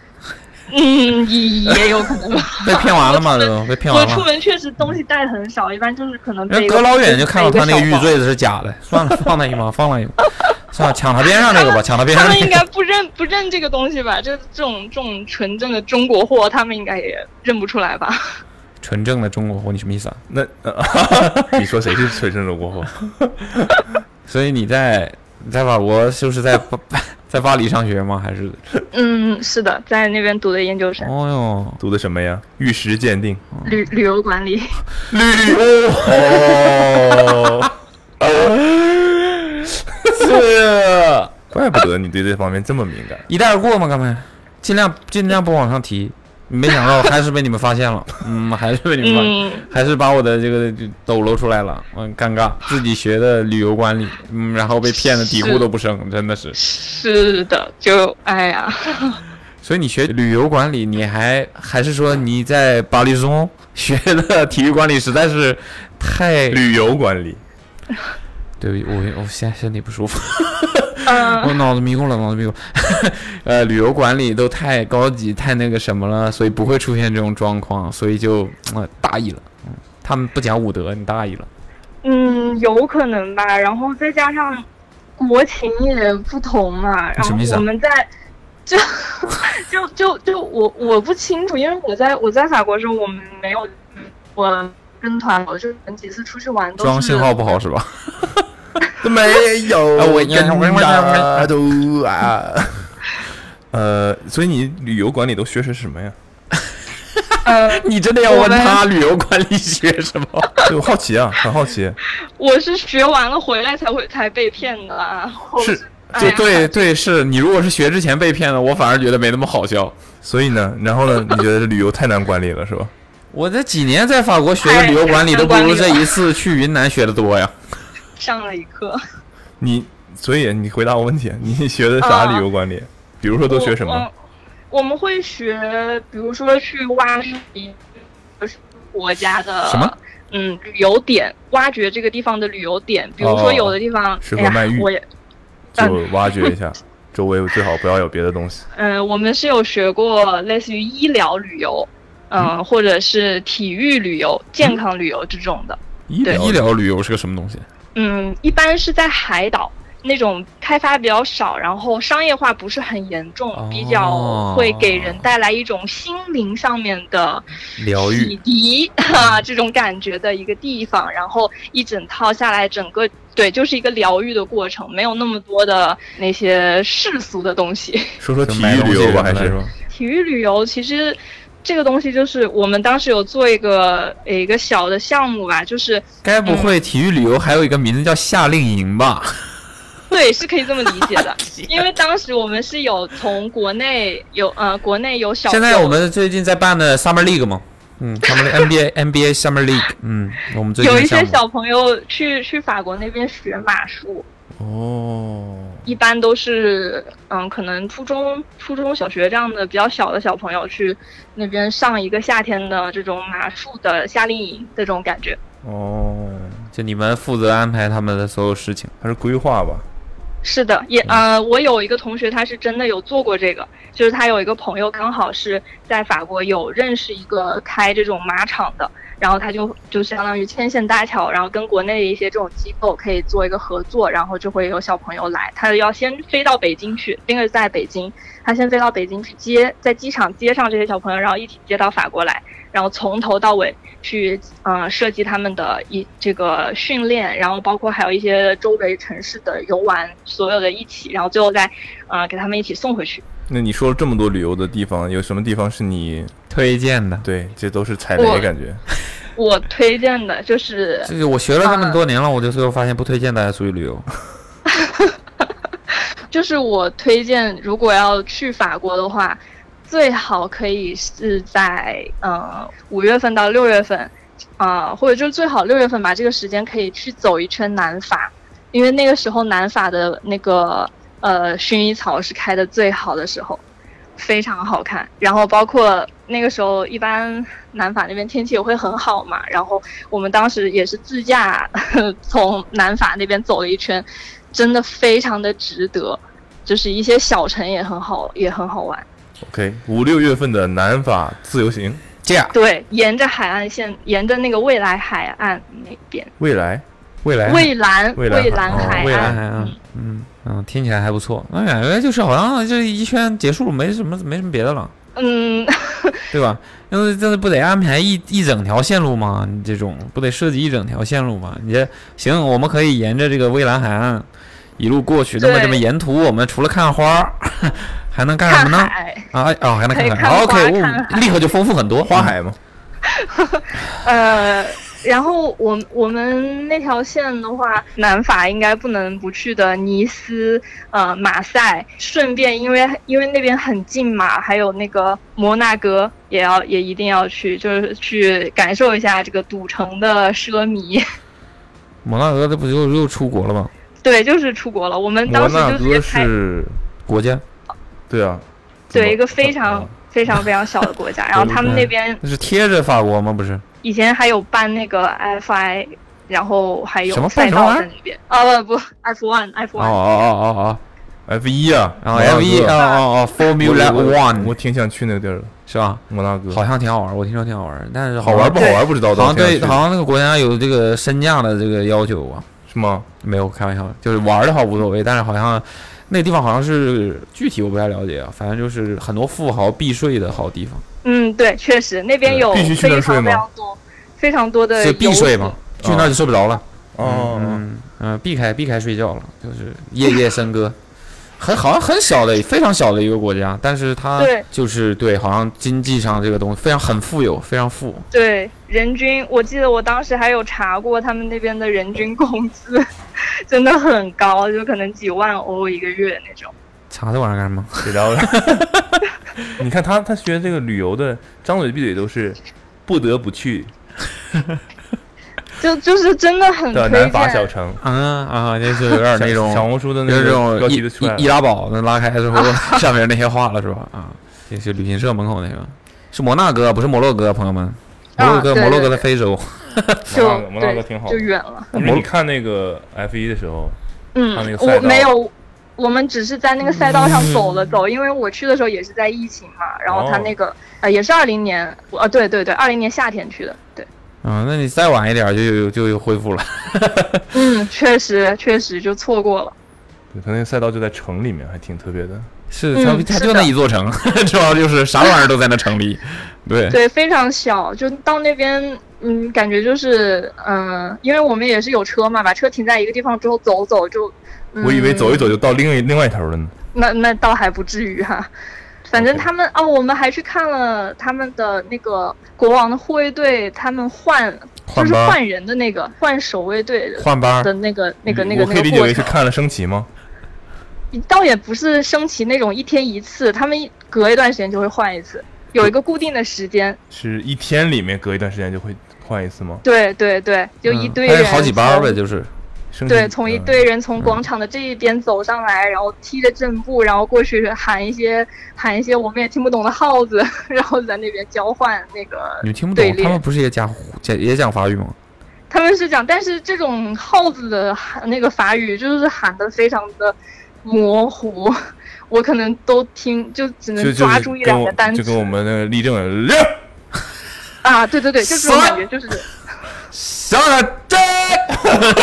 Speaker 6: 嗯，也也有可能吧
Speaker 4: 。被骗完了嘛，都被骗
Speaker 6: 我
Speaker 4: 完
Speaker 6: 出
Speaker 4: 了。
Speaker 6: 门确实东西带的很少，一般就是可能被
Speaker 4: 人
Speaker 6: 一
Speaker 4: 隔老远
Speaker 6: 公
Speaker 4: 就
Speaker 6: 司
Speaker 4: 看到
Speaker 6: 买
Speaker 4: 他
Speaker 6: 一
Speaker 4: 那个
Speaker 6: 小
Speaker 4: 玉
Speaker 6: 包
Speaker 4: 坠子是假的，算了，放他一马，放他一马， 算了，抢他边上那个吧，抢他边
Speaker 6: 他
Speaker 4: 上
Speaker 6: 们应
Speaker 4: 那
Speaker 6: 该
Speaker 4: 个。
Speaker 6: 不认不认这个东西吧？这这种这种纯正的中国货，他们应该也认不出来吧？
Speaker 4: 纯正的中国货，你什么意思啊？
Speaker 2: 那、呃 你说谁是纯正中国货？
Speaker 4: 所以你在你在法国就是 在巴在巴黎上学吗？还是？
Speaker 6: 嗯，是的，在那边读的研究生，
Speaker 2: 呦，
Speaker 4: 哦
Speaker 2: 读的什么呀？玉石鉴定。
Speaker 6: 旅旅游管理。
Speaker 2: 哦，是，怪不得你对这方面这么敏感。
Speaker 4: 一带而过吗？哥们，尽量尽量不往上提。没想到还是被你们发现了，嗯，还是被你们发
Speaker 6: 嗯
Speaker 4: 还是把我的这个就抖搂出来了，嗯，尴尬，自己学的旅游管理，嗯，然后被骗的底裤都不剩，真的是。
Speaker 6: 是的，就哎呀，
Speaker 4: 所以你学旅游管理，你还还是说你在巴黎中学的体育管理实在是太
Speaker 2: 旅游管理。
Speaker 4: 对不起，我我现在身体不舒服。
Speaker 6: 嗯、
Speaker 4: 我脑子迷糊了， 脑子迷糊。呃，旅游管理都太高级、太那个什么了，所以不会出现这种状况，所以就、呃、大意了。嗯，他们不讲武德，你大意了。
Speaker 6: 嗯，有可能吧。然后再加上国情也不同嘛，然
Speaker 4: 什
Speaker 6: 后
Speaker 4: 么意思啊
Speaker 6: 我们在就就就就我我不清楚，因为我在我在法国的时候，我们没有我跟团，我就几次出去玩都是
Speaker 4: 装信号不好是吧？
Speaker 2: 都没有
Speaker 4: 啊我
Speaker 2: 大都啊。呃，所以你旅游管理都学是什么呀？
Speaker 6: 呃，
Speaker 4: 你真的要问他
Speaker 6: 我们
Speaker 4: 旅游管理学什 么？
Speaker 6: 哦
Speaker 2: 就好奇啊，很好奇。
Speaker 6: 我是学完了回来才会才被骗的啦。我
Speaker 4: 是，
Speaker 6: 哎
Speaker 4: 对
Speaker 6: 呀
Speaker 4: 对对，是你如果是学之前被骗的，我反而觉得没那么好笑。
Speaker 2: 所以呢，然后呢，你觉得这旅游太难管理了是吧？
Speaker 4: 我这几年在法国学
Speaker 6: 哎
Speaker 4: 的旅游管理都不如这一次去云南学的多呀。
Speaker 6: 上了一课。
Speaker 2: 你所以你回答我问题，你学的啥旅游管理？比如说都学什么？
Speaker 6: 我？我们会学，比如说去挖掘国家的
Speaker 2: 什么？
Speaker 6: 嗯，旅游点，挖掘这个地方的旅游点。比如说
Speaker 2: 哦
Speaker 6: 有的地方，
Speaker 2: 适
Speaker 6: 哎
Speaker 2: 合
Speaker 6: 呀
Speaker 2: 卖玉
Speaker 6: 我也，
Speaker 2: 就挖掘一下，周围最好不要有别的东西。
Speaker 6: 嗯，我们是有学过类似于医疗旅游，嗯，或者是体育旅游、
Speaker 2: 嗯
Speaker 6: 健康旅游这种的。
Speaker 4: 医
Speaker 6: 对
Speaker 4: 医疗旅游是个什么东西？
Speaker 6: 嗯，一般是在海岛。那种开发比较少，然后商业化不是很严重，比
Speaker 4: 哦
Speaker 6: 较会给人带来一种心灵上面的
Speaker 4: 疗愈
Speaker 6: 洗涤 啊这种感觉的一个地方。然后一整套下来，整个对就是一个疗愈的过程，没有那么多的那些世俗的东西。
Speaker 2: 说说体
Speaker 4: 买
Speaker 2: 育
Speaker 4: 东
Speaker 2: 旅
Speaker 4: 西
Speaker 2: 游吧，
Speaker 4: 什
Speaker 2: 还
Speaker 4: 么的
Speaker 2: 是
Speaker 4: 是吧
Speaker 6: 体育旅游其实这个东西就是我们当时有做一个呃一个小的项目吧，就是
Speaker 4: 该不会体育旅游还有一个名字叫夏令营吧？
Speaker 6: 对，是可以这么理解 的，因为当时我们是有从国内有呃国内有小
Speaker 4: 现在我们最近在办的 Summer League 嘛，嗯，Summer League NBA NBA Summer League，嗯，我们最近
Speaker 6: 有
Speaker 4: 的
Speaker 6: 一些
Speaker 4: 项目
Speaker 6: 小朋友去去法国那边学马术，
Speaker 4: 哦，
Speaker 6: 一般都是嗯可能初中初中小学这样的比较小的小朋友去那边上一个夏天的这种马术的夏令营这种感觉。
Speaker 4: 哦，就你们负责安排他们的所有事情，还是规划吧？
Speaker 6: 是的，也呃，我有一个同学，他是真的有做过这个，就是他有一个朋友，刚好是在法国有认识一个开这种马场的，然后他就就相当于牵线搭桥，然后跟国内的一些这种机构可以做一个合作，然后就会有小朋友来，他要先飞到北京去，因为在北京，他先飞到北京去接，在机场接上这些小朋友，然后一起接到法国来，然后从头到尾去呃设计他们的一这个训练，然后包括还有一些周围城市的游玩，所有的一起，然后最后再呃给他们一起送回去。
Speaker 2: 那你说了这么多旅游的地方，有什么地方是你
Speaker 4: 推荐的？
Speaker 2: 对，这都是踩雷
Speaker 6: 我
Speaker 2: 感觉。
Speaker 6: 我推荐的就是
Speaker 4: 就是我学了那么多年了，我就最后发现不推荐大家出去旅游。
Speaker 6: 就是我推荐，如果要去法国的话，最好可以是在呃五月份到六月份，啊、或者就是最好六月份吧，这个时间可以去走一圈南法，因为那个时候南法的那个呃薰衣草是开的最好的时候，非常好看。然后包括那个时候，一般南法那边天气也会很好嘛。然后我们当时也是自驾 从南法那边走了一圈，真的非常的值得。就是一些小城也很好，也很好玩。
Speaker 2: OK，五六月份的南法自由行，
Speaker 4: 这样
Speaker 6: 对，沿着海岸线，沿着那个未来海岸那边，
Speaker 2: 未来，
Speaker 4: 未来
Speaker 6: 蔚蓝
Speaker 4: 哎蔚蓝
Speaker 6: 蔚蓝
Speaker 4: 哦
Speaker 6: 海啊
Speaker 4: 蔚蓝
Speaker 6: 岸
Speaker 4: 海岸，嗯嗯，听起来还不错。那感觉就是好像这一圈结束，没什么没什么别的了，
Speaker 6: 嗯，
Speaker 4: 对吧？因为这不得安排一一整条线路吗？你这种不得设计一整条线路吗？你这行，我们可以沿着这个蔚蓝海岸一路过去。那么
Speaker 6: 对
Speaker 4: 这么沿途，我们除了看花儿， 还能干什么呢？ 啊哎哦，还能
Speaker 6: 可以
Speaker 4: 看
Speaker 6: 看花
Speaker 4: OK，
Speaker 6: 看
Speaker 4: 我立刻就丰富很多。花海
Speaker 2: 嘛，
Speaker 6: 呃，然后我我们那条线的话，南法应该不能不去的，尼斯、呃马赛，顺便因为因为那边很近嘛，还有那个摩纳哥也要也一定要去，就是去感受一下这个赌城的奢靡。
Speaker 4: 摩纳哥这不就又出国了吗？
Speaker 6: 对，就是出国了，我们
Speaker 2: 摩
Speaker 6: 当时
Speaker 2: 纳
Speaker 6: 就直接
Speaker 2: 哥
Speaker 6: 开
Speaker 2: 是
Speaker 4: 国家，
Speaker 2: 对啊，
Speaker 6: 对一个非常非常非常小的国家，然后他们那边
Speaker 4: 那是贴着法国吗？不是，
Speaker 6: 以前还有办那个 FI，然后还有
Speaker 4: 什么办
Speaker 6: 赛
Speaker 4: 什么
Speaker 6: 道
Speaker 4: 玩意
Speaker 6: 在
Speaker 4: 儿
Speaker 6: 那边啊不不 F one F
Speaker 4: 哦
Speaker 6: one
Speaker 4: 哦哦
Speaker 2: 哦，F 一啊，
Speaker 4: 然后
Speaker 2: 摩纳哥
Speaker 4: F 一哦哦哦，Formula
Speaker 2: 我我
Speaker 4: One
Speaker 2: 我挺想去那个地儿的，
Speaker 4: 是吧？
Speaker 2: 摩纳哥
Speaker 4: 好像挺好玩，我听说挺好玩，但是
Speaker 2: 好玩不好玩不知道
Speaker 4: 好像
Speaker 2: 但是
Speaker 4: 对，
Speaker 2: 挺想去
Speaker 4: 好像那个国家有这个身价的这个要求啊，
Speaker 2: 是吗？
Speaker 4: 没有，开玩笑，就是玩的话无所谓，但是好像那地方好像是具体我不太了解啊，反正就是很多富豪避税的好地方，
Speaker 6: 嗯对，确实那边
Speaker 4: 对
Speaker 6: 有
Speaker 4: 必须去那
Speaker 6: 非
Speaker 4: 儿睡
Speaker 6: 常非
Speaker 4: 吗
Speaker 6: 常多非常多的
Speaker 4: 所以避
Speaker 6: 游
Speaker 4: 税
Speaker 6: 子
Speaker 4: 嘛，去那儿就睡不着了。
Speaker 2: 哦
Speaker 4: 嗯嗯嗯，避开避开睡觉了，就是夜夜笙歌。很好像很小的，非常小的一个国家，但是它
Speaker 6: 对
Speaker 4: 就是对，好像经济上这个东西非常很富有，非常富。
Speaker 6: 对，人均我记得我当时还有查过他们那边的人均工资， 真的很高，就可能几万欧一个月那种。
Speaker 4: 查这玩意儿干什么？
Speaker 2: 知道了。你看他，他学这个旅游的，张嘴闭嘴都是不得不去
Speaker 6: 就就是真的很
Speaker 2: 的
Speaker 6: 推
Speaker 2: 南法小
Speaker 6: 荐，
Speaker 2: 城。
Speaker 4: 啊啊，就是有点那种
Speaker 2: 小小红书的那
Speaker 4: 有
Speaker 2: 个
Speaker 4: 这种
Speaker 2: 标题就出来了
Speaker 4: 易易易拉宝那拉开之后
Speaker 6: 啊
Speaker 4: 上面那些画了是吧？啊，这是旅行社门口那个，是摩纳哥，不是摩洛哥，朋友们，摩洛哥，
Speaker 6: 啊对
Speaker 4: 摩洛哥在
Speaker 6: 对
Speaker 4: 非洲。
Speaker 6: 就
Speaker 2: 摩纳哥摩纳哥
Speaker 6: 对
Speaker 2: 挺好
Speaker 6: 就
Speaker 2: 的
Speaker 6: 远了。
Speaker 2: 因为你看那个 F 一的时候，看那
Speaker 6: 嗯
Speaker 2: 个，赛
Speaker 6: 我
Speaker 2: 道
Speaker 6: 没有，我们只是在那个赛道上走了走，因为我去的时候也是在疫情嘛，然后他
Speaker 4: 哦
Speaker 6: 那个、呃也是二零年，呃、对对对，二零年夏天去的，对，
Speaker 4: 啊，那你
Speaker 6: 嗯
Speaker 4: 再晚一点就有就有恢复了。
Speaker 6: 嗯，确实确实就错过了，
Speaker 2: 它那个赛道就在城里面，还挺特别的。
Speaker 4: 是它嗯它就那是的一座城， 主要就是啥玩意儿都在那城 里。
Speaker 2: 对
Speaker 6: 对，非常小，就到那边，嗯，感觉就是，嗯、因为我们也是有车嘛，把车停在一个地方之后走走就，嗯、
Speaker 2: 我以为走一走就到另一另外一头了呢。
Speaker 6: 那那倒还不至于哈、反正他们哦，我们还去看了他们的那个国王的护卫队，他们换
Speaker 2: 换
Speaker 6: 就是
Speaker 2: 班
Speaker 6: 换人的那个换守卫队的
Speaker 2: 换班
Speaker 6: 的那个那个那个
Speaker 2: 我可以
Speaker 6: 那
Speaker 2: 理
Speaker 6: 个
Speaker 2: 解
Speaker 6: 过
Speaker 2: 为是
Speaker 6: 程，
Speaker 2: 看了升旗吗？
Speaker 6: 倒也不是升旗那种一天一次，他们一隔一段时间就会换一次，有一个固定的时间。
Speaker 2: 是一天里面隔一段时间就会换一次吗？
Speaker 6: 对对对，就
Speaker 4: 嗯
Speaker 6: 一堆
Speaker 2: 它
Speaker 6: 人
Speaker 2: 是
Speaker 6: 从、
Speaker 2: 是。升旗嗯
Speaker 6: 对，从一堆人从广场的这一边走上来，然后踢着正步，然后过去喊一些喊一些我们也听不懂的号子， 然后在那边交换那个
Speaker 2: 嗯
Speaker 4: 你听不
Speaker 6: 呃队
Speaker 4: 懂，
Speaker 6: 列。
Speaker 4: 他们不是也讲讲也讲法语吗？
Speaker 6: 他们是讲，但是这种号子的喊那个法语就是喊的非常的模糊，我可能都听就只
Speaker 2: 就
Speaker 6: 能
Speaker 2: 就
Speaker 6: 抓
Speaker 2: 是
Speaker 6: 住一
Speaker 2: 跟
Speaker 6: 两
Speaker 2: 我
Speaker 6: 个单
Speaker 2: 就
Speaker 6: 词
Speaker 2: 跟我们那个立正，
Speaker 6: 啊，对对对，就这种感觉， 就是
Speaker 4: 小小真，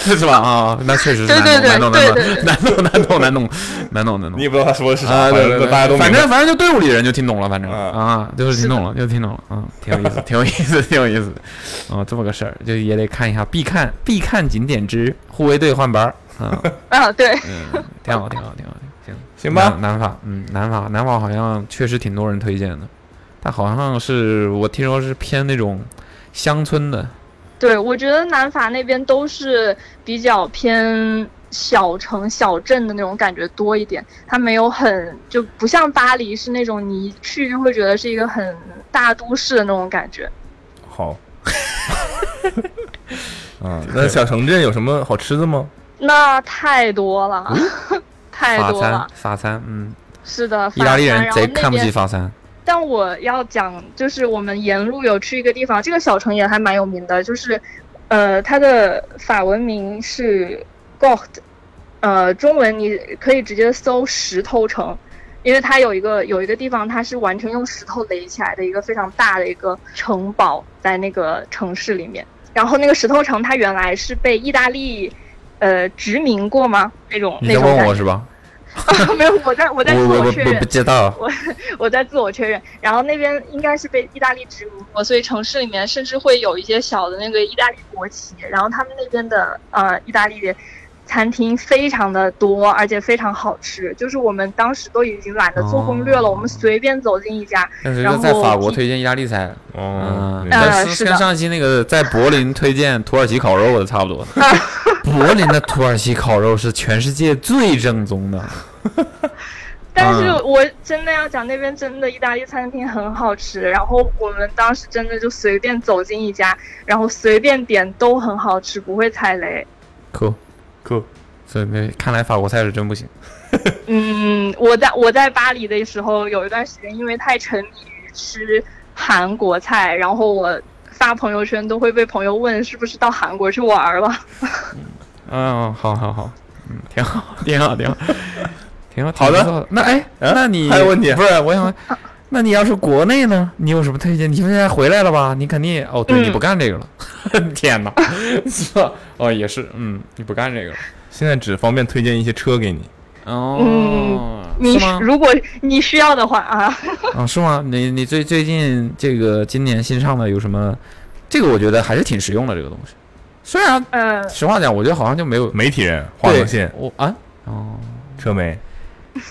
Speaker 4: 是吧？啊，那确实是
Speaker 6: 对对
Speaker 4: 难弄，
Speaker 6: 对
Speaker 4: 难弄，难弄，难弄，难弄，难弄，难弄。你
Speaker 2: 也不知道他说的是啥
Speaker 4: 啊，
Speaker 2: 反
Speaker 4: 对
Speaker 2: 正
Speaker 4: 对对，
Speaker 2: 大家都明白
Speaker 4: 反正反正就队伍里人就听懂了，反正啊，就是听懂了，就听懂了， 啊，挺有意思，挺有意思，挺有意思的，啊，这么个事儿，就也得看一下必看必看景点之护卫队换班儿，啊，
Speaker 6: 啊，对，
Speaker 4: 嗯，挺好，挺好，挺好，行
Speaker 2: 行吧
Speaker 4: 南南法，嗯，南法，南法好像确实挺多人推荐的，但好像是我听说是偏那种乡村的，
Speaker 6: 对，我觉得南法那边都是比较偏小城小镇的那种感觉多一点，它没有很就不像巴黎是那种你一去就会觉得是一个很大都市的那种感觉。
Speaker 2: 好。啊，那小城镇有什么好吃的吗？
Speaker 6: 那太多了， 太
Speaker 4: 嗯法
Speaker 6: 多了
Speaker 4: 餐，。法餐，嗯，
Speaker 6: 是的，
Speaker 4: 意大利人贼
Speaker 6: 法餐然后那
Speaker 4: 看不起
Speaker 6: 边
Speaker 4: 法餐，
Speaker 6: 但我要讲，就是我们沿路有去一个地方，这个小城也还蛮有名的，就是，呃，它的法文名是 Gort，呃，中文你可以直接搜石头城，因为它有一个有一个地方，它是完全用石头垒起来的一个非常大的一个城堡，在那个城市里面。然后那个石头城，它原来是被意大利，呃，殖民过吗？那种
Speaker 4: 你
Speaker 6: 那
Speaker 4: 在
Speaker 6: 种
Speaker 4: 问
Speaker 6: 感
Speaker 4: 我
Speaker 6: 觉
Speaker 4: 是吧？
Speaker 6: 啊， 没有，我在我在自
Speaker 4: 我我
Speaker 6: 我
Speaker 4: 我
Speaker 6: 确
Speaker 4: 不
Speaker 6: 认，
Speaker 4: 不知道
Speaker 6: 我 我在自我确认。然后那边应该是被意大利殖民过，哦所以城市里面甚至会有一些小的那个意大利国旗。然后他们那边的呃意大利餐厅非常的多，而且非常好吃。就是我们当时都已经懒得做攻略了，我们随便走进一家，
Speaker 4: 但是
Speaker 6: 然
Speaker 4: 就
Speaker 6: 后
Speaker 4: 在法国推荐意大利菜，
Speaker 2: 哦
Speaker 4: 嗯，
Speaker 6: 呃
Speaker 4: 但
Speaker 6: 是
Speaker 4: 跟
Speaker 6: 的
Speaker 4: 上一期那个在柏林推荐土耳其烤肉的差 不多。柏林的土耳其烤肉是全世界最正宗的，
Speaker 6: 但是
Speaker 4: 嗯
Speaker 6: 我真的要讲，那边真的意大利餐厅很好吃。然后我们当时真的就随便走进一家，然后随便点都很好吃，不会踩雷。
Speaker 4: 酷
Speaker 2: 酷。
Speaker 4: 所以那看来法国菜是真不行。
Speaker 6: 嗯，我在我在巴黎的时候有一段时间，因为太沉迷于吃韩国菜，然后我发朋友圈都会被朋友问是不是到韩国去玩儿了。
Speaker 4: 嗯，好好好，嗯，挺好，挺好，挺好，挺好。
Speaker 2: 好的
Speaker 4: 挺不错那哎，
Speaker 2: 啊
Speaker 4: 那你
Speaker 2: 还有问题
Speaker 4: 不是，我
Speaker 6: 啊
Speaker 4: 想问，那你要是国内呢？你有什么推荐？你现在回来了吧？你肯定哦，对，你不干这 个了。天哪， 是吧哦，也是，嗯，你不干这个了。
Speaker 2: 现在只方便推荐一些车给你。
Speaker 4: 哦，
Speaker 6: 嗯你
Speaker 4: 是吗？
Speaker 6: 如果你需要的话啊，
Speaker 4: 啊，是吗？你你最最近这个今年新上的有什么？这个我觉得还是挺实用的这个东西。虽然，
Speaker 6: 嗯、
Speaker 4: 实话讲，我觉得好像就没有
Speaker 2: 媒体人画
Speaker 4: 对
Speaker 2: 个线，
Speaker 4: 我啊，哦，
Speaker 2: 车媒。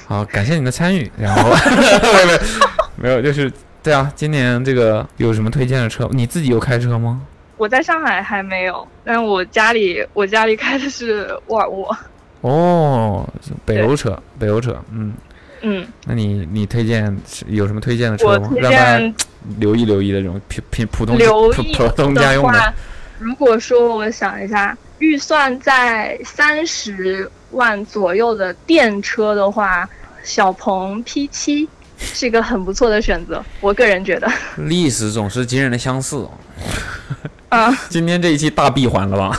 Speaker 4: 好，感谢你的参与。然后 没有没有，就是对啊，今年这个有什么推荐的车？你自己有开车吗？
Speaker 6: 我在上海还没有，但我家里我家里开的是沃尔沃，
Speaker 4: 哦，北欧车，北欧车，嗯，
Speaker 6: 嗯。
Speaker 4: 那你你推荐是有什么推荐的车吗
Speaker 6: 我？推
Speaker 4: 让大
Speaker 6: 荐
Speaker 4: 家留意留意的这种平平普通
Speaker 6: 留
Speaker 4: 普
Speaker 6: 意
Speaker 4: 普通
Speaker 6: 的
Speaker 4: 家用
Speaker 6: 话，如果说我想一下，预算在三十万左右的电车的话，小鹏 P 7是一个很不错的选择，我个人觉得。
Speaker 4: 历史总是惊人的相似哦。
Speaker 6: 啊
Speaker 4: 今天这一期大闭环了吧？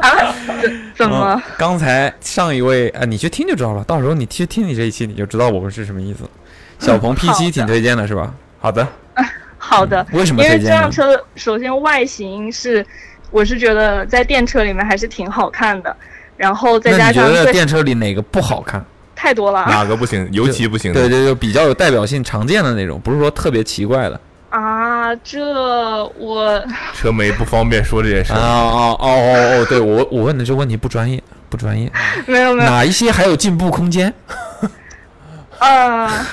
Speaker 6: 啊，怎怎么？
Speaker 4: 嗯 刚才上一位啊，你去听就知道了，到时候你去听你这一期，你就知道我们是什么意思了。小鹏 P
Speaker 6: 好
Speaker 4: 7
Speaker 6: 的
Speaker 4: 挺推荐的是吧？好的，
Speaker 6: 好的，
Speaker 4: 嗯为什么
Speaker 6: 因为
Speaker 4: 推
Speaker 6: 这
Speaker 4: 荐
Speaker 6: 辆
Speaker 4: 呢
Speaker 6: 车首先外形是，我是觉得在电车里面还是挺好看的。然后再
Speaker 4: 那
Speaker 6: 加
Speaker 4: 你觉
Speaker 6: 上
Speaker 4: 得
Speaker 6: 对
Speaker 4: 电车里哪个不好看？
Speaker 6: 太多了啊
Speaker 4: 个不行？
Speaker 14: 尤其不行的
Speaker 4: 对对，就比较有代表性、常见的那种，不是说特别奇怪的。
Speaker 6: 啊，这我
Speaker 4: 车媒不方便说这件事啊哦哦哦哦，对我我问的这问题不专业，不专业。
Speaker 6: 没有没有
Speaker 4: 哪一些还有进步空间？
Speaker 6: 啊、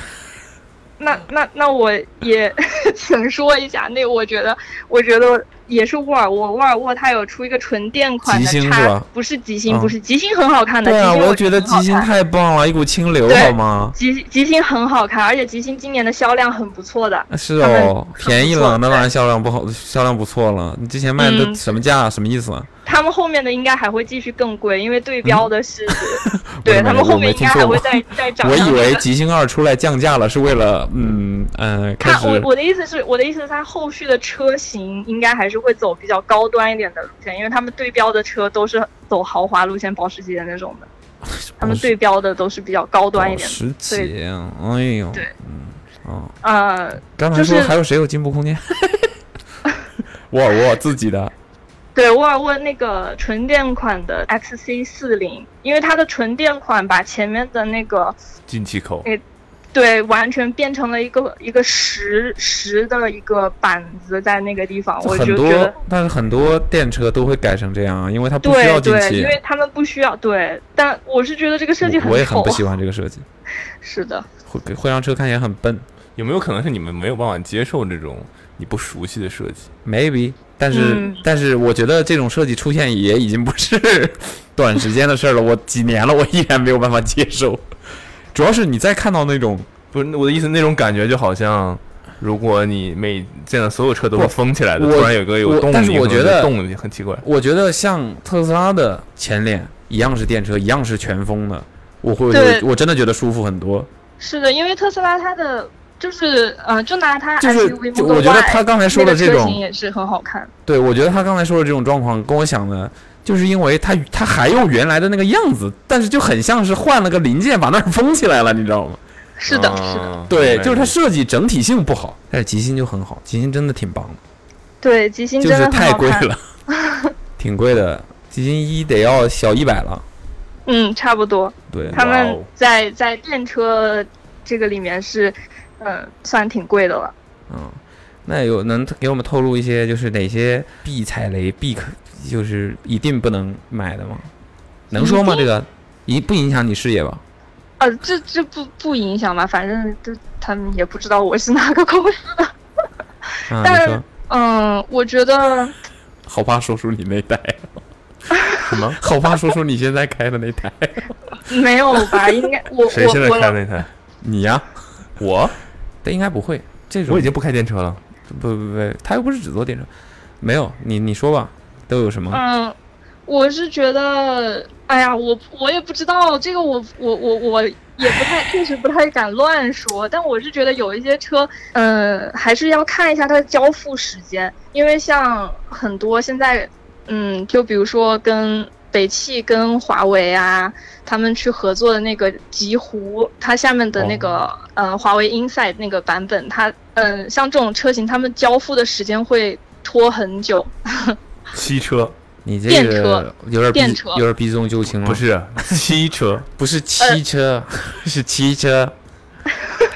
Speaker 6: 那 那那我也 请说一下，那我觉得我觉得也是沃尔沃，沃尔沃它有出一个纯电款的
Speaker 4: 极星
Speaker 6: 叉，
Speaker 4: 是吧
Speaker 6: 不是极星，
Speaker 4: 嗯
Speaker 6: 不是极星很好看的，
Speaker 4: 对啊，
Speaker 6: 极星
Speaker 4: 我
Speaker 6: 我
Speaker 4: 觉得
Speaker 6: 很好
Speaker 4: 吉星
Speaker 6: 看
Speaker 4: 太棒了，一股清流，
Speaker 6: 对
Speaker 4: 好吗？
Speaker 6: 极极星很好看，而且极星今年的销量很不错的。
Speaker 4: 是
Speaker 6: 他们
Speaker 4: 哦，便宜了，那当然销量不好，销量不错了。你之前卖的
Speaker 6: 嗯
Speaker 4: 什么价？什么意思啊？
Speaker 6: 他们后面的应该还会继续更贵，因为对标的是， 对
Speaker 4: 嗯我的
Speaker 6: 他们
Speaker 4: 妈呀
Speaker 6: 后
Speaker 4: 我没
Speaker 6: 面应
Speaker 4: 听
Speaker 6: 该还
Speaker 4: 说过
Speaker 6: 会再再涨
Speaker 4: 我
Speaker 6: 上去的。
Speaker 4: 以为吉星二出来降价了，是为了嗯呃开
Speaker 6: 它我
Speaker 4: 始
Speaker 6: 我的意思是，我的意思是，它后续的车型应该还是会走比较高端一点的路线，因为他们对标的车都是走豪华路线，保时捷那种的，他们对标的都是比较高端一点
Speaker 4: 十
Speaker 6: 的。所以，
Speaker 4: 几，哎呦，
Speaker 6: 对
Speaker 4: 嗯哦，
Speaker 6: 呃，
Speaker 4: 刚才
Speaker 6: 就是
Speaker 4: 说还有谁有进步空 间？沃尔沃自己的，
Speaker 6: 对沃尔沃那个纯电款的 XC 四零，因为它的纯电款把前面的那个
Speaker 14: 进气口
Speaker 6: 诶，对，完全变成了一个一个实实的一个板子在那个地方， 我
Speaker 4: 很
Speaker 6: 就觉得
Speaker 4: 多，但是很多电车都会改成这样，啊因为它不需要
Speaker 6: 对
Speaker 4: 进
Speaker 6: 对，
Speaker 4: 气
Speaker 6: 因。为他们不需要对，但我是觉得这个设计
Speaker 4: 我我也
Speaker 6: 丑
Speaker 4: 很，不喜欢这个设计，
Speaker 6: 是的，
Speaker 4: 会会让车看起来很笨。
Speaker 14: 有没有可能是你们没有办法接受这种你不熟悉的设计？
Speaker 4: maybe，但是、
Speaker 14: 嗯
Speaker 4: 但是我觉得这种设计出现也已经不是 短时间的事儿了，我几年了，我依然没有办法接受。主要是你再看到那种，
Speaker 14: 不是我的意思，那种感觉就好像，如果你每见到所有车都是
Speaker 4: 不
Speaker 14: 封起来的，
Speaker 4: 我
Speaker 14: 突然有一个有
Speaker 4: 我
Speaker 14: 动力，
Speaker 4: 但是我觉得
Speaker 14: 动力很奇怪。
Speaker 4: 我觉得像特斯拉的前脸一样是电车，一样是全封的，我会
Speaker 6: 对
Speaker 4: 我真的觉得舒服很多。
Speaker 6: 是的，因为特斯拉它的就是呃，就拿它
Speaker 4: 就是
Speaker 6: SUV
Speaker 4: 就
Speaker 6: Model
Speaker 4: 我觉得
Speaker 6: Y
Speaker 4: 他刚才说
Speaker 6: 那
Speaker 4: 的
Speaker 6: 个
Speaker 4: 这
Speaker 6: 车
Speaker 4: 种
Speaker 6: 型也是很好看，
Speaker 4: 对，我觉得他刚才说的这种状况跟我想的，就是因为他他还用原来的那个样子，但是就很像是换了个零件把那儿封起来了，你知道吗？
Speaker 6: 是
Speaker 14: 啊
Speaker 6: 的，是的，
Speaker 4: 对，就是它设计整体性不好，但是极星就很好，极星真的挺棒的，
Speaker 6: 对，极星
Speaker 4: 就
Speaker 6: 真
Speaker 4: 是
Speaker 6: 的很
Speaker 4: 太
Speaker 6: 好
Speaker 4: 贵
Speaker 6: 看，
Speaker 4: 了，挺贵的，极星一得要小一百了。
Speaker 6: 嗯，差不多，
Speaker 14: 哦
Speaker 4: 对，
Speaker 6: 他们
Speaker 4: 哦
Speaker 6: 在在电车这个里面是，呃，算挺贵的了。
Speaker 4: 嗯，那有能给我们透露一些就是哪些必踩雷、必可就是一定不能买的吗？能说吗？
Speaker 6: 一
Speaker 4: 这
Speaker 6: 定
Speaker 4: 个一不影响你事业吧？
Speaker 6: 呃，这这不不影响吧，反正就他们也不知道我是哪个公司的。
Speaker 4: 啊，你
Speaker 6: 但
Speaker 4: 说
Speaker 6: 嗯，我觉得
Speaker 4: 好怕说出你那台， 什么？好怕说出你现在开的那台？
Speaker 6: 没有吧，应该我
Speaker 14: 谁现在
Speaker 6: 我
Speaker 14: 开
Speaker 6: 我
Speaker 14: 那台？
Speaker 4: 你呀、
Speaker 14: 我？
Speaker 4: 他应该不会，这种
Speaker 14: 我已经不开电车了。
Speaker 4: 不不不，他又不是只做电车，没有你你说吧，都有什么？
Speaker 6: 嗯，我是觉得，哎呀，我我也不知道这个我，我我我也不太，确实不太敢乱说。但我是觉得有一些车，呃，还是要看一下它的交付时间，因为像很多现在，嗯，就比如说跟北汽、跟华为啊，他们去合作的那个极狐，它下面的那个、
Speaker 4: 哦
Speaker 6: 呃华为 Inside 那个版本，它嗯、呃像这种车型，他们交付的时间会拖很久。
Speaker 14: 七车，
Speaker 4: 你这
Speaker 6: 电
Speaker 4: 个
Speaker 6: 车
Speaker 4: 有点
Speaker 6: 电
Speaker 4: 避
Speaker 6: 车呃
Speaker 4: 有点避重就轻了。
Speaker 14: 不是 七车，
Speaker 4: 不是七车， 是七 车。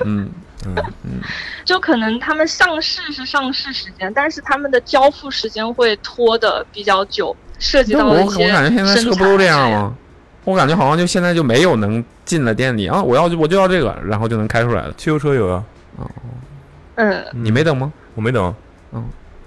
Speaker 4: 嗯嗯嗯，
Speaker 6: 就可能他们上市是上市时间，但是他们的交付时间会拖的比较久，涉及
Speaker 4: 那
Speaker 6: 到
Speaker 4: 我
Speaker 6: 一
Speaker 4: 我
Speaker 6: 些
Speaker 4: 感觉现在车
Speaker 6: 生
Speaker 4: 不
Speaker 6: 产啊
Speaker 4: 都这样吗？我感觉好像就现在就没有能进了店里啊，我要就我就要这个，然后就能开出来了。
Speaker 14: 汽油车有啊，
Speaker 6: 嗯，
Speaker 4: 你没等吗？
Speaker 14: 我没等。
Speaker 4: 嗯，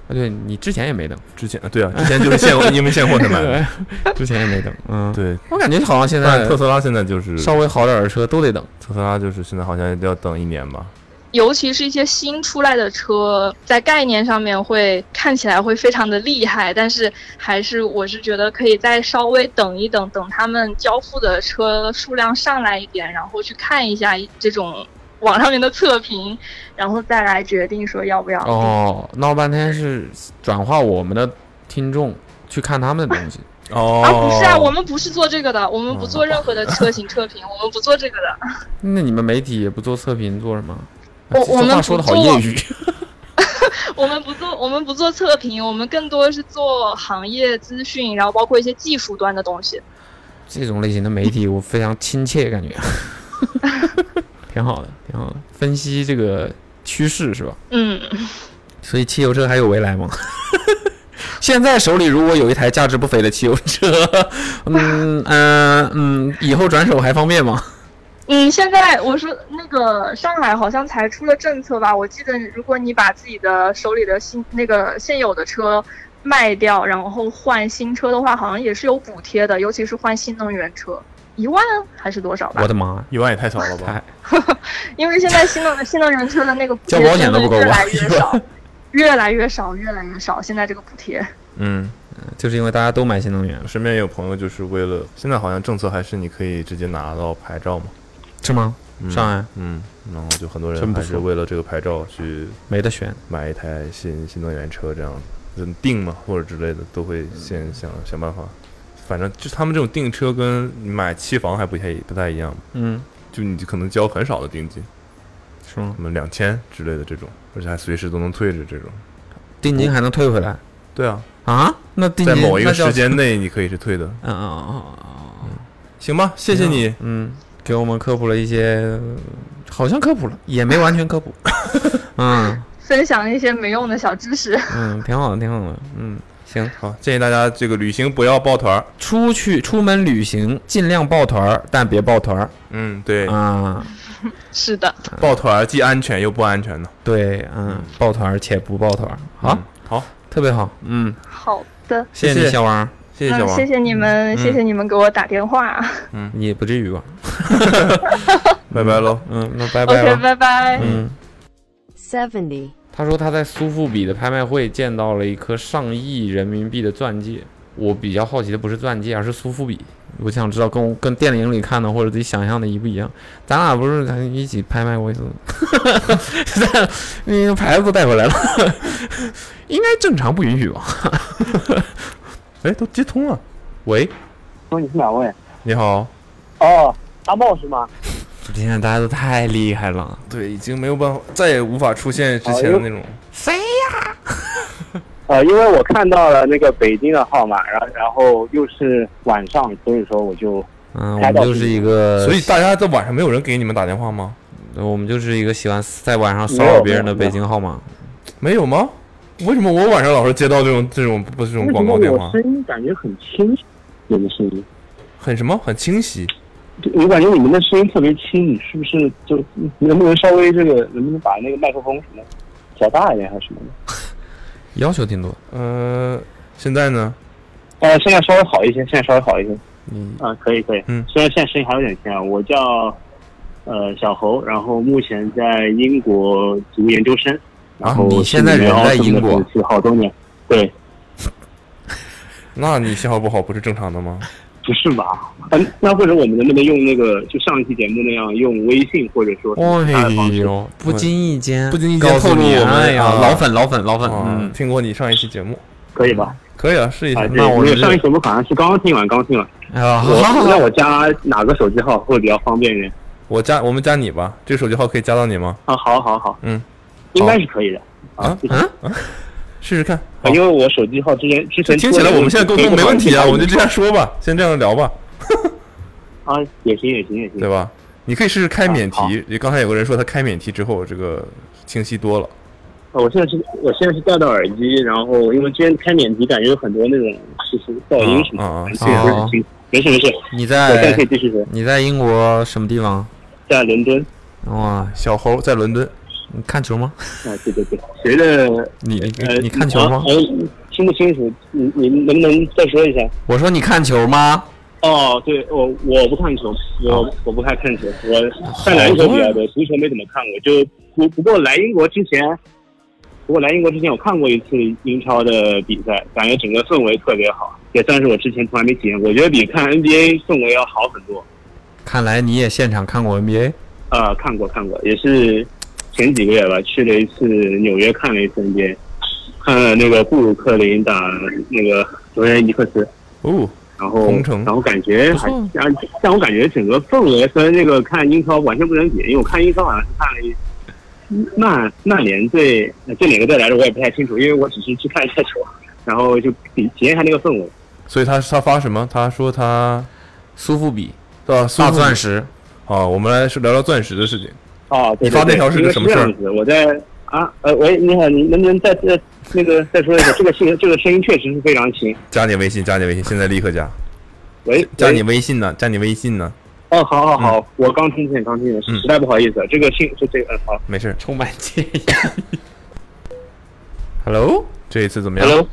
Speaker 4: 啊对你之前也没等，
Speaker 14: 之前对 啊，之前就是现货因为现货才买的，
Speaker 4: 之前也没等。嗯，
Speaker 14: 对，
Speaker 4: 我感觉好像现
Speaker 14: 但
Speaker 4: 在
Speaker 14: 特斯拉现在就是
Speaker 4: 稍微好点的车都得等。
Speaker 14: 特斯拉就是现在好像要等一年吧。
Speaker 6: 尤其是一些新出来的车，在概念上面会看起来会非常的厉害，但是还是我是觉得可以再稍微等一等，等他们交付的车数量上来一点，然后去看一下这种网上面的测评，然后再来决定说要不要。
Speaker 4: 哦，闹半天是转化我们的听众去看他们的 东西。哦嗯
Speaker 6: 啊，不是啊，我们不是做这个的，我们不做任何的车型测评，我们不做这个的。
Speaker 4: 那你们媒体也不做测评，做什么？
Speaker 6: 我
Speaker 4: 这
Speaker 6: 我
Speaker 4: 这话
Speaker 6: 们不
Speaker 4: 说的好
Speaker 6: 做
Speaker 4: 业余。
Speaker 6: 我们不做，我们不做测评，我们更多是做行业资讯，然后包括一些技术端的东西。
Speaker 4: 这种类型的媒体，我非常亲切，感 觉挺好的，挺好的。分析这个趋势是吧？
Speaker 6: 嗯，
Speaker 4: 所以汽油车还有未来 吗？现在手里如果有一台价值不菲的汽油 车，嗯嗯、呃嗯，以后转手还方便吗？
Speaker 6: 嗯，现在我说那个上海好像才出了政策吧？我记得如果你把自己的手里的新那个现有的车卖掉，然后换新车的话，好像也是有补贴的，尤其是换新能源车，一万还是多少吧？
Speaker 4: 我的妈，
Speaker 15: 一万也太少了
Speaker 14: 哎
Speaker 15: 吧？
Speaker 6: 因为现在新能新能源车的那个补
Speaker 4: 交
Speaker 6: 贴
Speaker 4: 保险都不够
Speaker 6: 真的越
Speaker 4: 吧
Speaker 6: 来？越少，越来越少，越来越少。现在这个补贴，
Speaker 2: 嗯，
Speaker 4: 就是因为大家都买新能源。
Speaker 2: 身边也有朋友就是为了现在好像政策还是你可以直接拿到牌照嘛？
Speaker 4: 是吗？
Speaker 2: 嗯
Speaker 4: 上海，
Speaker 2: 嗯，然后就很多人
Speaker 4: 真不
Speaker 2: 还是
Speaker 4: 错
Speaker 2: 为了这个牌照去
Speaker 4: 没得选，
Speaker 2: 买一台新新能源车这样，就定嘛或者之类的，都会先想想办法。反正就他们这种订车跟你买期房还不太不太一样，
Speaker 4: 嗯，
Speaker 2: 就你可能交很少的定金，
Speaker 4: 是吗？
Speaker 2: 什么两千之类的这种，而且还随时都能退着这种。
Speaker 4: 定金还能退回来？
Speaker 2: 对啊，
Speaker 4: 啊，那定
Speaker 2: 在
Speaker 4: 金
Speaker 2: 某一个
Speaker 4: 那叫
Speaker 2: 时间内你可以是退的。
Speaker 4: 嗯嗯嗯嗯，
Speaker 2: 行吧，谢谢你，
Speaker 4: 嗯，给我们科普了一些，好像科普了，也没完全科 普，嗯
Speaker 6: 分享一些没用的小知识。
Speaker 4: 嗯，挺好的，挺好的，嗯，行，
Speaker 2: 好，建议大家这个旅行不要抱团儿。
Speaker 4: 出去出门旅行尽量抱团儿，但别抱团儿
Speaker 2: 嗯，对，
Speaker 4: 啊，
Speaker 6: 是的，
Speaker 2: 抱团儿既安全又不安全呢。嗯
Speaker 4: 对，嗯，抱团儿且不抱团儿，好，
Speaker 2: 好，
Speaker 4: 特别好，嗯，
Speaker 6: 好的，
Speaker 4: 谢
Speaker 2: 谢
Speaker 4: 你
Speaker 2: 谢
Speaker 4: 小王，
Speaker 2: 谢
Speaker 6: 嗯，谢谢你们，
Speaker 4: 嗯
Speaker 6: 谢谢你们给我打电话。
Speaker 2: 嗯，
Speaker 4: 你也不至于吧？
Speaker 2: 拜拜喽，
Speaker 4: 嗯，那拜拜
Speaker 6: OK，
Speaker 4: 了，
Speaker 6: 拜拜。
Speaker 4: 嗯。
Speaker 16: 70,
Speaker 4: 他说他在苏富比的拍卖会见到了一颗上亿人民币的钻戒。我比较好奇的不是钻戒，而是苏富比。我想知道跟我跟电影里看的或者自己想象的一不一样。咱俩不是还一起拍卖 过一次吗？咱那个牌子都带回来 了，应该正常不允许 吧？
Speaker 2: 哎，都接通了。
Speaker 4: 喂，
Speaker 10: 哦说你是哪位？
Speaker 2: 你好，
Speaker 10: 哦，阿茂是吗？
Speaker 4: 今天大家都太厉害了，
Speaker 2: 对，已经没有办法，再也无法出现之前的那种。
Speaker 4: 谁呀、
Speaker 10: 呃，因为我看到了那个北京的号码，然后然后又是晚上，所以说我就
Speaker 4: 嗯，我
Speaker 10: 开
Speaker 4: 们
Speaker 10: 到
Speaker 4: 就是一个，
Speaker 2: 所以大家在晚上没有人给你们打电话吗？
Speaker 4: 我们就是一个喜欢在晚上骚扰别人的北京号码。
Speaker 2: 没有吗？为什么我晚上老是接到这种这种不是这种广告电话？
Speaker 10: 为什么我声音感觉很清晰，你们的声音，
Speaker 2: 很什么？很清晰。
Speaker 10: 就我感觉你们的声音特别轻，你是不是就你能不能稍微这个能不能把那个麦克风什么调大一点还是什么的？
Speaker 4: 要求挺多。
Speaker 2: 呃，现在呢？
Speaker 10: 呃，现在稍微好一些，现在稍微好一些。
Speaker 2: 嗯，
Speaker 10: 啊，可以可以。
Speaker 2: 嗯，
Speaker 10: 虽然现在声音还有点轻啊，我叫呃小侯，然后目前在英国读研究生。然后
Speaker 4: 啊你现在人在英国
Speaker 10: 是好多年，对，
Speaker 2: 那你信号不好不是正常的吗？
Speaker 10: 不是吧？嗯，那或者我们能不能用那个，就上一期节目那样，用微信或者说是其他的方
Speaker 4: 哎
Speaker 10: 式？
Speaker 4: 呦，不经意间，
Speaker 2: 不经意
Speaker 4: 告
Speaker 2: 间
Speaker 4: 诉
Speaker 2: 透露
Speaker 4: 你
Speaker 2: 我
Speaker 4: 哎
Speaker 2: 们
Speaker 4: 呀，
Speaker 2: 啊
Speaker 4: 老粉老粉老粉，
Speaker 2: 啊
Speaker 4: 嗯，哎
Speaker 2: 听过你上一期节目，
Speaker 10: 可以吧？
Speaker 2: 可以啊，试一下
Speaker 10: 啊，。
Speaker 2: 那我
Speaker 10: 对
Speaker 2: 们
Speaker 10: 上一期
Speaker 2: 就
Speaker 10: 节目好像是刚刚听完，刚刚听完。
Speaker 4: 啊
Speaker 10: 我那我加哪个手机号会比较方便一点？
Speaker 2: 我加我们加你吧，这个手机号可以加到你吗？
Speaker 10: 啊，好好好，
Speaker 2: 嗯，
Speaker 10: 应该是可以的。
Speaker 2: 啊啊，试试看。
Speaker 10: 啊，因为我手机号之前之前
Speaker 2: 听起来我们现在沟通没问题啊，我们就这样说吧，先这样聊吧，
Speaker 10: 啊，也行也行也行，
Speaker 2: 对吧？你可以试试开免
Speaker 10: 嗯啊好
Speaker 2: 提，也刚才有个人说他开免提之后，这个清晰多了。
Speaker 10: 呃，我现在是，我现在是戴到耳机，然后因为之前开免提，感觉有很多那种就是噪音什么
Speaker 2: 啊哎
Speaker 10: 的，所以不是很清楚。没事没事，
Speaker 4: 你
Speaker 10: 我现在
Speaker 4: 在
Speaker 10: 可以继续说。
Speaker 4: 你在英国什么地方？
Speaker 10: 在伦敦
Speaker 4: 哇，
Speaker 2: 小猴在伦敦，
Speaker 4: 你看球吗？
Speaker 10: 啊，对对对，随着
Speaker 4: 你你
Speaker 10: 呃，
Speaker 4: 你看球吗
Speaker 10: 啊？哎，听不清楚，你你能不能再说一下？
Speaker 4: 我说你看球吗？
Speaker 10: 哦，对我我不看球，我我不太看球，我看篮球比较多，足球没怎么看过。就不不过来英国之前，不过来英国之前我看过一次英超的比赛，感觉整个氛围特别好，也算是我之前从来没体验过。我觉得比看 NBA 氛围要好很多。
Speaker 4: 看来你也现场看过 NBA，
Speaker 10: 呃，看过看过，也是前几个月吧，去了一次纽约看了一次 NBA，看了那个布鲁克林打那个球员尼克斯。
Speaker 2: 哦，
Speaker 10: 然后
Speaker 2: 同城
Speaker 10: 然后感觉还
Speaker 2: 不
Speaker 10: 但但我感觉整个氛围和那个看英超完全不能比，因为我看英超好像是看了一曼曼联队呃这哪个队来着，我也不太清楚，因为我只是去看一下球，然后就体体验一下那个氛围。
Speaker 2: 所以他他发什么？他说他啊
Speaker 4: 苏富比
Speaker 2: 对吧？
Speaker 4: 大钻石。
Speaker 2: 好，啊我们来是聊聊钻石的事情。
Speaker 17: 哦，对对对
Speaker 2: 你发那条是
Speaker 17: 因为
Speaker 2: 个
Speaker 17: 是
Speaker 2: 什么事
Speaker 17: 这
Speaker 2: 儿
Speaker 17: 样？子，我在啊，呃，喂，你好，你能不能再再那个再说一下？这个信，这个声音确实是非常轻。
Speaker 2: 加你微信，加你微信，现在立刻加。
Speaker 4: 哎
Speaker 17: 喂，
Speaker 2: 加
Speaker 17: 喂
Speaker 2: 你微信呢？加你微信呢？
Speaker 17: 哦，好好好，我刚听见，刚听见，实在不好意思，这个信是这个，嗯，好，
Speaker 2: 没事。
Speaker 4: 充满歉意。
Speaker 2: Hello，这一次怎么样
Speaker 10: Hello，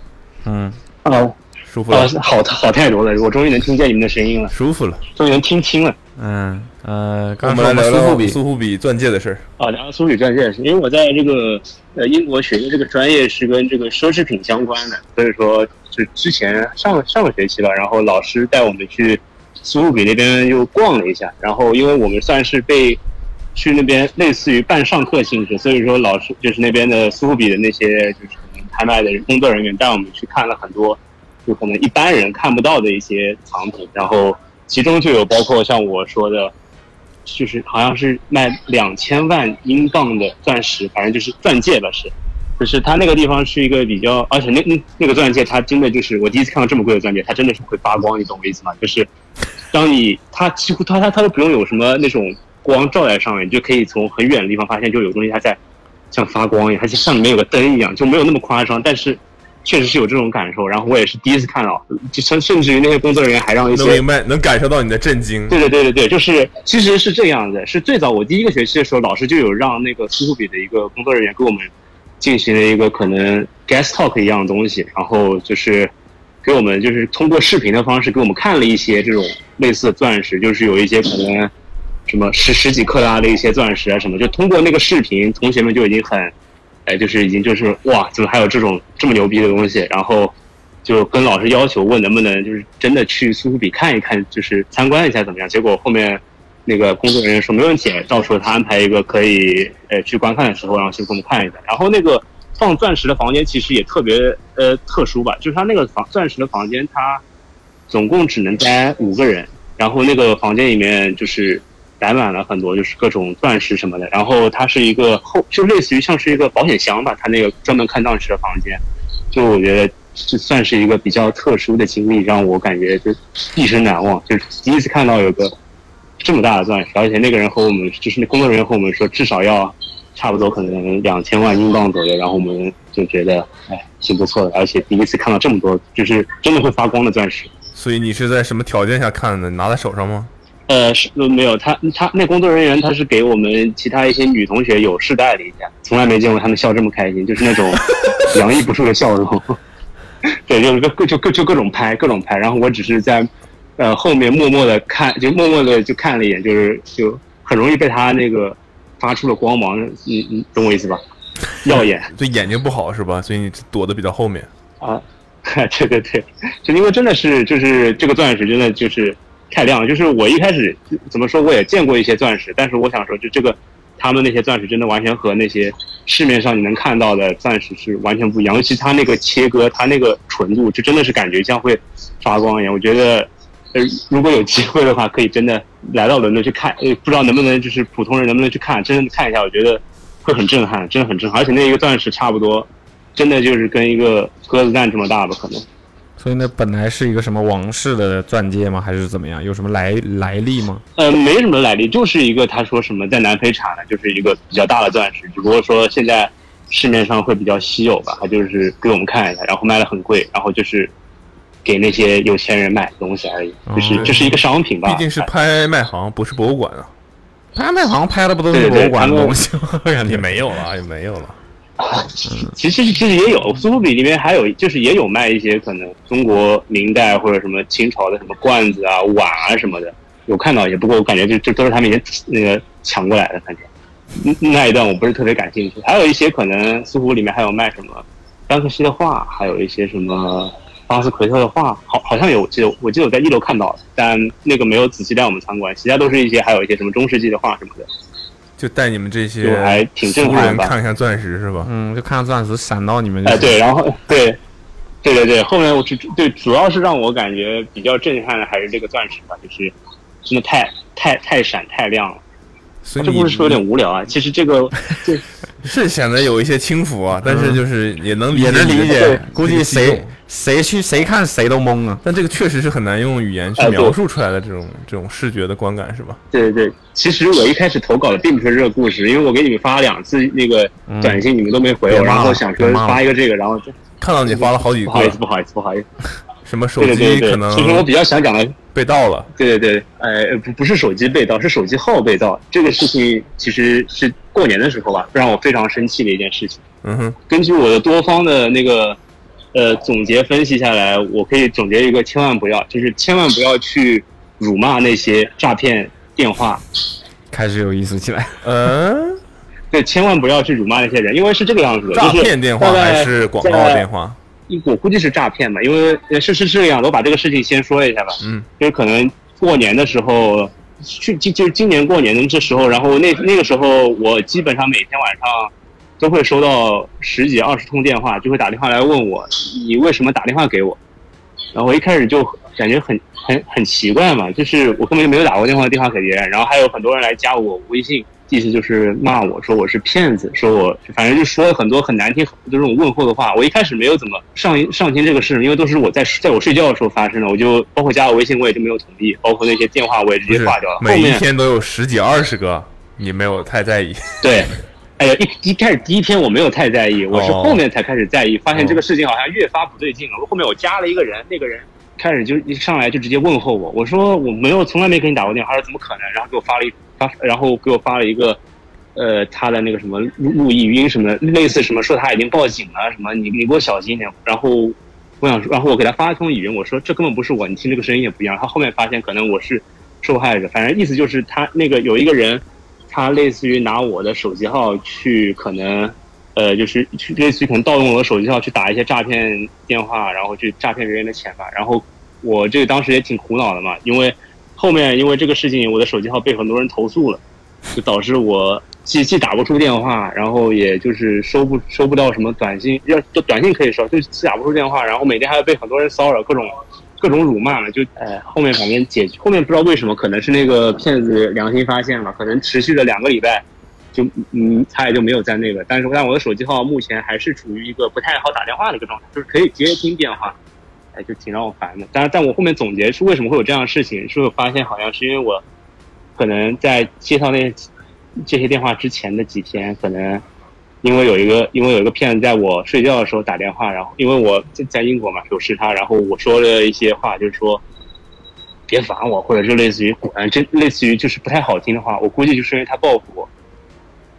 Speaker 2: 嗯，
Speaker 10: 哦，
Speaker 2: 舒服
Speaker 10: 啊
Speaker 2: 了，，
Speaker 10: 好好太多了，我终于能听见你们的声音了，
Speaker 2: 舒服了，啊
Speaker 10: 终于能听清了。
Speaker 4: 嗯呃，
Speaker 2: 我们来聊聊苏富比钻戒的事儿。
Speaker 10: 啊，然后苏比钻戒是因为我在这个呃英国学的这个专业是跟这个奢侈品相关的，所以说就之前上上个学期吧，然后老师带我们去苏富比那边又逛了一下，然后因为我们算是被去那边类似于半上课性质，所以说老师就是那边的苏富比的那些就是可能拍卖的工作人员带我们去看了很多就可能一般人看不到的一些藏品，然后其中就有包括像我说的。就是好像是卖两千万英镑的钻石，反正就是钻戒吧，是，就是它那个地方是一个比较，而且那那那个钻戒它真的就是我第一次看到这么贵的钻戒，它真的是会发光，你懂我意思吗？就是当你它几乎它它它都不用有什么那种光照在上面，你就可以从很远的地方发现，就有东西它在像发光一样，它像里面有个灯一样，就没有那么夸张，但是。确实是有这种感受，然后我也是第一次看到，就甚甚至于那些工作人员还让一些
Speaker 2: 能明白，能感受到你的震惊。
Speaker 10: 对对对对对，就是其实是这样的，是最早我第一个学期的时候，老师就有让那个苏富比的一个工作人员给我们进行了一个可能 guest talk 一样的东西，然后就是给我们就是通过视频的方式给我们看了一些这种类似的钻石，就是有一些可能什么十十几克拉的一些钻石啊什么，就通过那个视频，同学们就已经很，哎，就是已经就是哇，怎么还有这种这么牛逼的东西？然后就跟老师要求问能不能就是真的去苏富比看一看，就是参观一下怎么样？结果后面那个工作人员说没问题，到时候他安排一个可以呃去观看的时候，然后去给我们看一下。然后那个放钻石的房间其实也特别呃特殊吧，就是他那个房钻石的房间，它总共只能待五个人，然后那个房间里面就是摆满了很多就是各种钻石什么的，然后它是一个后就类似于像是一个保险箱吧，它那个专门看钻石的房间，就我觉得这算是一个比较特殊的经历，让我感觉就一生难忘，就是第一次看到有个这么大的钻石，而且那个人和我们就是那工作人员和我们说至少要差不多可能两千万英镑左右，然后我们就觉得哎挺不错的，而且第一次看到这么多就是真的会发光的钻石。
Speaker 2: 所以你是在什么条件下看的？你拿在手上吗？
Speaker 10: 呃，是呃没有他，他那工作人员他是给我们其他一些女同学有试戴了一下，从来没见过他们笑这么开心，就是那种洋溢不出的笑容。 对，就是各就各就各种拍，各种拍。然后我只是在呃后面默默的看，就默默的就看了一眼，就是就很容易被他那个发出的光芒，你你懂我意思吧？耀眼。
Speaker 2: 对眼睛不好是吧？所以你躲得比较后面。
Speaker 10: 啊，对对对，就因为真的是就是这个钻石真的就是太亮了，就是我一开始怎么说我也见过一些钻石，但是我想说就这个他们那些钻石真的完全和那些市面上你能看到的钻石是完全不一样，尤其它那个切割它那个纯度，就真的是感觉像会发光一样，我觉得。呃，如果有机会的话，可以真的来到伦敦去看，呃，不知道能不能就是普通人能不能去看，真的看一下，我觉得会很震撼，真的很震撼。而且那一个钻石差不多，真的就是跟一个鸽子蛋这么大吧，可能。
Speaker 4: 所以那本来是一个什么王室的钻戒吗？还是怎么样？有什么来来历吗？
Speaker 10: 呃，没什么来历，就是一个他说什么在南非产的，就是一个比较大的钻石，只不过说现在市面上会比较稀有吧，他就是给我们看一下，然后卖的很贵，然后就是给那些有钱人买的东西而已，就是这、是一个商品吧。
Speaker 2: 毕竟是拍卖行，不是博物馆 啊。
Speaker 4: 拍卖行拍的不都
Speaker 10: 对
Speaker 4: 是
Speaker 10: 对
Speaker 4: 博物馆的
Speaker 10: 他们
Speaker 4: 东西吗？
Speaker 10: 哎
Speaker 4: 感觉
Speaker 2: 没有了，也没有了。
Speaker 10: 其实其实也有，苏富比那边还有就是也有卖一些可能中国明代或者什么清朝的什么罐子啊、碗啊什么的，有看到一些。不过我感觉这这都是他们以前那个抢过来的，反正嗯那一段我不是特别感兴趣。还有一些可能苏富比里面还有卖什么班克西的画，还有一些什么巴斯奎特的画，好好像有，我记得我记得我在一楼看到了，但那个没有仔细带我们参观，其他都是一些还有一些什么中世纪的画什么的。
Speaker 2: 就带你们这些
Speaker 10: 就还挺震
Speaker 2: 俗
Speaker 10: 撼
Speaker 2: 人
Speaker 10: 吧
Speaker 2: 看看钻石是吧？
Speaker 4: 嗯，就看看钻石闪到你们就
Speaker 10: 哎，
Speaker 4: 行
Speaker 10: 对，然后对，对对对，后面我主对主要是让我感觉比较震撼的还是这个钻石吧，就是真的太太太闪太亮了。
Speaker 2: 所以
Speaker 10: 这
Speaker 2: 你
Speaker 10: 故事说有点无聊啊，其实这个嗯
Speaker 2: 是显得有一些轻浮啊，但是就是也能
Speaker 4: 也能理
Speaker 2: 解
Speaker 4: 解
Speaker 2: 你的，
Speaker 4: 估计
Speaker 2: 这个激
Speaker 4: 谁
Speaker 2: 动
Speaker 4: 谁去谁看谁都懵啊！
Speaker 2: 但这个确实是很难用语言去
Speaker 4: 哎对
Speaker 2: 描述出来的这种这种视觉的观感是吧？
Speaker 10: 对对，其实我一开始投稿的并不是这个故事，因为我给你们发了两次那个
Speaker 2: 嗯
Speaker 10: 短信，你们都没回我，
Speaker 2: 别骂
Speaker 10: 然
Speaker 2: 了
Speaker 10: 后想说
Speaker 2: 别骂了
Speaker 10: 发一个这个，然后
Speaker 2: 看到你发了好几个
Speaker 10: 不好意思，不好意思，不好意思。
Speaker 2: 什么手
Speaker 10: 对对
Speaker 2: 机
Speaker 10: 对
Speaker 2: 可
Speaker 10: 对
Speaker 2: 能
Speaker 10: 其实我比较想讲的
Speaker 2: 被盗了。
Speaker 10: 对对对，呃，不不是手机被盗，是手机号被盗。这个事情其实是过年的时候吧，让我非常生气的一件事情。
Speaker 2: 嗯哼，
Speaker 10: 根据我的多方的那个呃总结分析下来，我可以总结一个：千万不要，就是千万不要去辱骂那些诈骗电话。
Speaker 4: 开始有意思起来。
Speaker 2: 嗯，
Speaker 10: 对，千万不要去辱骂那些人，因为是这个样子的，
Speaker 2: 诈骗电话还是广告电？话？
Speaker 10: 我估计是诈骗吧，因为呃是是是这样的，我把这个事情先说一下吧。
Speaker 2: 嗯，
Speaker 10: 就是可能过年的时候，去就就是今年过年的这时候，然后那那个时候我基本上每天晚上都会收到十几二十通电话，就会打电话来问我你为什么打电话给我，然后我一开始就感觉很很很奇怪嘛，就是我根本就没有打过电话电话给别人，然后还有很多人来加我微信，意思就是骂我说我是骗子，说我反正就说了很多很难听就这种问候的话。我一开始没有怎么上上心这个事，因为都是我在在我睡觉的时候发生的，我就包括加我微信我也就没有同意，包括那些电话我也直
Speaker 2: 不
Speaker 10: 接
Speaker 2: 是
Speaker 10: 挂掉了。后
Speaker 2: 每一
Speaker 10: 面
Speaker 2: 天都有十几二十个，你没有太在意。
Speaker 10: 对，哎呀，一一开始第一天我没有太在意，我是
Speaker 2: 哦
Speaker 10: 后面才开始在意，发现这个事情好像越发不对劲了。后面我加了一个人，那个人开始就一上来就直接问候我，我说我没有，从来没给你打过电话，他说怎么可能？然后给我发了一发，然后给我发了一个。呃，他的那个什么录录语音什么的，类似什么说他已经报警了什么，你你给我小心一点。然后我想说，然后我给他发一通语音，我说这根本不是我，你听这个声音也不一样。他后面发现可能我是受害者，反正意思就是他那个有一个人，他类似于拿我的手机号去可能，呃，就是去类似于可能盗用我的手机号去打一些诈骗电话，然后去诈骗别人的钱吧。然后我这个当时也挺苦恼的嘛，因为后面因为这个事情，我的手机号被很多人投诉了，就导致我既既打不出电话，然后也就是收不收不到什么短信，要就短信可以收，就既打不出电话，然后每天还要被很多人骚扰，各种各种辱骂嘛，就哎，后面反正解决，后面不知道为什么，可能是那个骗子良心发现了，可能持续了两个礼拜，就嗯，他也就没有在那个，但是但我的手机号目前还是处于一个不太好打电话的一个状态，就是可以接听电话，哎，就挺让我烦的。但是但我后面总结是为什么会有这样的事情，是我发现好像是因为我可能在接到那这些电话之前的几天，可能因为有一个因为有一个骗子在我睡觉的时候打电话，然后因为我在在英国嘛有时差，然后我说了一些话，就是说别烦我，或者是类似于滚，这类似于就是不太好听的话，我估计就是因为他报复我。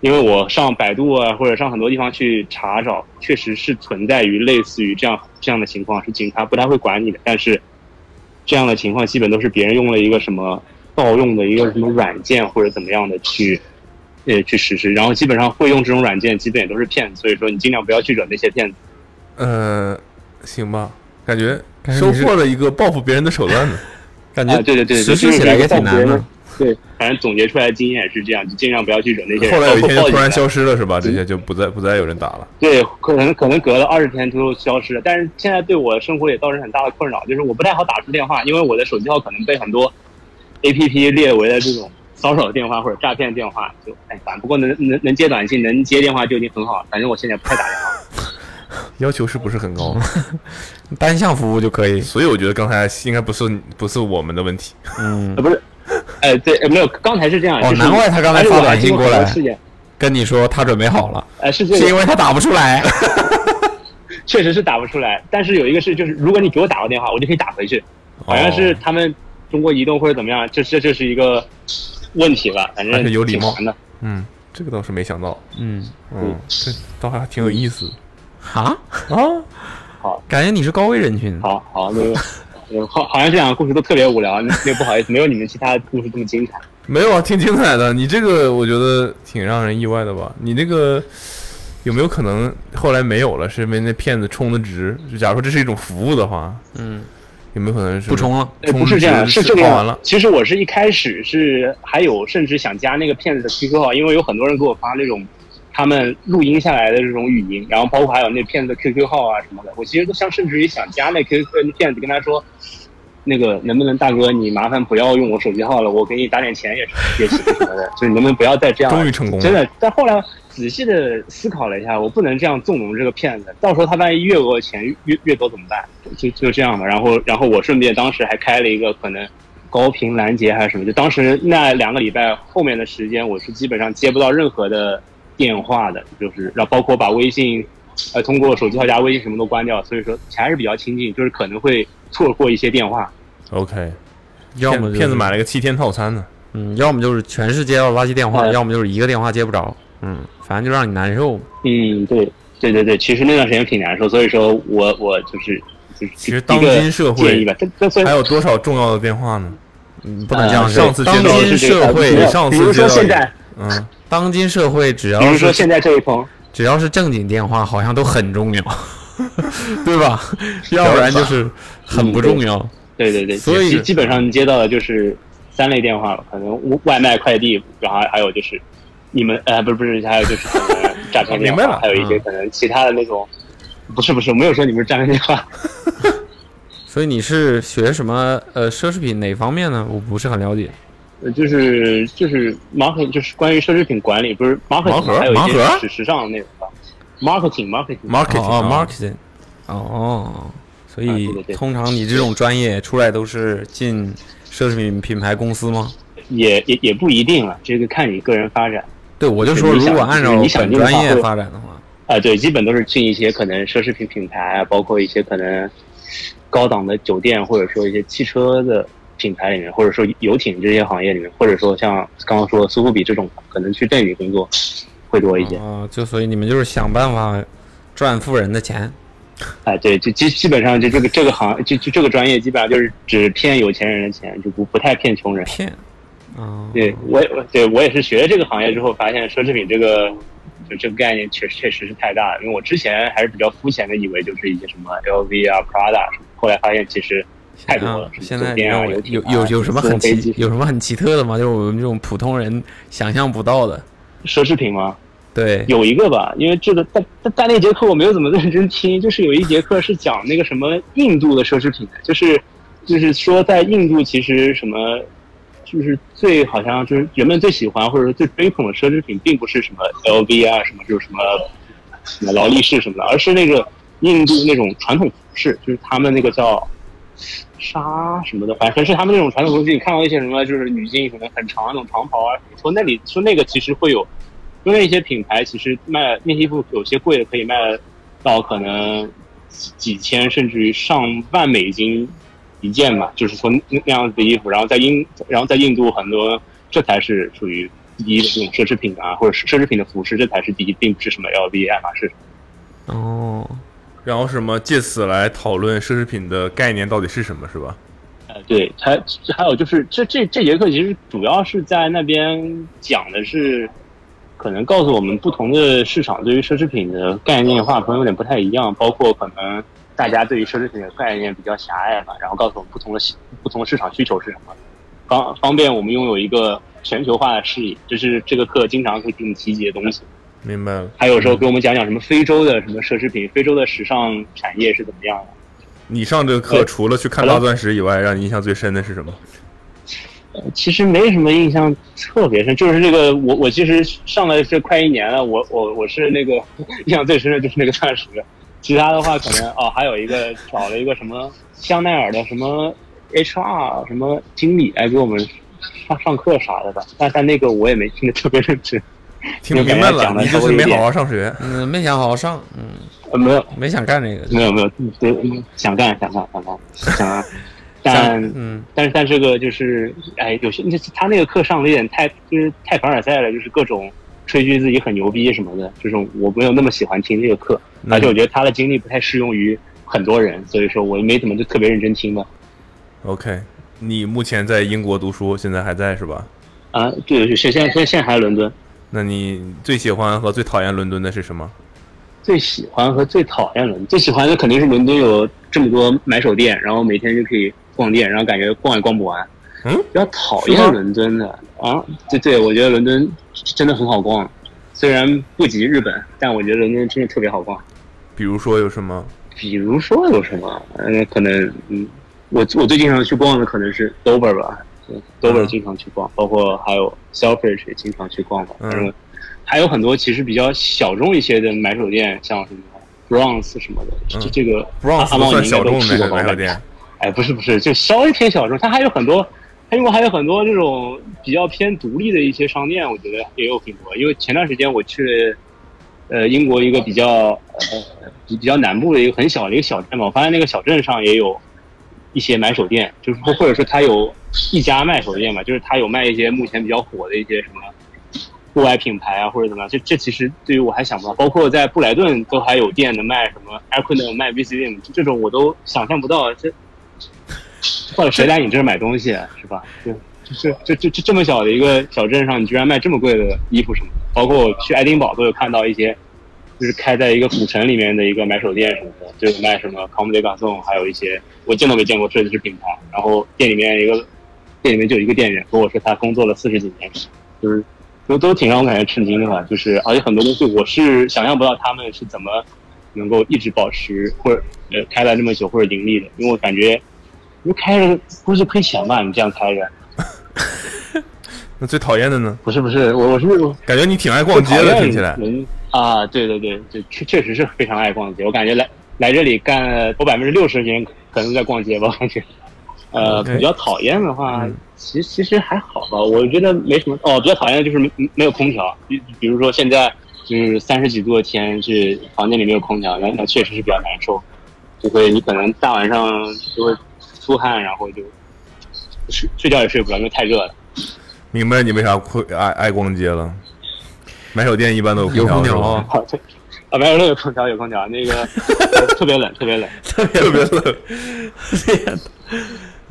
Speaker 10: 因为我上百度啊，或者上很多地方去查找，确实是存在于类似于这样这样的情况，是警察不太会管你的，但是这样的情况基本都是别人用了一个什么盗用的一个什么软件或者怎么样的去呃去实施，然后基本上会用这种软件，基本也都是骗子，所以说你尽量不要去惹那些骗子。
Speaker 2: 呃，行吧，感觉
Speaker 10: 感觉
Speaker 2: 收
Speaker 10: 你是
Speaker 2: 获了一个报复别人的手段 呢。感觉
Speaker 10: 啊、对对对，
Speaker 2: 实施起来也挺难的。
Speaker 10: 对，反正总结出来的经验也是这样，就尽量不要去惹那些人。
Speaker 2: 后来有一天
Speaker 10: 包
Speaker 2: 就
Speaker 10: 括
Speaker 2: 突
Speaker 10: 报
Speaker 2: 然
Speaker 10: 警
Speaker 2: 消失了，是吧？这些就不再不再有人打了。
Speaker 10: 对，可能可能隔了二十天就消失了，但是现在对我的生活也造成很大的困扰，就是我不太好打出电话，因为我的手机号可能被很多 A P P 列为了这种骚扰电话或者诈骗电话，就哎烦。不过能能能接短信，能接电话就已经很好了。反正我现在不太打电话。
Speaker 2: 要求是不是很高？ 单项服务就可以。嗯所以我觉得刚才应该不是不是我们的问题。
Speaker 4: 嗯
Speaker 10: 呃，不是，呃，对，呃没有，刚才是这样。
Speaker 4: 哦，
Speaker 10: 就是
Speaker 4: 难怪他刚才
Speaker 10: 而且我
Speaker 4: 发
Speaker 10: 还
Speaker 4: 短信
Speaker 10: 经
Speaker 4: 过
Speaker 10: 很多
Speaker 4: 来
Speaker 10: 事件，
Speaker 4: 跟你说他准备好了，
Speaker 10: 呃，是这个，
Speaker 4: 是因为他打不出 来。
Speaker 10: 确实是打不出来。但是有一个是，就是如果你给我打过电话，我就可以打回去。好像
Speaker 2: 哦
Speaker 10: 是他们中国移动或者怎么样，这这这是一个问题吧，反
Speaker 2: 还
Speaker 10: 正
Speaker 2: 是有礼貌
Speaker 10: 挺烦的。
Speaker 2: 嗯，这个倒是没想到。
Speaker 4: 嗯
Speaker 2: 嗯，这倒还挺有意思。
Speaker 4: 啊
Speaker 2: 啊！
Speaker 10: 好，
Speaker 4: 感觉你是高危人群。
Speaker 10: 好好，那个呃好，好像这两个故事都特别无聊，那那不好意思，没有你们其他的故事这么精彩。
Speaker 2: 没有啊，挺精彩的。你这个我觉得挺让人意外的吧？你那个有没有可能后来没有了，是因为那骗子充的值？就假如说这是一种服务的话，
Speaker 4: 嗯，
Speaker 2: 有没有可能是
Speaker 4: 不啊充了
Speaker 10: 呃，不是这样，是这个
Speaker 2: 样。完
Speaker 10: 样
Speaker 2: 了。。
Speaker 10: 其实我是一开始是还有甚至想加那个骗子的 QQ 号，因为有很多人给我发那种他们录音下来的这种语音，然后包括还有那骗子的 QQ 号啊什么的，我其实都想甚至于想加那 QQ 呃那骗子跟他说，那个能不能大哥你麻烦不要用我手机号了，我给你打点钱也是也行什么的，就是你能不能不要啊再这样了？
Speaker 2: 终于成功了
Speaker 10: 真的，但后来仔细的思考了一下，我不能这样纵容这个骗子，到时候他万一越讹钱越越多怎么办？就就这样吧。然后然后我顺便当时还开了一个可能高频拦截还是什么，就当时那两个礼拜后面的时间，我是基本上接不到任何的电话的，就是然后包括把微信。呃，通过手机号加微信什么都关掉，所以说还是比较亲近，就是可能会错过一些电话。
Speaker 2: OK，
Speaker 4: 要么就是
Speaker 2: 骗子买了个七天套餐呢。
Speaker 4: 嗯，要么就是全是接到垃圾电话，
Speaker 10: 嗯
Speaker 4: 要么就是一个电话接不着。嗯，反正就让你难受。
Speaker 10: 嗯，对，对对对，其实那段时间挺难受，所以说我我就是就是
Speaker 2: 其实当今社
Speaker 10: 建
Speaker 2: 会
Speaker 10: 议吧，这这算
Speaker 2: 还有多少重要的电话呢？
Speaker 4: 嗯，
Speaker 10: 不能这样说
Speaker 2: 上次接到
Speaker 10: 啊当今社会
Speaker 2: 你上次
Speaker 10: 比如
Speaker 2: 接
Speaker 10: 说
Speaker 2: 到
Speaker 10: 现在
Speaker 2: 嗯，
Speaker 4: 当今社会只要
Speaker 10: 比如说
Speaker 4: 是
Speaker 10: 现在这一通，
Speaker 4: 只要是正经电话，好像都很重要， 对吧？要不然就是很不重要。
Speaker 10: 对对对，
Speaker 4: 所以
Speaker 10: 基基本上你接到的就是三类电话，可能外卖、快递，然后还有就是你们呃，不是不是，还有就是可 能诈骗电
Speaker 2: 明白了
Speaker 10: 话，还有一些
Speaker 2: 嗯
Speaker 10: 可能其他的那种，不是不是，没有说你们是诈骗电话，
Speaker 4: 所以你是学什么呃奢侈品哪方面呢？我不是很了解。
Speaker 10: 呃，就是就是盲盒，就是关于奢侈品管理，不是盲盒，
Speaker 4: 盲盒
Speaker 10: 还有一
Speaker 4: 盲盒
Speaker 10: 些时时尚那种吧，marketing marketing
Speaker 4: 哦
Speaker 2: 啊
Speaker 4: 哦 marketing，哦，所
Speaker 10: 啊对
Speaker 4: 以
Speaker 10: 对对
Speaker 4: 通常你这种专业出来都是进奢侈品品牌公司吗？
Speaker 10: 也也也不一定了，这个看你个人发展。
Speaker 4: 对，我就
Speaker 10: 对
Speaker 4: 说
Speaker 10: 你
Speaker 4: 如
Speaker 10: 想
Speaker 4: 果按
Speaker 10: 就是
Speaker 4: 照
Speaker 10: 你想
Speaker 4: 本
Speaker 10: 进的
Speaker 4: 专
Speaker 10: 话
Speaker 4: 业
Speaker 10: 会
Speaker 4: 发展的话，
Speaker 10: 啊，对，基本都是进一些可能奢侈品品牌，啊包括一些可能高档的酒店，或者说一些汽车的品牌里面，或者说游艇这些行业里面，或者说像刚刚说苏富比这种，可能去代理工作会多一些。
Speaker 4: 啊，就所以你们就是想办法赚富人的钱。
Speaker 10: 哎，对，就基基本上就这个这个行，就就这个专业，基本上就是只骗有钱人的钱，就不不太骗穷人。
Speaker 4: 骗，啊，
Speaker 10: 对我也我对我也是学了这个行业之后，发现奢侈品这个就这个概念确实确实是太大了，因为我之前还是比较肤浅的，以为就是一些什么 LV 啊、Prada 什么，后来发现其实太多了
Speaker 4: 啊，
Speaker 10: 什
Speaker 4: 现
Speaker 10: 么酒
Speaker 4: 在你
Speaker 10: 店啊、
Speaker 4: 让我
Speaker 10: 游艇
Speaker 4: 有
Speaker 10: 啊
Speaker 4: 有有什么
Speaker 10: 私
Speaker 4: 很
Speaker 10: 人飞
Speaker 4: 奇
Speaker 10: 机
Speaker 4: 有什么很奇特的吗？就是我们这种普通人想象不到的。
Speaker 10: 奢侈品吗？
Speaker 4: 对，
Speaker 10: 有一个吧，因为这个但但但那节课我没有怎么认真听，就是有一节课是讲那个什么印度的奢侈品的，就是就是说在印度其实什么。就是最好像就是人们最喜欢或者说最追捧的奢侈品，并不是什么 LV 啊，什么就是什么什么劳力士什么的，而是那个印度那种传统服饰，就是他们那个叫纱什么的，反正是他们那种传统服饰。你看到一些什么就是女性可能很长的那种长袍啊什么，说那里说那个其实会有，说那些品牌其实卖那些衣服有些贵的可以卖到可能几几千甚至于上万美金一件嘛，就是说那那样子的衣服，然后在印然后在印度很多这才是属于第一的这种奢侈品啊，或者是奢侈品的服饰，这才是第一，并不是什么 LV 爱马仕什么的。
Speaker 4: 哦，
Speaker 2: 然后什么借此来讨论奢侈品的概念到底是什么，是吧？
Speaker 10: 呃，对，还还有就是这这这节课其实主要是在那边讲的是，可能告诉我们不同的市场对于奢侈品的概念化可能有点不太一样，包括可能大家对于奢侈品的概念比较狭隘吧，然后告诉我们不同的市不同的市场需求是什么，方方便我们拥有一个全球化的视野，这是这个课经常会给你提及的东西。
Speaker 2: 明白了。
Speaker 10: 还有时候给我们讲讲什么非洲的什么奢侈品，非洲的时尚产业是怎么样的。
Speaker 2: 你上这个课除了去看大钻石以外，让你印象最深的是什么？
Speaker 10: 其实没什么印象特别深，就是这个我我其实上了这快一年了，我我我是那个 印象最深的就是那个钻石，其他的话可能哦还有一个找了一个什么香奈儿的什么 HR 什么经理来给我们上上课啥的吧，但但那个我也没听得特别认真，
Speaker 2: 听明白
Speaker 10: 因为感觉
Speaker 2: 了
Speaker 10: 讲，的
Speaker 2: 你就是
Speaker 10: 稍微有
Speaker 2: 没
Speaker 10: 点
Speaker 2: 好好上学。
Speaker 4: 嗯，没想好好上，嗯，
Speaker 10: 呃没有
Speaker 4: 没想干这个。
Speaker 10: 没有没有，对，嗯想干想干想干想干，但
Speaker 4: 嗯，
Speaker 10: 但是但这个就是，哎，有些那他那个课上的有点太就是太凡尔赛了，就是各种吹嘘自己很牛逼什么的，这种我没有那么喜欢听这个课，
Speaker 4: 嗯
Speaker 10: 而且我觉得他的经历不太适用于很多人，所以说我没怎么就特别认真听吧。
Speaker 2: OK，你目前在英国读书，现在还在是吧？
Speaker 10: 啊，对，对现现在现在还在伦敦，
Speaker 2: 那你最喜欢和最讨厌伦敦的是什么？
Speaker 10: 最喜欢和最讨厌伦敦，最喜欢的肯定是伦敦有这么多买手店，然后每天就可以逛店，然后感觉逛也逛不完。
Speaker 2: 嗯，
Speaker 10: 比较讨
Speaker 2: 是吗
Speaker 10: 厌伦敦的啊，对对，我觉得伦敦真的很好逛，虽然不及日本，但我觉得伦敦真的特别好逛。
Speaker 2: 比如说有什么？
Speaker 10: 呃比如说有什么？嗯，可能嗯，我我最经常去逛的可能是 Dover 吧，Dover
Speaker 2: 嗯
Speaker 10: 经常去逛，包括还有 Selfridge 也经常去逛吧。
Speaker 2: 嗯
Speaker 10: 反正还有很多其实比较小众一些的买手店，像什么 Bronze 什么的，这、这个阿
Speaker 2: Bronze
Speaker 10: 阿
Speaker 2: 嗯不算
Speaker 10: 旺你应该
Speaker 2: 小
Speaker 10: 都
Speaker 2: 众
Speaker 10: 去
Speaker 2: 买
Speaker 10: 过
Speaker 2: 手
Speaker 10: 吧？
Speaker 2: 买
Speaker 10: 我
Speaker 2: 手
Speaker 10: 感觉
Speaker 2: 店，
Speaker 10: 哎，不是不是，就稍微偏小众，它还有很多，它英国还有很多这种比较偏独立的一些商店，我觉得也有挺多。因为前段时间我去，呃，英国一个比较呃比比较南部的一个很小的一个小镇嘛，我发现那个小镇上也有一些买手店，就是说或者说它有一家卖手店吧，就是它有卖一些目前比较火的一些什么户外品牌啊，或者怎么样。这这其实对于我还想不到，包括在布莱顿都还有店能卖什么 a i r c o n 能卖 VCDM，这种我都想象不到。这或者谁来你这儿买东西啊是吧？对，就是就就就这么小的一个小镇上，你居然卖这么贵的衣服什么的？包括我去爱丁堡都有看到一些，就是开在一个古城里面的一个买手店什么的，就有卖什么 Comme des Garçons，还有一些我见都没见过设计师品牌。然后店里面一个店里面就有一个店员跟我说，他工作了四十几年，就是都都挺让我感觉震惊的吧。就是而且很多东西我是想象不到他们是怎么能够一直保持或者呃开了这么久或者盈利的，因为我感觉你开着不是亏钱吧？你这样开着。
Speaker 2: 那最讨厌的呢？
Speaker 10: 不是不是，我我是
Speaker 2: 感觉你挺爱逛街
Speaker 10: 就
Speaker 2: 的，
Speaker 10: 讨厌
Speaker 2: 听起来。
Speaker 10: 人啊，对对对，就确确实是非常爱逛街。我感觉来来这里干了，我百分之六十的人可能在逛街吧，我感觉。呃，
Speaker 2: OK 嗯
Speaker 10: 比较讨厌的话，其其实还好吧，我觉得没什么。哦，比较讨厌的就是没没有空调，比比如说现在就是三十几度的天，是房间里没有空调，那那确实是比较难受，就会你可能大晚上就会出汗，然后就睡睡觉也睡不着，因为太热了。
Speaker 2: 明白你为啥会爱爱逛街了？买手店一般都有
Speaker 10: 有空调
Speaker 2: 是吧
Speaker 10: 好这啊，没有，那有空调，有空调，那个特别冷，特别冷，特别特别冷。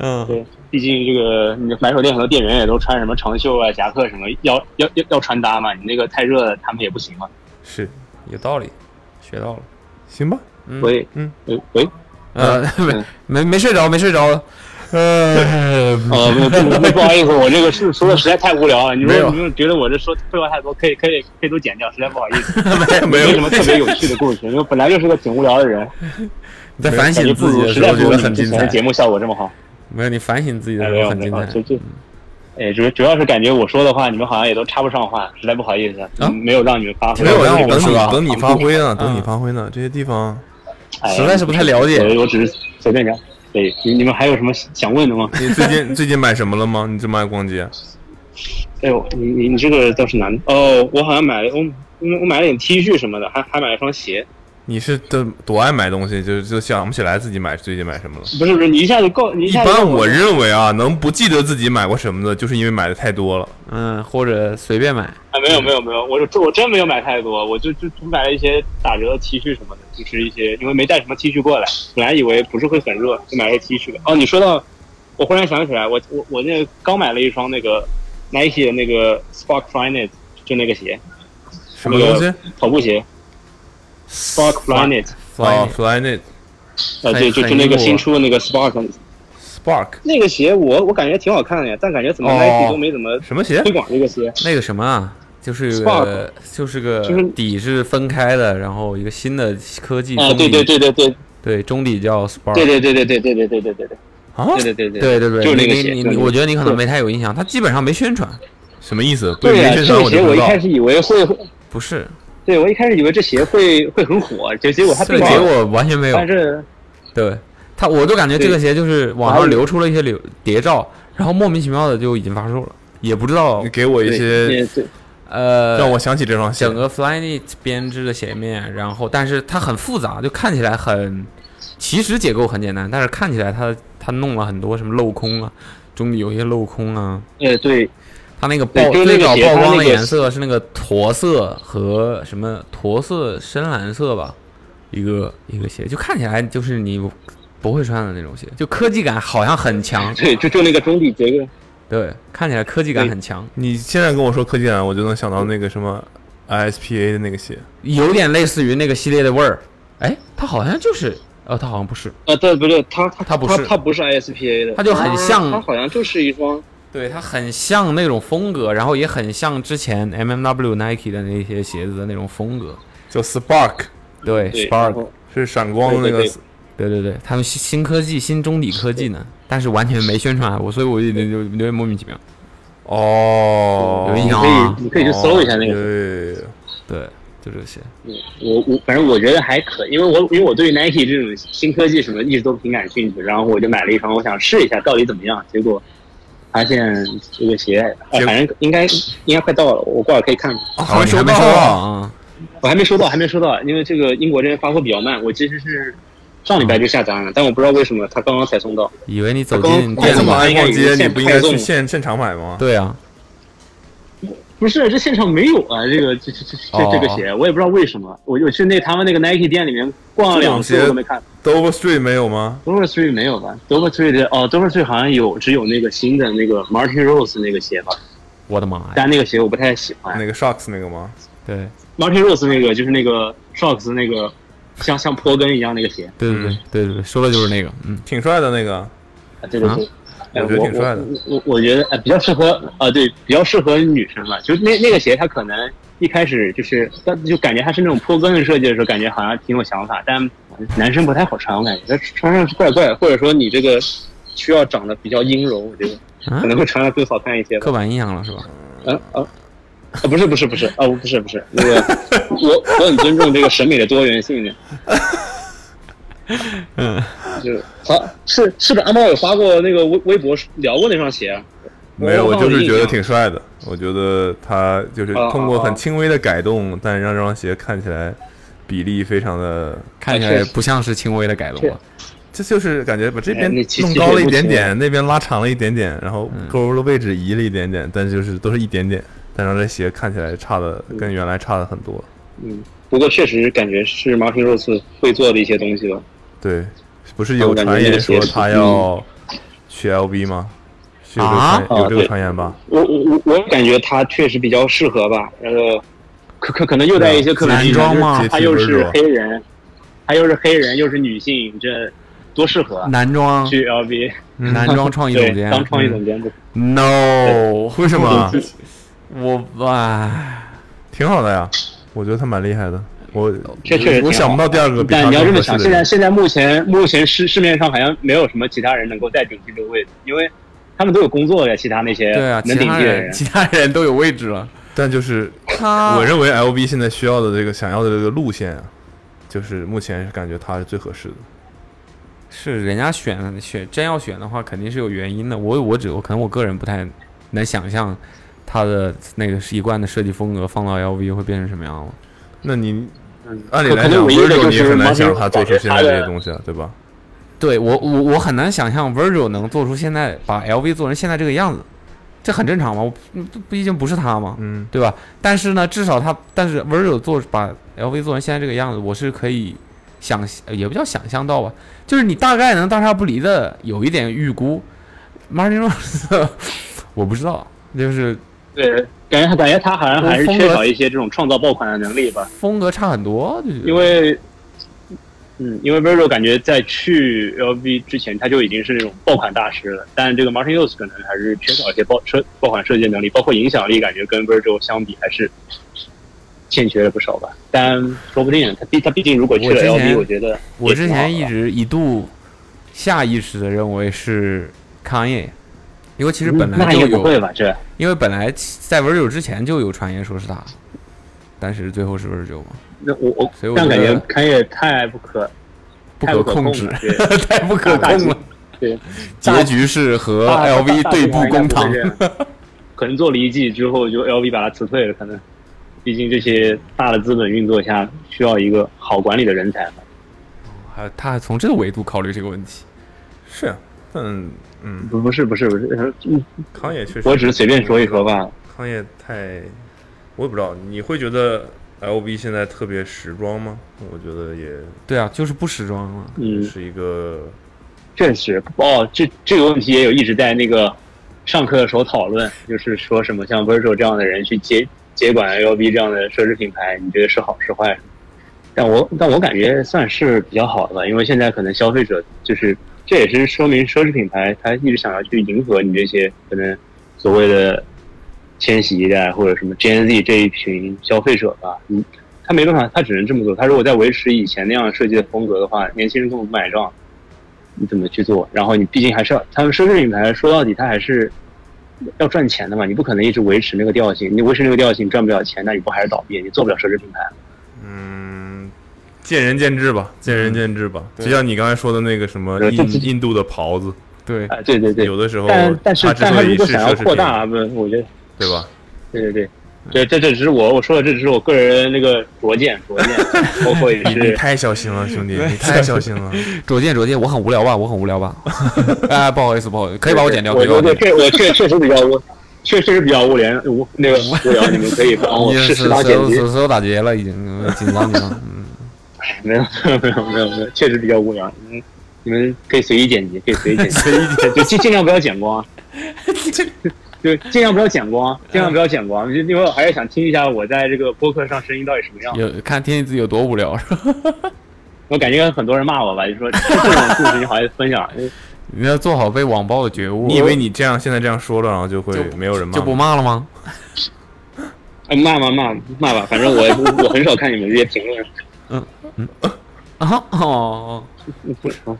Speaker 2: 嗯，
Speaker 10: 对，毕竟这个你买手店很多店员也都穿什么长袖啊、夹克什么，要要要要穿搭嘛，你那个太热了，他们也不行嘛。
Speaker 4: 是有道理，学到了。
Speaker 2: 行 吧，
Speaker 4: 嗯
Speaker 10: 喂，
Speaker 2: 嗯，
Speaker 10: 喂喂，嗯
Speaker 4: 呃， 没没没睡着，没睡着，呃，
Speaker 10: 呃，不不不不好意思，我这个是说的实在太无聊了。你
Speaker 4: 没
Speaker 10: 们
Speaker 4: 有
Speaker 10: 你们觉得我这说废话太多，可以可以可以都剪掉，实在不好意思。 没有没什么特别有趣的故事，因为本来就是个挺无聊 的人。
Speaker 4: 你在反省
Speaker 10: 感觉不如
Speaker 4: 自己的时
Speaker 10: 实
Speaker 4: 候
Speaker 10: 在不
Speaker 4: 觉
Speaker 10: 如
Speaker 4: 得
Speaker 10: 你
Speaker 4: 很
Speaker 10: 之
Speaker 4: 精
Speaker 10: 前的
Speaker 4: 彩
Speaker 10: 节目效果这么好。
Speaker 4: 没有你反省自己的
Speaker 10: 哎
Speaker 4: 时
Speaker 10: 没
Speaker 4: 候
Speaker 10: 有
Speaker 4: 很
Speaker 10: 没
Speaker 4: 精
Speaker 10: 有，
Speaker 4: 彩。
Speaker 10: 就就，哎，主主要是感觉我说的话，你们好像也都插不上话，实在不好意思，嗯没有让你们发挥。
Speaker 2: 没有
Speaker 10: 让
Speaker 2: 等你等你发挥呢，等你发挥呢，这些地方
Speaker 10: 实在是不太了解哎我只是随便聊。对，你你们还有什么想问的吗？
Speaker 2: 你最近最近买什么了吗？你这么爱逛街？
Speaker 10: 哎呦，你你你这个倒是难哦，我好像买了，我我我买了点 T 恤什么的，还还买了双鞋。
Speaker 2: 你是多多爱买东西，就就想不起来自己买最近买什么了。
Speaker 10: 不是不是，你一下子够，你一
Speaker 2: 一
Speaker 10: 下子
Speaker 2: 般
Speaker 10: 够
Speaker 2: 我认为啊，能不记得自己买过什么的，就是因为买的太多了。
Speaker 4: 嗯，或者随便买。
Speaker 10: 啊，没有没有没有，我这我真没有买太多，我就就就买了一些打折的 T 恤什么的，就是一些因为没带什么 T 恤过来，本来以为不是会很热，就买了 T 恤。哦，你说到，我忽然想起来，我我我那个刚买了一双那个 Nike 的那个 Spark Flyknit，就那个鞋，
Speaker 2: 什么东西
Speaker 10: 那个跑步鞋，Spark Flyknit，
Speaker 2: 哦，Flyknit，
Speaker 10: 呃，对，就就那个新出的那个 Spark。
Speaker 2: Spark
Speaker 10: 那个鞋我我感觉挺好看的呀，但感觉怎么
Speaker 4: 哦
Speaker 10: Nike 都没怎么
Speaker 2: 什么鞋
Speaker 10: 推广这个鞋。
Speaker 4: 那个什么啊，就是个
Speaker 10: Spark
Speaker 4: 就是个
Speaker 10: 就是
Speaker 4: 底是分开的，然后一个新的科技
Speaker 10: 啊
Speaker 4: 中底。
Speaker 10: 对对对对对
Speaker 4: 对，中底叫 Spark。
Speaker 10: 对对对对对对对对对对对。
Speaker 4: 啊
Speaker 10: 对对对
Speaker 4: 对对对，
Speaker 10: 就是那
Speaker 4: 你
Speaker 10: 个
Speaker 4: 你
Speaker 10: 鞋
Speaker 4: 你
Speaker 10: 就是那个
Speaker 4: 我觉得你可能
Speaker 10: 鞋
Speaker 4: 没太有印象，他基本上没宣传。
Speaker 2: 什么意思？
Speaker 10: 对呀、这个鞋我一开始以为会，
Speaker 4: 不是，
Speaker 10: 对我一开始以为这鞋会会很火，结结果它并
Speaker 4: 对，
Speaker 10: 没
Speaker 4: 结
Speaker 10: 有
Speaker 4: 果完全没有。
Speaker 10: 但是
Speaker 4: 对他，我就感觉这个
Speaker 10: 对
Speaker 4: 鞋就是网
Speaker 10: 然后
Speaker 4: 上流出了一些流谍照，然后莫名其妙的就已经发售了，也不知道。
Speaker 2: 给我一些
Speaker 10: 嗯
Speaker 4: 呃，
Speaker 2: 让我想起这双鞋
Speaker 4: 整个 Flyknit 编织的鞋面，然后但是它很复杂，就看起来很，其实结构很简单，但是看起来它它弄了很多什么镂空啊，中底有一些镂空啊。
Speaker 10: 呃，对，
Speaker 4: 它那个
Speaker 10: 对
Speaker 4: 曝
Speaker 10: 就是那
Speaker 4: 最
Speaker 10: 个
Speaker 4: 早
Speaker 10: 鞋它
Speaker 4: 曝光
Speaker 10: 那
Speaker 4: 的
Speaker 10: 个
Speaker 4: 颜色是那个驼色和什么驼色深蓝色吧，一个一个鞋，就看起来就是你不不会穿的那种鞋，就科技感好像很强。
Speaker 10: 对，就就那个中底结构。
Speaker 4: 对，看起来科技感很强，
Speaker 2: 你现在跟我说科技感，我就能想到那个什么 ISPA 的那个鞋。
Speaker 4: 有点类似于那个系列的味儿。哎，它好像就是，呃，它好像不是，
Speaker 10: 啊，对，不对，它它
Speaker 4: 它不
Speaker 10: 它
Speaker 4: 是
Speaker 10: 它不是 ISPA 的，
Speaker 4: 它就很像
Speaker 10: 它好像就是一双，
Speaker 4: 对，它很像那种风格，然后也很像之前 MMW Nike 的那些鞋子的那种风格，
Speaker 2: 叫 Spark。
Speaker 4: 对
Speaker 2: 对然
Speaker 4: ，Spark
Speaker 10: 哦
Speaker 2: 后是闪光的那个
Speaker 10: 对对对
Speaker 4: 对对对，他们新新科技、新中底科技呢，但是完全没宣传我，所以我有点有有点莫名其妙。
Speaker 2: 哦
Speaker 4: 有印象
Speaker 10: 你可
Speaker 4: 啊
Speaker 10: 以你可以去搜一下那个
Speaker 2: 对
Speaker 4: 对，就这些。
Speaker 10: 我我反正我觉得还可以，因为我因为我对 Nike 这种新科技什么一直都挺感兴趣，然后我就买了一双，我想试一下到底怎么样。结果发现这个鞋，呃、反正应该应该快到了，我过会儿可以看看。
Speaker 4: 哦还没收到啊你还没收到啊？
Speaker 10: 我还没收到，还没收到，因为这个英国这边发货比较慢。我其实是上礼拜就下单了，但我不知道为什么他刚刚才送到。
Speaker 4: 以为你走
Speaker 10: 刚
Speaker 4: 进
Speaker 10: 刚
Speaker 4: 店
Speaker 10: 怎
Speaker 4: 里
Speaker 10: 么
Speaker 2: 爱
Speaker 10: 还
Speaker 2: 逛街，
Speaker 10: 现
Speaker 2: 你不应该
Speaker 10: 派
Speaker 2: 去
Speaker 10: 送
Speaker 2: 现现场买吗？
Speaker 4: 对啊，
Speaker 10: 不是，这现场没有啊，这个这这这这
Speaker 2: 哦
Speaker 10: 这个鞋，我也不知道为什么。我我去那他们那个 Nike 店里面逛了
Speaker 2: 这
Speaker 10: 两
Speaker 2: 种
Speaker 10: 次，
Speaker 2: 鞋
Speaker 10: 我都没看。
Speaker 2: Dover Street 没有吗？
Speaker 10: Dover Three 没有吧？Dover Three 的哦，Dover Three 好像有，只有那个新的那个 Martin Rose 那个鞋吧，
Speaker 4: 我的妈呀！
Speaker 10: 但那个鞋我不太喜欢。
Speaker 2: 那个 Shocks 那个吗？
Speaker 4: 对
Speaker 10: Martin Rose 那个就是那个 Shocks 那个像像坡跟一样那个鞋，
Speaker 4: 对对对对对对，说的就是那个，嗯，
Speaker 2: 挺帅的那个，
Speaker 10: 啊对对对。
Speaker 2: 啊
Speaker 10: 哎
Speaker 2: 我觉得挺帅的
Speaker 10: 我我我觉得呃比较适合啊、对，比较适合女生吧。就是那那个鞋，它可能一开始就是，但就感觉它是那种坡跟的设计的时候，感觉好像挺有想法，但男生不太好穿，我感觉它穿上是怪怪，或者说你这个需要长得比较阴柔，我觉得
Speaker 4: 啊
Speaker 10: 可能会穿上更好看一些吧。
Speaker 4: 刻板印象了是吧？
Speaker 10: 嗯啊，啊不是不是不是啊，我不是不是那个，我我很尊重这个审美的多元 性的。
Speaker 4: 嗯，
Speaker 10: 就是好是是不是阿猫有发过那个微微博聊过那双鞋啊？
Speaker 2: 没有，
Speaker 10: 我
Speaker 2: 我
Speaker 10: 忘了
Speaker 2: 就是觉得
Speaker 10: 印象
Speaker 2: 挺帅的。我觉得他就是
Speaker 10: 啊
Speaker 2: 通过
Speaker 10: 啊啊
Speaker 2: 很轻微的改动，但让这双鞋看起来比例非常的，
Speaker 4: 看起来不像是轻微的改动了。
Speaker 2: 这就是感觉把这边
Speaker 4: 哎那其
Speaker 2: 弄
Speaker 4: 其实
Speaker 2: 高了一
Speaker 4: 不
Speaker 2: 点
Speaker 4: 轻
Speaker 2: 点，那边拉长了一点点，然
Speaker 10: 嗯
Speaker 2: 后勾的位置移了一点点，但就是都是一点点，但让这鞋看起来差的跟原来差的很多。
Speaker 10: 嗯，不过确实感觉是 Martin Rose 会做的一些东西吧。
Speaker 2: 对，不是
Speaker 10: 啊
Speaker 2: 有
Speaker 10: 我感觉
Speaker 2: 传
Speaker 10: 那
Speaker 2: 言
Speaker 10: 个鞋
Speaker 2: 说
Speaker 10: 是
Speaker 2: 他
Speaker 10: 嗯
Speaker 2: 要去 LB 吗？是有这个传
Speaker 10: 啊
Speaker 2: 有这
Speaker 10: 啊
Speaker 2: 个
Speaker 10: 对
Speaker 2: 传言吧？
Speaker 10: 我我我我感觉他确实比较适合吧，呃，可可可能
Speaker 2: 啊
Speaker 10: 又带一些刻板印象，
Speaker 4: 男装嘛
Speaker 10: 就是他又
Speaker 4: 解体温
Speaker 10: 是
Speaker 4: 柔
Speaker 10: 黑人，他又是黑人又是女性，这多适合啊！
Speaker 4: 男装
Speaker 10: 去 LV，
Speaker 4: 嗯男装创意总监嗯
Speaker 10: 对当创意总
Speaker 2: 嗯
Speaker 10: 监不
Speaker 4: No，为什 么？
Speaker 2: 我哇，挺好的呀，我觉得他蛮厉害的。我
Speaker 10: 这确实挺好
Speaker 2: 我想不到第二个比他
Speaker 10: 但你要这
Speaker 2: 更合适的
Speaker 10: 么想，
Speaker 2: 人
Speaker 10: 现在现在目前目前市市面上好像没有什么其他人能够再顶替这个位置，因为他们都有工作呀，其他那些
Speaker 4: 对啊，
Speaker 10: 能
Speaker 4: 其
Speaker 10: 顶
Speaker 4: 他
Speaker 10: 替的
Speaker 4: 人其他人都有位置了，
Speaker 2: 但就是
Speaker 4: 他
Speaker 2: 我认为 L B 现在需要的这个想要的这个路线啊，就是目前是感觉他是最合适的。
Speaker 4: 是人家选选真要选的话，肯定是有原因的。我我只我可能我个人不太能想象他的那个一贯的设计风格放到 LV 会变成什么样了。
Speaker 2: 那你
Speaker 10: 按理来嗯可能讲唯一的 Virgil 就是你也很难想 Martin 他做出现在这些东
Speaker 2: 西啊，对吧？
Speaker 4: 对我我我很难想象 Virgil 能做出现在把 LV 做成现在这个样子，这很正常嘛，我不毕竟不是他嘛，
Speaker 2: 嗯，
Speaker 4: 对吧？但是呢，至少他，但是 Virgil 做把 LV 做成现在这个样子，我是可以想，呃也不叫想象到吧，就是你大概能大差不离的有一点预估。Martin Rose，我 不知道，就是
Speaker 10: 对，感觉感觉他好像还是
Speaker 4: 风格
Speaker 10: 缺少一些这种创造爆款的能力吧。
Speaker 4: 风格差很多，就是
Speaker 10: 因为，嗯，因为 Virgil 感觉在去 LV 之前，他就已经是那种爆款大师了，但这个 Martin Rose 可能还是缺少一些爆设爆款设计能力，包括影响力，感觉跟 Virgil 相比还是欠缺了不少吧。但说不定他毕他毕竟如果去
Speaker 4: 我
Speaker 10: 了
Speaker 4: 之
Speaker 10: LV，
Speaker 4: 前
Speaker 10: 我觉得
Speaker 4: 我之前一直一度下意识的认为是康业，因为其实本
Speaker 10: 嗯那
Speaker 4: 来就
Speaker 10: 也
Speaker 4: 有
Speaker 10: 不会吧这
Speaker 4: 因为本来在 Virgil 之前就有传言说是他，但是最后是 Virgil 嘛，
Speaker 10: 那我我
Speaker 4: 所以我
Speaker 10: 但感
Speaker 4: 觉
Speaker 10: 觉
Speaker 4: 得
Speaker 10: 开业太不可
Speaker 4: 不
Speaker 10: 太
Speaker 4: 可
Speaker 10: 控
Speaker 4: 控制
Speaker 10: 了对
Speaker 4: 太不可
Speaker 10: 大大
Speaker 4: 控了
Speaker 10: 对，
Speaker 4: 结局是和
Speaker 10: 大
Speaker 4: LV
Speaker 10: 大
Speaker 4: 对
Speaker 10: 集团
Speaker 4: 簿
Speaker 10: 应该
Speaker 4: 公
Speaker 10: 不会
Speaker 4: 堂
Speaker 10: 这样 可能做了一季之后，就 LV 把他辞退了，可能，毕竟这些大的资本运作下，需要一个好管理的人才嘛。
Speaker 4: 还有啊他还从这个维度考虑这个问题，
Speaker 2: 是，嗯嗯，
Speaker 10: 不不是不是不是，嗯，
Speaker 2: 康也确实，
Speaker 10: 我只是随便说一说吧。
Speaker 2: 康也太，我也不知道，你会觉得 L B 现在特别时装吗？我觉得也
Speaker 4: 对啊，就是不时装了，
Speaker 10: 嗯
Speaker 2: 是一个
Speaker 10: 确实，哦，这这个问题也有一直在那个上课的时候讨论，就是说什么像 Virgil 这样的人去接接管 LV 这样的奢侈品牌，你觉得是好是坏？但我但我感觉算是比较好的吧，因为现在可能消费者就是这也是说明奢侈品牌它一直想要去迎合你这些可能所谓的千禧一代或者什么 Gen Z 这一群消费者吧，嗯，他没办法，他只能这么做。他如果再维持以前那样设计的风格的话，年轻人根本不买账，你怎么去做？然后你毕竟还是要，他们奢侈品牌说到底，它还是要赚钱的嘛，你不可能一直维持那个调性，你维持那个调性赚不了钱，那你不还是倒闭？你做不了奢侈品牌。
Speaker 2: 嗯，见仁见智吧，见仁见智吧。
Speaker 10: 对
Speaker 2: 就像你刚才说的那个什么
Speaker 10: 对
Speaker 2: 印
Speaker 10: 这这
Speaker 2: 印度的袍子，
Speaker 18: 对
Speaker 4: 哎
Speaker 10: 啊，对对对，
Speaker 2: 有的时候
Speaker 10: 但
Speaker 2: 它
Speaker 10: 但是
Speaker 2: 之
Speaker 10: 但
Speaker 2: 所
Speaker 10: 他如
Speaker 2: 以
Speaker 10: 果
Speaker 2: 是
Speaker 10: 想要
Speaker 2: 奢侈
Speaker 10: 扩
Speaker 2: 品，
Speaker 10: 大，不，我觉得
Speaker 2: 对吧？
Speaker 10: 对对对。对，这这只是我我说的，这只是我个人那个拙见，拙见，包括也
Speaker 2: 你你
Speaker 10: 是
Speaker 2: 太小心了，兄弟，你太小心了。
Speaker 4: 拙见拙见，我很无聊吧？我很无聊 吧？啊，不好意思，不好意思，可以把我剪掉，可
Speaker 10: 我
Speaker 4: 以把我
Speaker 10: 我
Speaker 4: 剪
Speaker 10: 确
Speaker 4: 掉。
Speaker 10: 我确确实比较无，确确实比较无聊无那个无聊，你们可以 帮我
Speaker 4: 已经
Speaker 10: 适时
Speaker 4: 手
Speaker 10: 当剪
Speaker 4: 手
Speaker 10: 辑。
Speaker 4: 手手打结了，已经紧张嗯紧张。
Speaker 10: 没有没有没有没有没有，确实比较无聊。你们你们可以随意剪辑，可以随意剪辑， 随意剪，就尽尽量不要剪 光啊。对，尽量不要剪光，啊尽量不要剪光，因为我还是想听一下我在这个播客上声音到底什么样。
Speaker 4: 有看听自己有多无聊是吧？
Speaker 10: 我感觉很多人骂我吧，就说这种故事你好意思分享？
Speaker 4: 你要做好被网暴的觉悟。
Speaker 2: 你以为你这样现在这样说了，然后就会没有人骂
Speaker 4: 就不
Speaker 2: 你
Speaker 4: 骂了吗？
Speaker 10: 哎骂骂骂骂吧，反正我我很少看你们这些评论。
Speaker 4: 嗯嗯啊哦，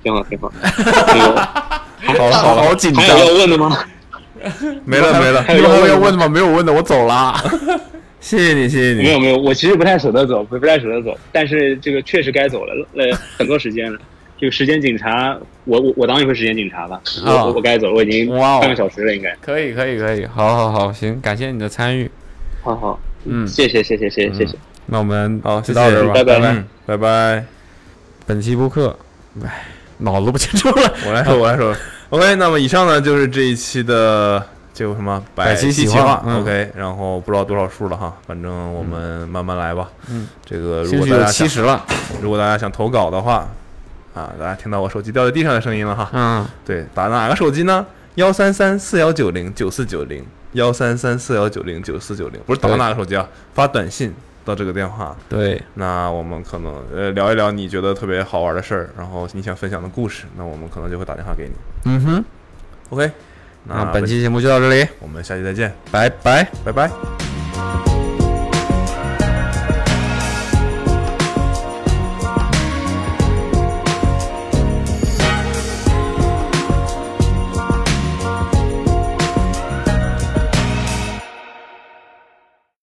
Speaker 10: 挺好挺好。那个
Speaker 4: 好了好了，好紧 张
Speaker 10: 还。有要问的吗？
Speaker 2: 没了没了
Speaker 4: 你哦们还有要问的吗？没有问的，我走 了。
Speaker 2: 谢谢你，谢谢你。
Speaker 10: 没有没有，我其实不太舍得走，不不太舍得走，但是这个确实该走了，呃，很多时间了。 这个时间警察，我我我当一回时间警察吧，我
Speaker 4: 啊
Speaker 10: 我我该走，我已经
Speaker 4: 哇哦
Speaker 10: 半个小时了，应该。
Speaker 4: 可以可以可以，好好好，行，感谢你的参与。
Speaker 10: 好好，
Speaker 4: 嗯，
Speaker 10: 谢谢谢谢谢谢谢谢。
Speaker 4: 那我们
Speaker 2: 好，
Speaker 4: 就
Speaker 2: 谢
Speaker 4: 到这儿
Speaker 2: 谢，
Speaker 4: 吧，
Speaker 2: 嗯，拜拜。
Speaker 4: 本期播客，唉，脑子都不清楚了。
Speaker 2: 我来说，我来说。OK，那么以上呢就是这一期的就什么
Speaker 4: 百期
Speaker 2: 期
Speaker 4: 企
Speaker 2: 企
Speaker 4: 划
Speaker 2: 划
Speaker 4: 嗯
Speaker 2: OK，然后不知道多少数了哈，反正我们慢慢来吧。
Speaker 4: 嗯，
Speaker 2: 这个如
Speaker 4: 兴
Speaker 2: 果
Speaker 4: 许
Speaker 2: 大
Speaker 4: 有
Speaker 2: 家想
Speaker 4: 70了，
Speaker 2: 如果大家想投稿的话，啊，大家听到我手机掉在地上的声音了哈。
Speaker 4: 嗯，
Speaker 2: 对，打哪个手机呢？幺三三四幺九零九四九零，幺三三四幺九零九四九零，不是打
Speaker 4: 对
Speaker 2: 哪个手机啊？发短信到这个电话。
Speaker 4: 对，
Speaker 2: 那我们可能呃聊一聊你觉得特别好玩的事儿，然后你想分享的故事，那我们可能就会打电话给你。
Speaker 4: 嗯哼，
Speaker 2: OK，
Speaker 4: 那本期节目就到这里，
Speaker 2: 我们下期再见，
Speaker 4: 拜拜
Speaker 2: 拜拜。